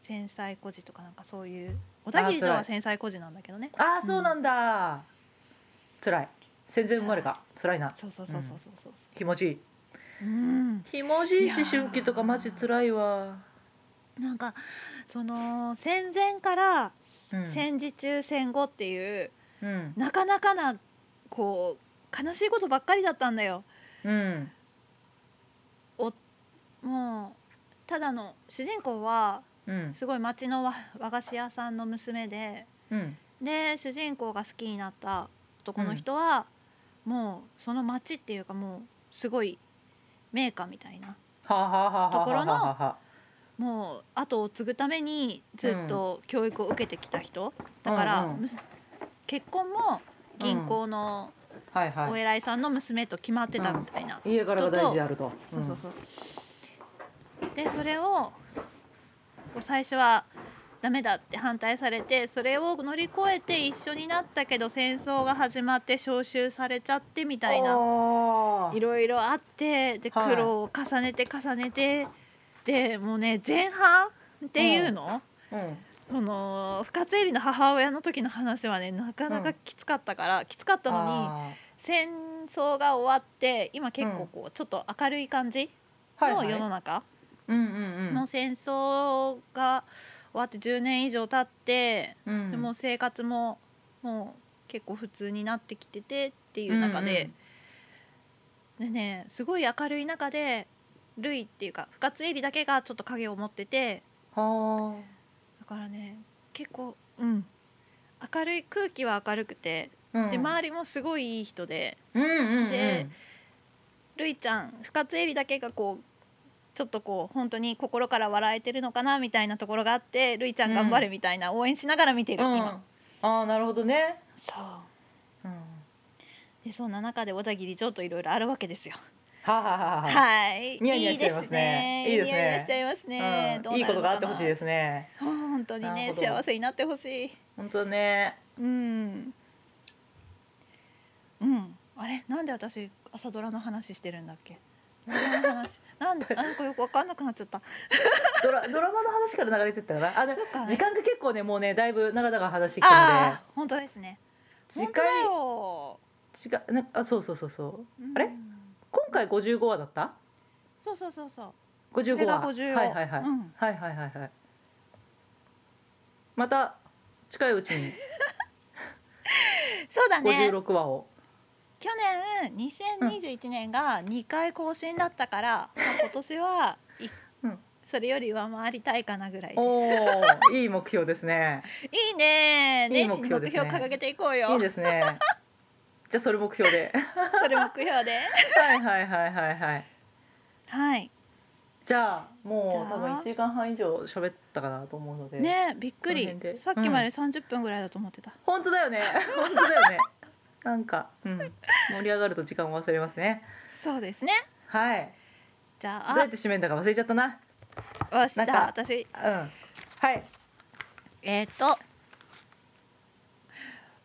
[SPEAKER 2] 戦災孤児とかなんかそういう小田切城は戦災孤児なんだけどね
[SPEAKER 1] ああそうなんだ辛い戦前生まれか辛いな
[SPEAKER 2] そうそうそうそうそうそう
[SPEAKER 1] 気持ちいい
[SPEAKER 2] うん、
[SPEAKER 1] 気持ちいい思春期とかマジ辛いわ
[SPEAKER 2] なんかその戦前から
[SPEAKER 1] うん
[SPEAKER 2] 戦時中戦後っていう、
[SPEAKER 1] うん
[SPEAKER 2] なかなかなこう悲しいことばっかりだったんだよ
[SPEAKER 1] うん
[SPEAKER 2] おもうただの主人公は
[SPEAKER 1] うん
[SPEAKER 2] すごい町の和和菓子屋さんの娘で
[SPEAKER 1] うん
[SPEAKER 2] で主人公が好きになった男の人は、もうその町っていうかもうすごい名家みたいな
[SPEAKER 1] はあはあはあはあはあはあ
[SPEAKER 2] ところの
[SPEAKER 1] はあはあ
[SPEAKER 2] もう後を継ぐためにずっと教育を受けてきた人、だから、
[SPEAKER 1] うんうん
[SPEAKER 2] むす結婚も銀行の
[SPEAKER 1] はいはい
[SPEAKER 2] お偉いさんの娘と決まってたみたいな、
[SPEAKER 1] 家柄が大事であると。
[SPEAKER 2] そうそうそう、でそれをこう最初はダメだって反対されてそれを乗り越えて一緒になったけど戦争が始まって召集されちゃってみたいな
[SPEAKER 1] あ
[SPEAKER 2] い
[SPEAKER 1] ー
[SPEAKER 2] ろいろあってで
[SPEAKER 1] はい
[SPEAKER 2] 苦労を重ねて重ねて、でもうね前半っていうの、
[SPEAKER 1] うん
[SPEAKER 2] その深津絵里の母親の時の話はねなかなかきつかったから、きつかったのに
[SPEAKER 1] あ
[SPEAKER 2] 戦争が終わって今結構こう、ちょっと明るい感じ
[SPEAKER 1] ーはい
[SPEAKER 2] の
[SPEAKER 1] はい
[SPEAKER 2] 世の中
[SPEAKER 1] うんうんう
[SPEAKER 2] の
[SPEAKER 1] ん
[SPEAKER 2] 戦争が終わって10年以上経って、
[SPEAKER 1] うん
[SPEAKER 2] でもう生活ももう結構普通になってきててっていう中で、でねすごい明るい中でルイっていうか深津絵里だけがちょっと影を持ってて
[SPEAKER 1] は
[SPEAKER 2] だからね結構うん明るい空気は明るくて
[SPEAKER 1] あうん
[SPEAKER 2] で周りもすごいいい人で
[SPEAKER 1] うんうんうん
[SPEAKER 2] でルイちゃん深津絵里だけがこうちょっとこう本当に心から笑えてるのかなみたいなところがあってルイちゃん頑張れみたいな、応援しながら見てる、
[SPEAKER 1] うん
[SPEAKER 2] 今。
[SPEAKER 1] ああなるほどね。
[SPEAKER 2] そう
[SPEAKER 1] うん
[SPEAKER 2] でそんな中で小田切城といろいろあるわけですよ。
[SPEAKER 1] はあはあはあはあ
[SPEAKER 2] はい。
[SPEAKER 1] ニヤニヤしちゃいますね
[SPEAKER 2] いい
[SPEAKER 1] いい
[SPEAKER 2] で
[SPEAKER 1] ですすね
[SPEAKER 2] ね。ニヤニヤしちゃいますね。
[SPEAKER 1] うん
[SPEAKER 2] どうない
[SPEAKER 1] い
[SPEAKER 2] る
[SPEAKER 1] こと
[SPEAKER 2] のか
[SPEAKER 1] があっ
[SPEAKER 2] な
[SPEAKER 1] てほしいですね。
[SPEAKER 2] あ本当に
[SPEAKER 1] なる
[SPEAKER 2] ね
[SPEAKER 1] ほど
[SPEAKER 2] 幸せになってほしい。
[SPEAKER 1] 本当だね。
[SPEAKER 2] うん。うん。あれなんで私朝ドラの話してるんだっけ。ドラの話なんなんかよくわかんなくなっちゃった。
[SPEAKER 1] ドラ ドラマの話から流れてったから。あで
[SPEAKER 2] そっか
[SPEAKER 1] 時間が結構ねもうねだいぶ長々話してきたの
[SPEAKER 2] ああ本当ですね。
[SPEAKER 1] 次
[SPEAKER 2] 本当
[SPEAKER 1] 回
[SPEAKER 2] だよ。
[SPEAKER 1] で。時間なあそうそうそうそう。
[SPEAKER 2] うん
[SPEAKER 1] あれ今回五十五話だった？
[SPEAKER 2] そうそうそうそう。
[SPEAKER 1] 五十
[SPEAKER 2] これ
[SPEAKER 1] 五
[SPEAKER 2] が
[SPEAKER 1] 話。
[SPEAKER 2] 55
[SPEAKER 1] はいはいはい。
[SPEAKER 2] うん
[SPEAKER 1] はいはいはいはい。また近いうちに
[SPEAKER 2] そうだ
[SPEAKER 1] 五十
[SPEAKER 2] ね。
[SPEAKER 1] 六話を。
[SPEAKER 2] 去年2021年が2回更新だったから、まあ今年はい
[SPEAKER 1] うん
[SPEAKER 2] それより上回りたいかなぐらいで
[SPEAKER 1] おお、いい目標ですね。
[SPEAKER 2] いいね
[SPEAKER 1] いい
[SPEAKER 2] 年始に目
[SPEAKER 1] 目標
[SPEAKER 2] 標
[SPEAKER 1] ですね
[SPEAKER 2] 掲げていこうよ
[SPEAKER 1] いいですね。じゃあそれ目標で。
[SPEAKER 2] それ目標 で
[SPEAKER 1] はいはいはいはいはい。
[SPEAKER 2] はい
[SPEAKER 1] じゃあもう
[SPEAKER 2] じゃあ
[SPEAKER 1] 多分一時間半以上喋ったかなと思うので。。
[SPEAKER 2] ねびっく
[SPEAKER 1] この
[SPEAKER 2] り
[SPEAKER 1] 辺で
[SPEAKER 2] さっきまで30分ぐらいだと思ってた、
[SPEAKER 1] 本当だよね。本当だよね。なんか、うん、盛り上がると時間を忘れますね。
[SPEAKER 2] そうですね
[SPEAKER 1] はい。
[SPEAKER 2] じゃ
[SPEAKER 1] どうや
[SPEAKER 2] あ
[SPEAKER 1] って締めんだか忘れちゃったな。
[SPEAKER 2] あよしじ
[SPEAKER 1] なんか
[SPEAKER 2] ゃあ私
[SPEAKER 1] うん。はい。
[SPEAKER 2] えっ、ー、と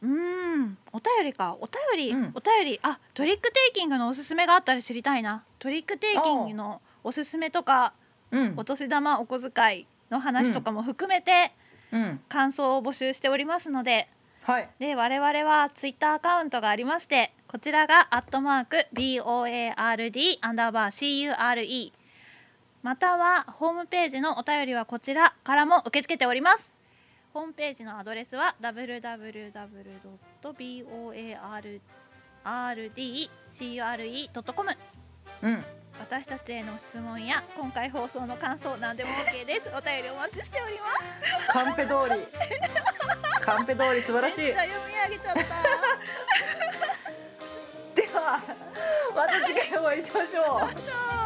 [SPEAKER 2] うーんお便りかお便り、
[SPEAKER 1] うん
[SPEAKER 2] お便りあトリックテイキングのおすすめがあったら知りたいなトリックテイキングのおすすめとか
[SPEAKER 1] うん
[SPEAKER 2] お。年玉お小遣いの話とかも含めて
[SPEAKER 1] うん。
[SPEAKER 2] 感想を募集しておりますので
[SPEAKER 1] はい。
[SPEAKER 2] で我々はツイッターアカウントがありましてこちらが「アットマーク #BOARD アンダーバー CURE」またはホームページのお便りはこちらからも受け付けておりますホームページのアドレスは www.boardcure.com
[SPEAKER 1] うん。
[SPEAKER 2] 私たちへの質問や今回放送 の感想何でも OK ですお便りお待ちしております
[SPEAKER 1] カンペ通り。カンペ通り素晴らし
[SPEAKER 2] め
[SPEAKER 1] い
[SPEAKER 2] っちゃ読み上げち ゃった。
[SPEAKER 1] ではまた次回お会いしましょう
[SPEAKER 2] そう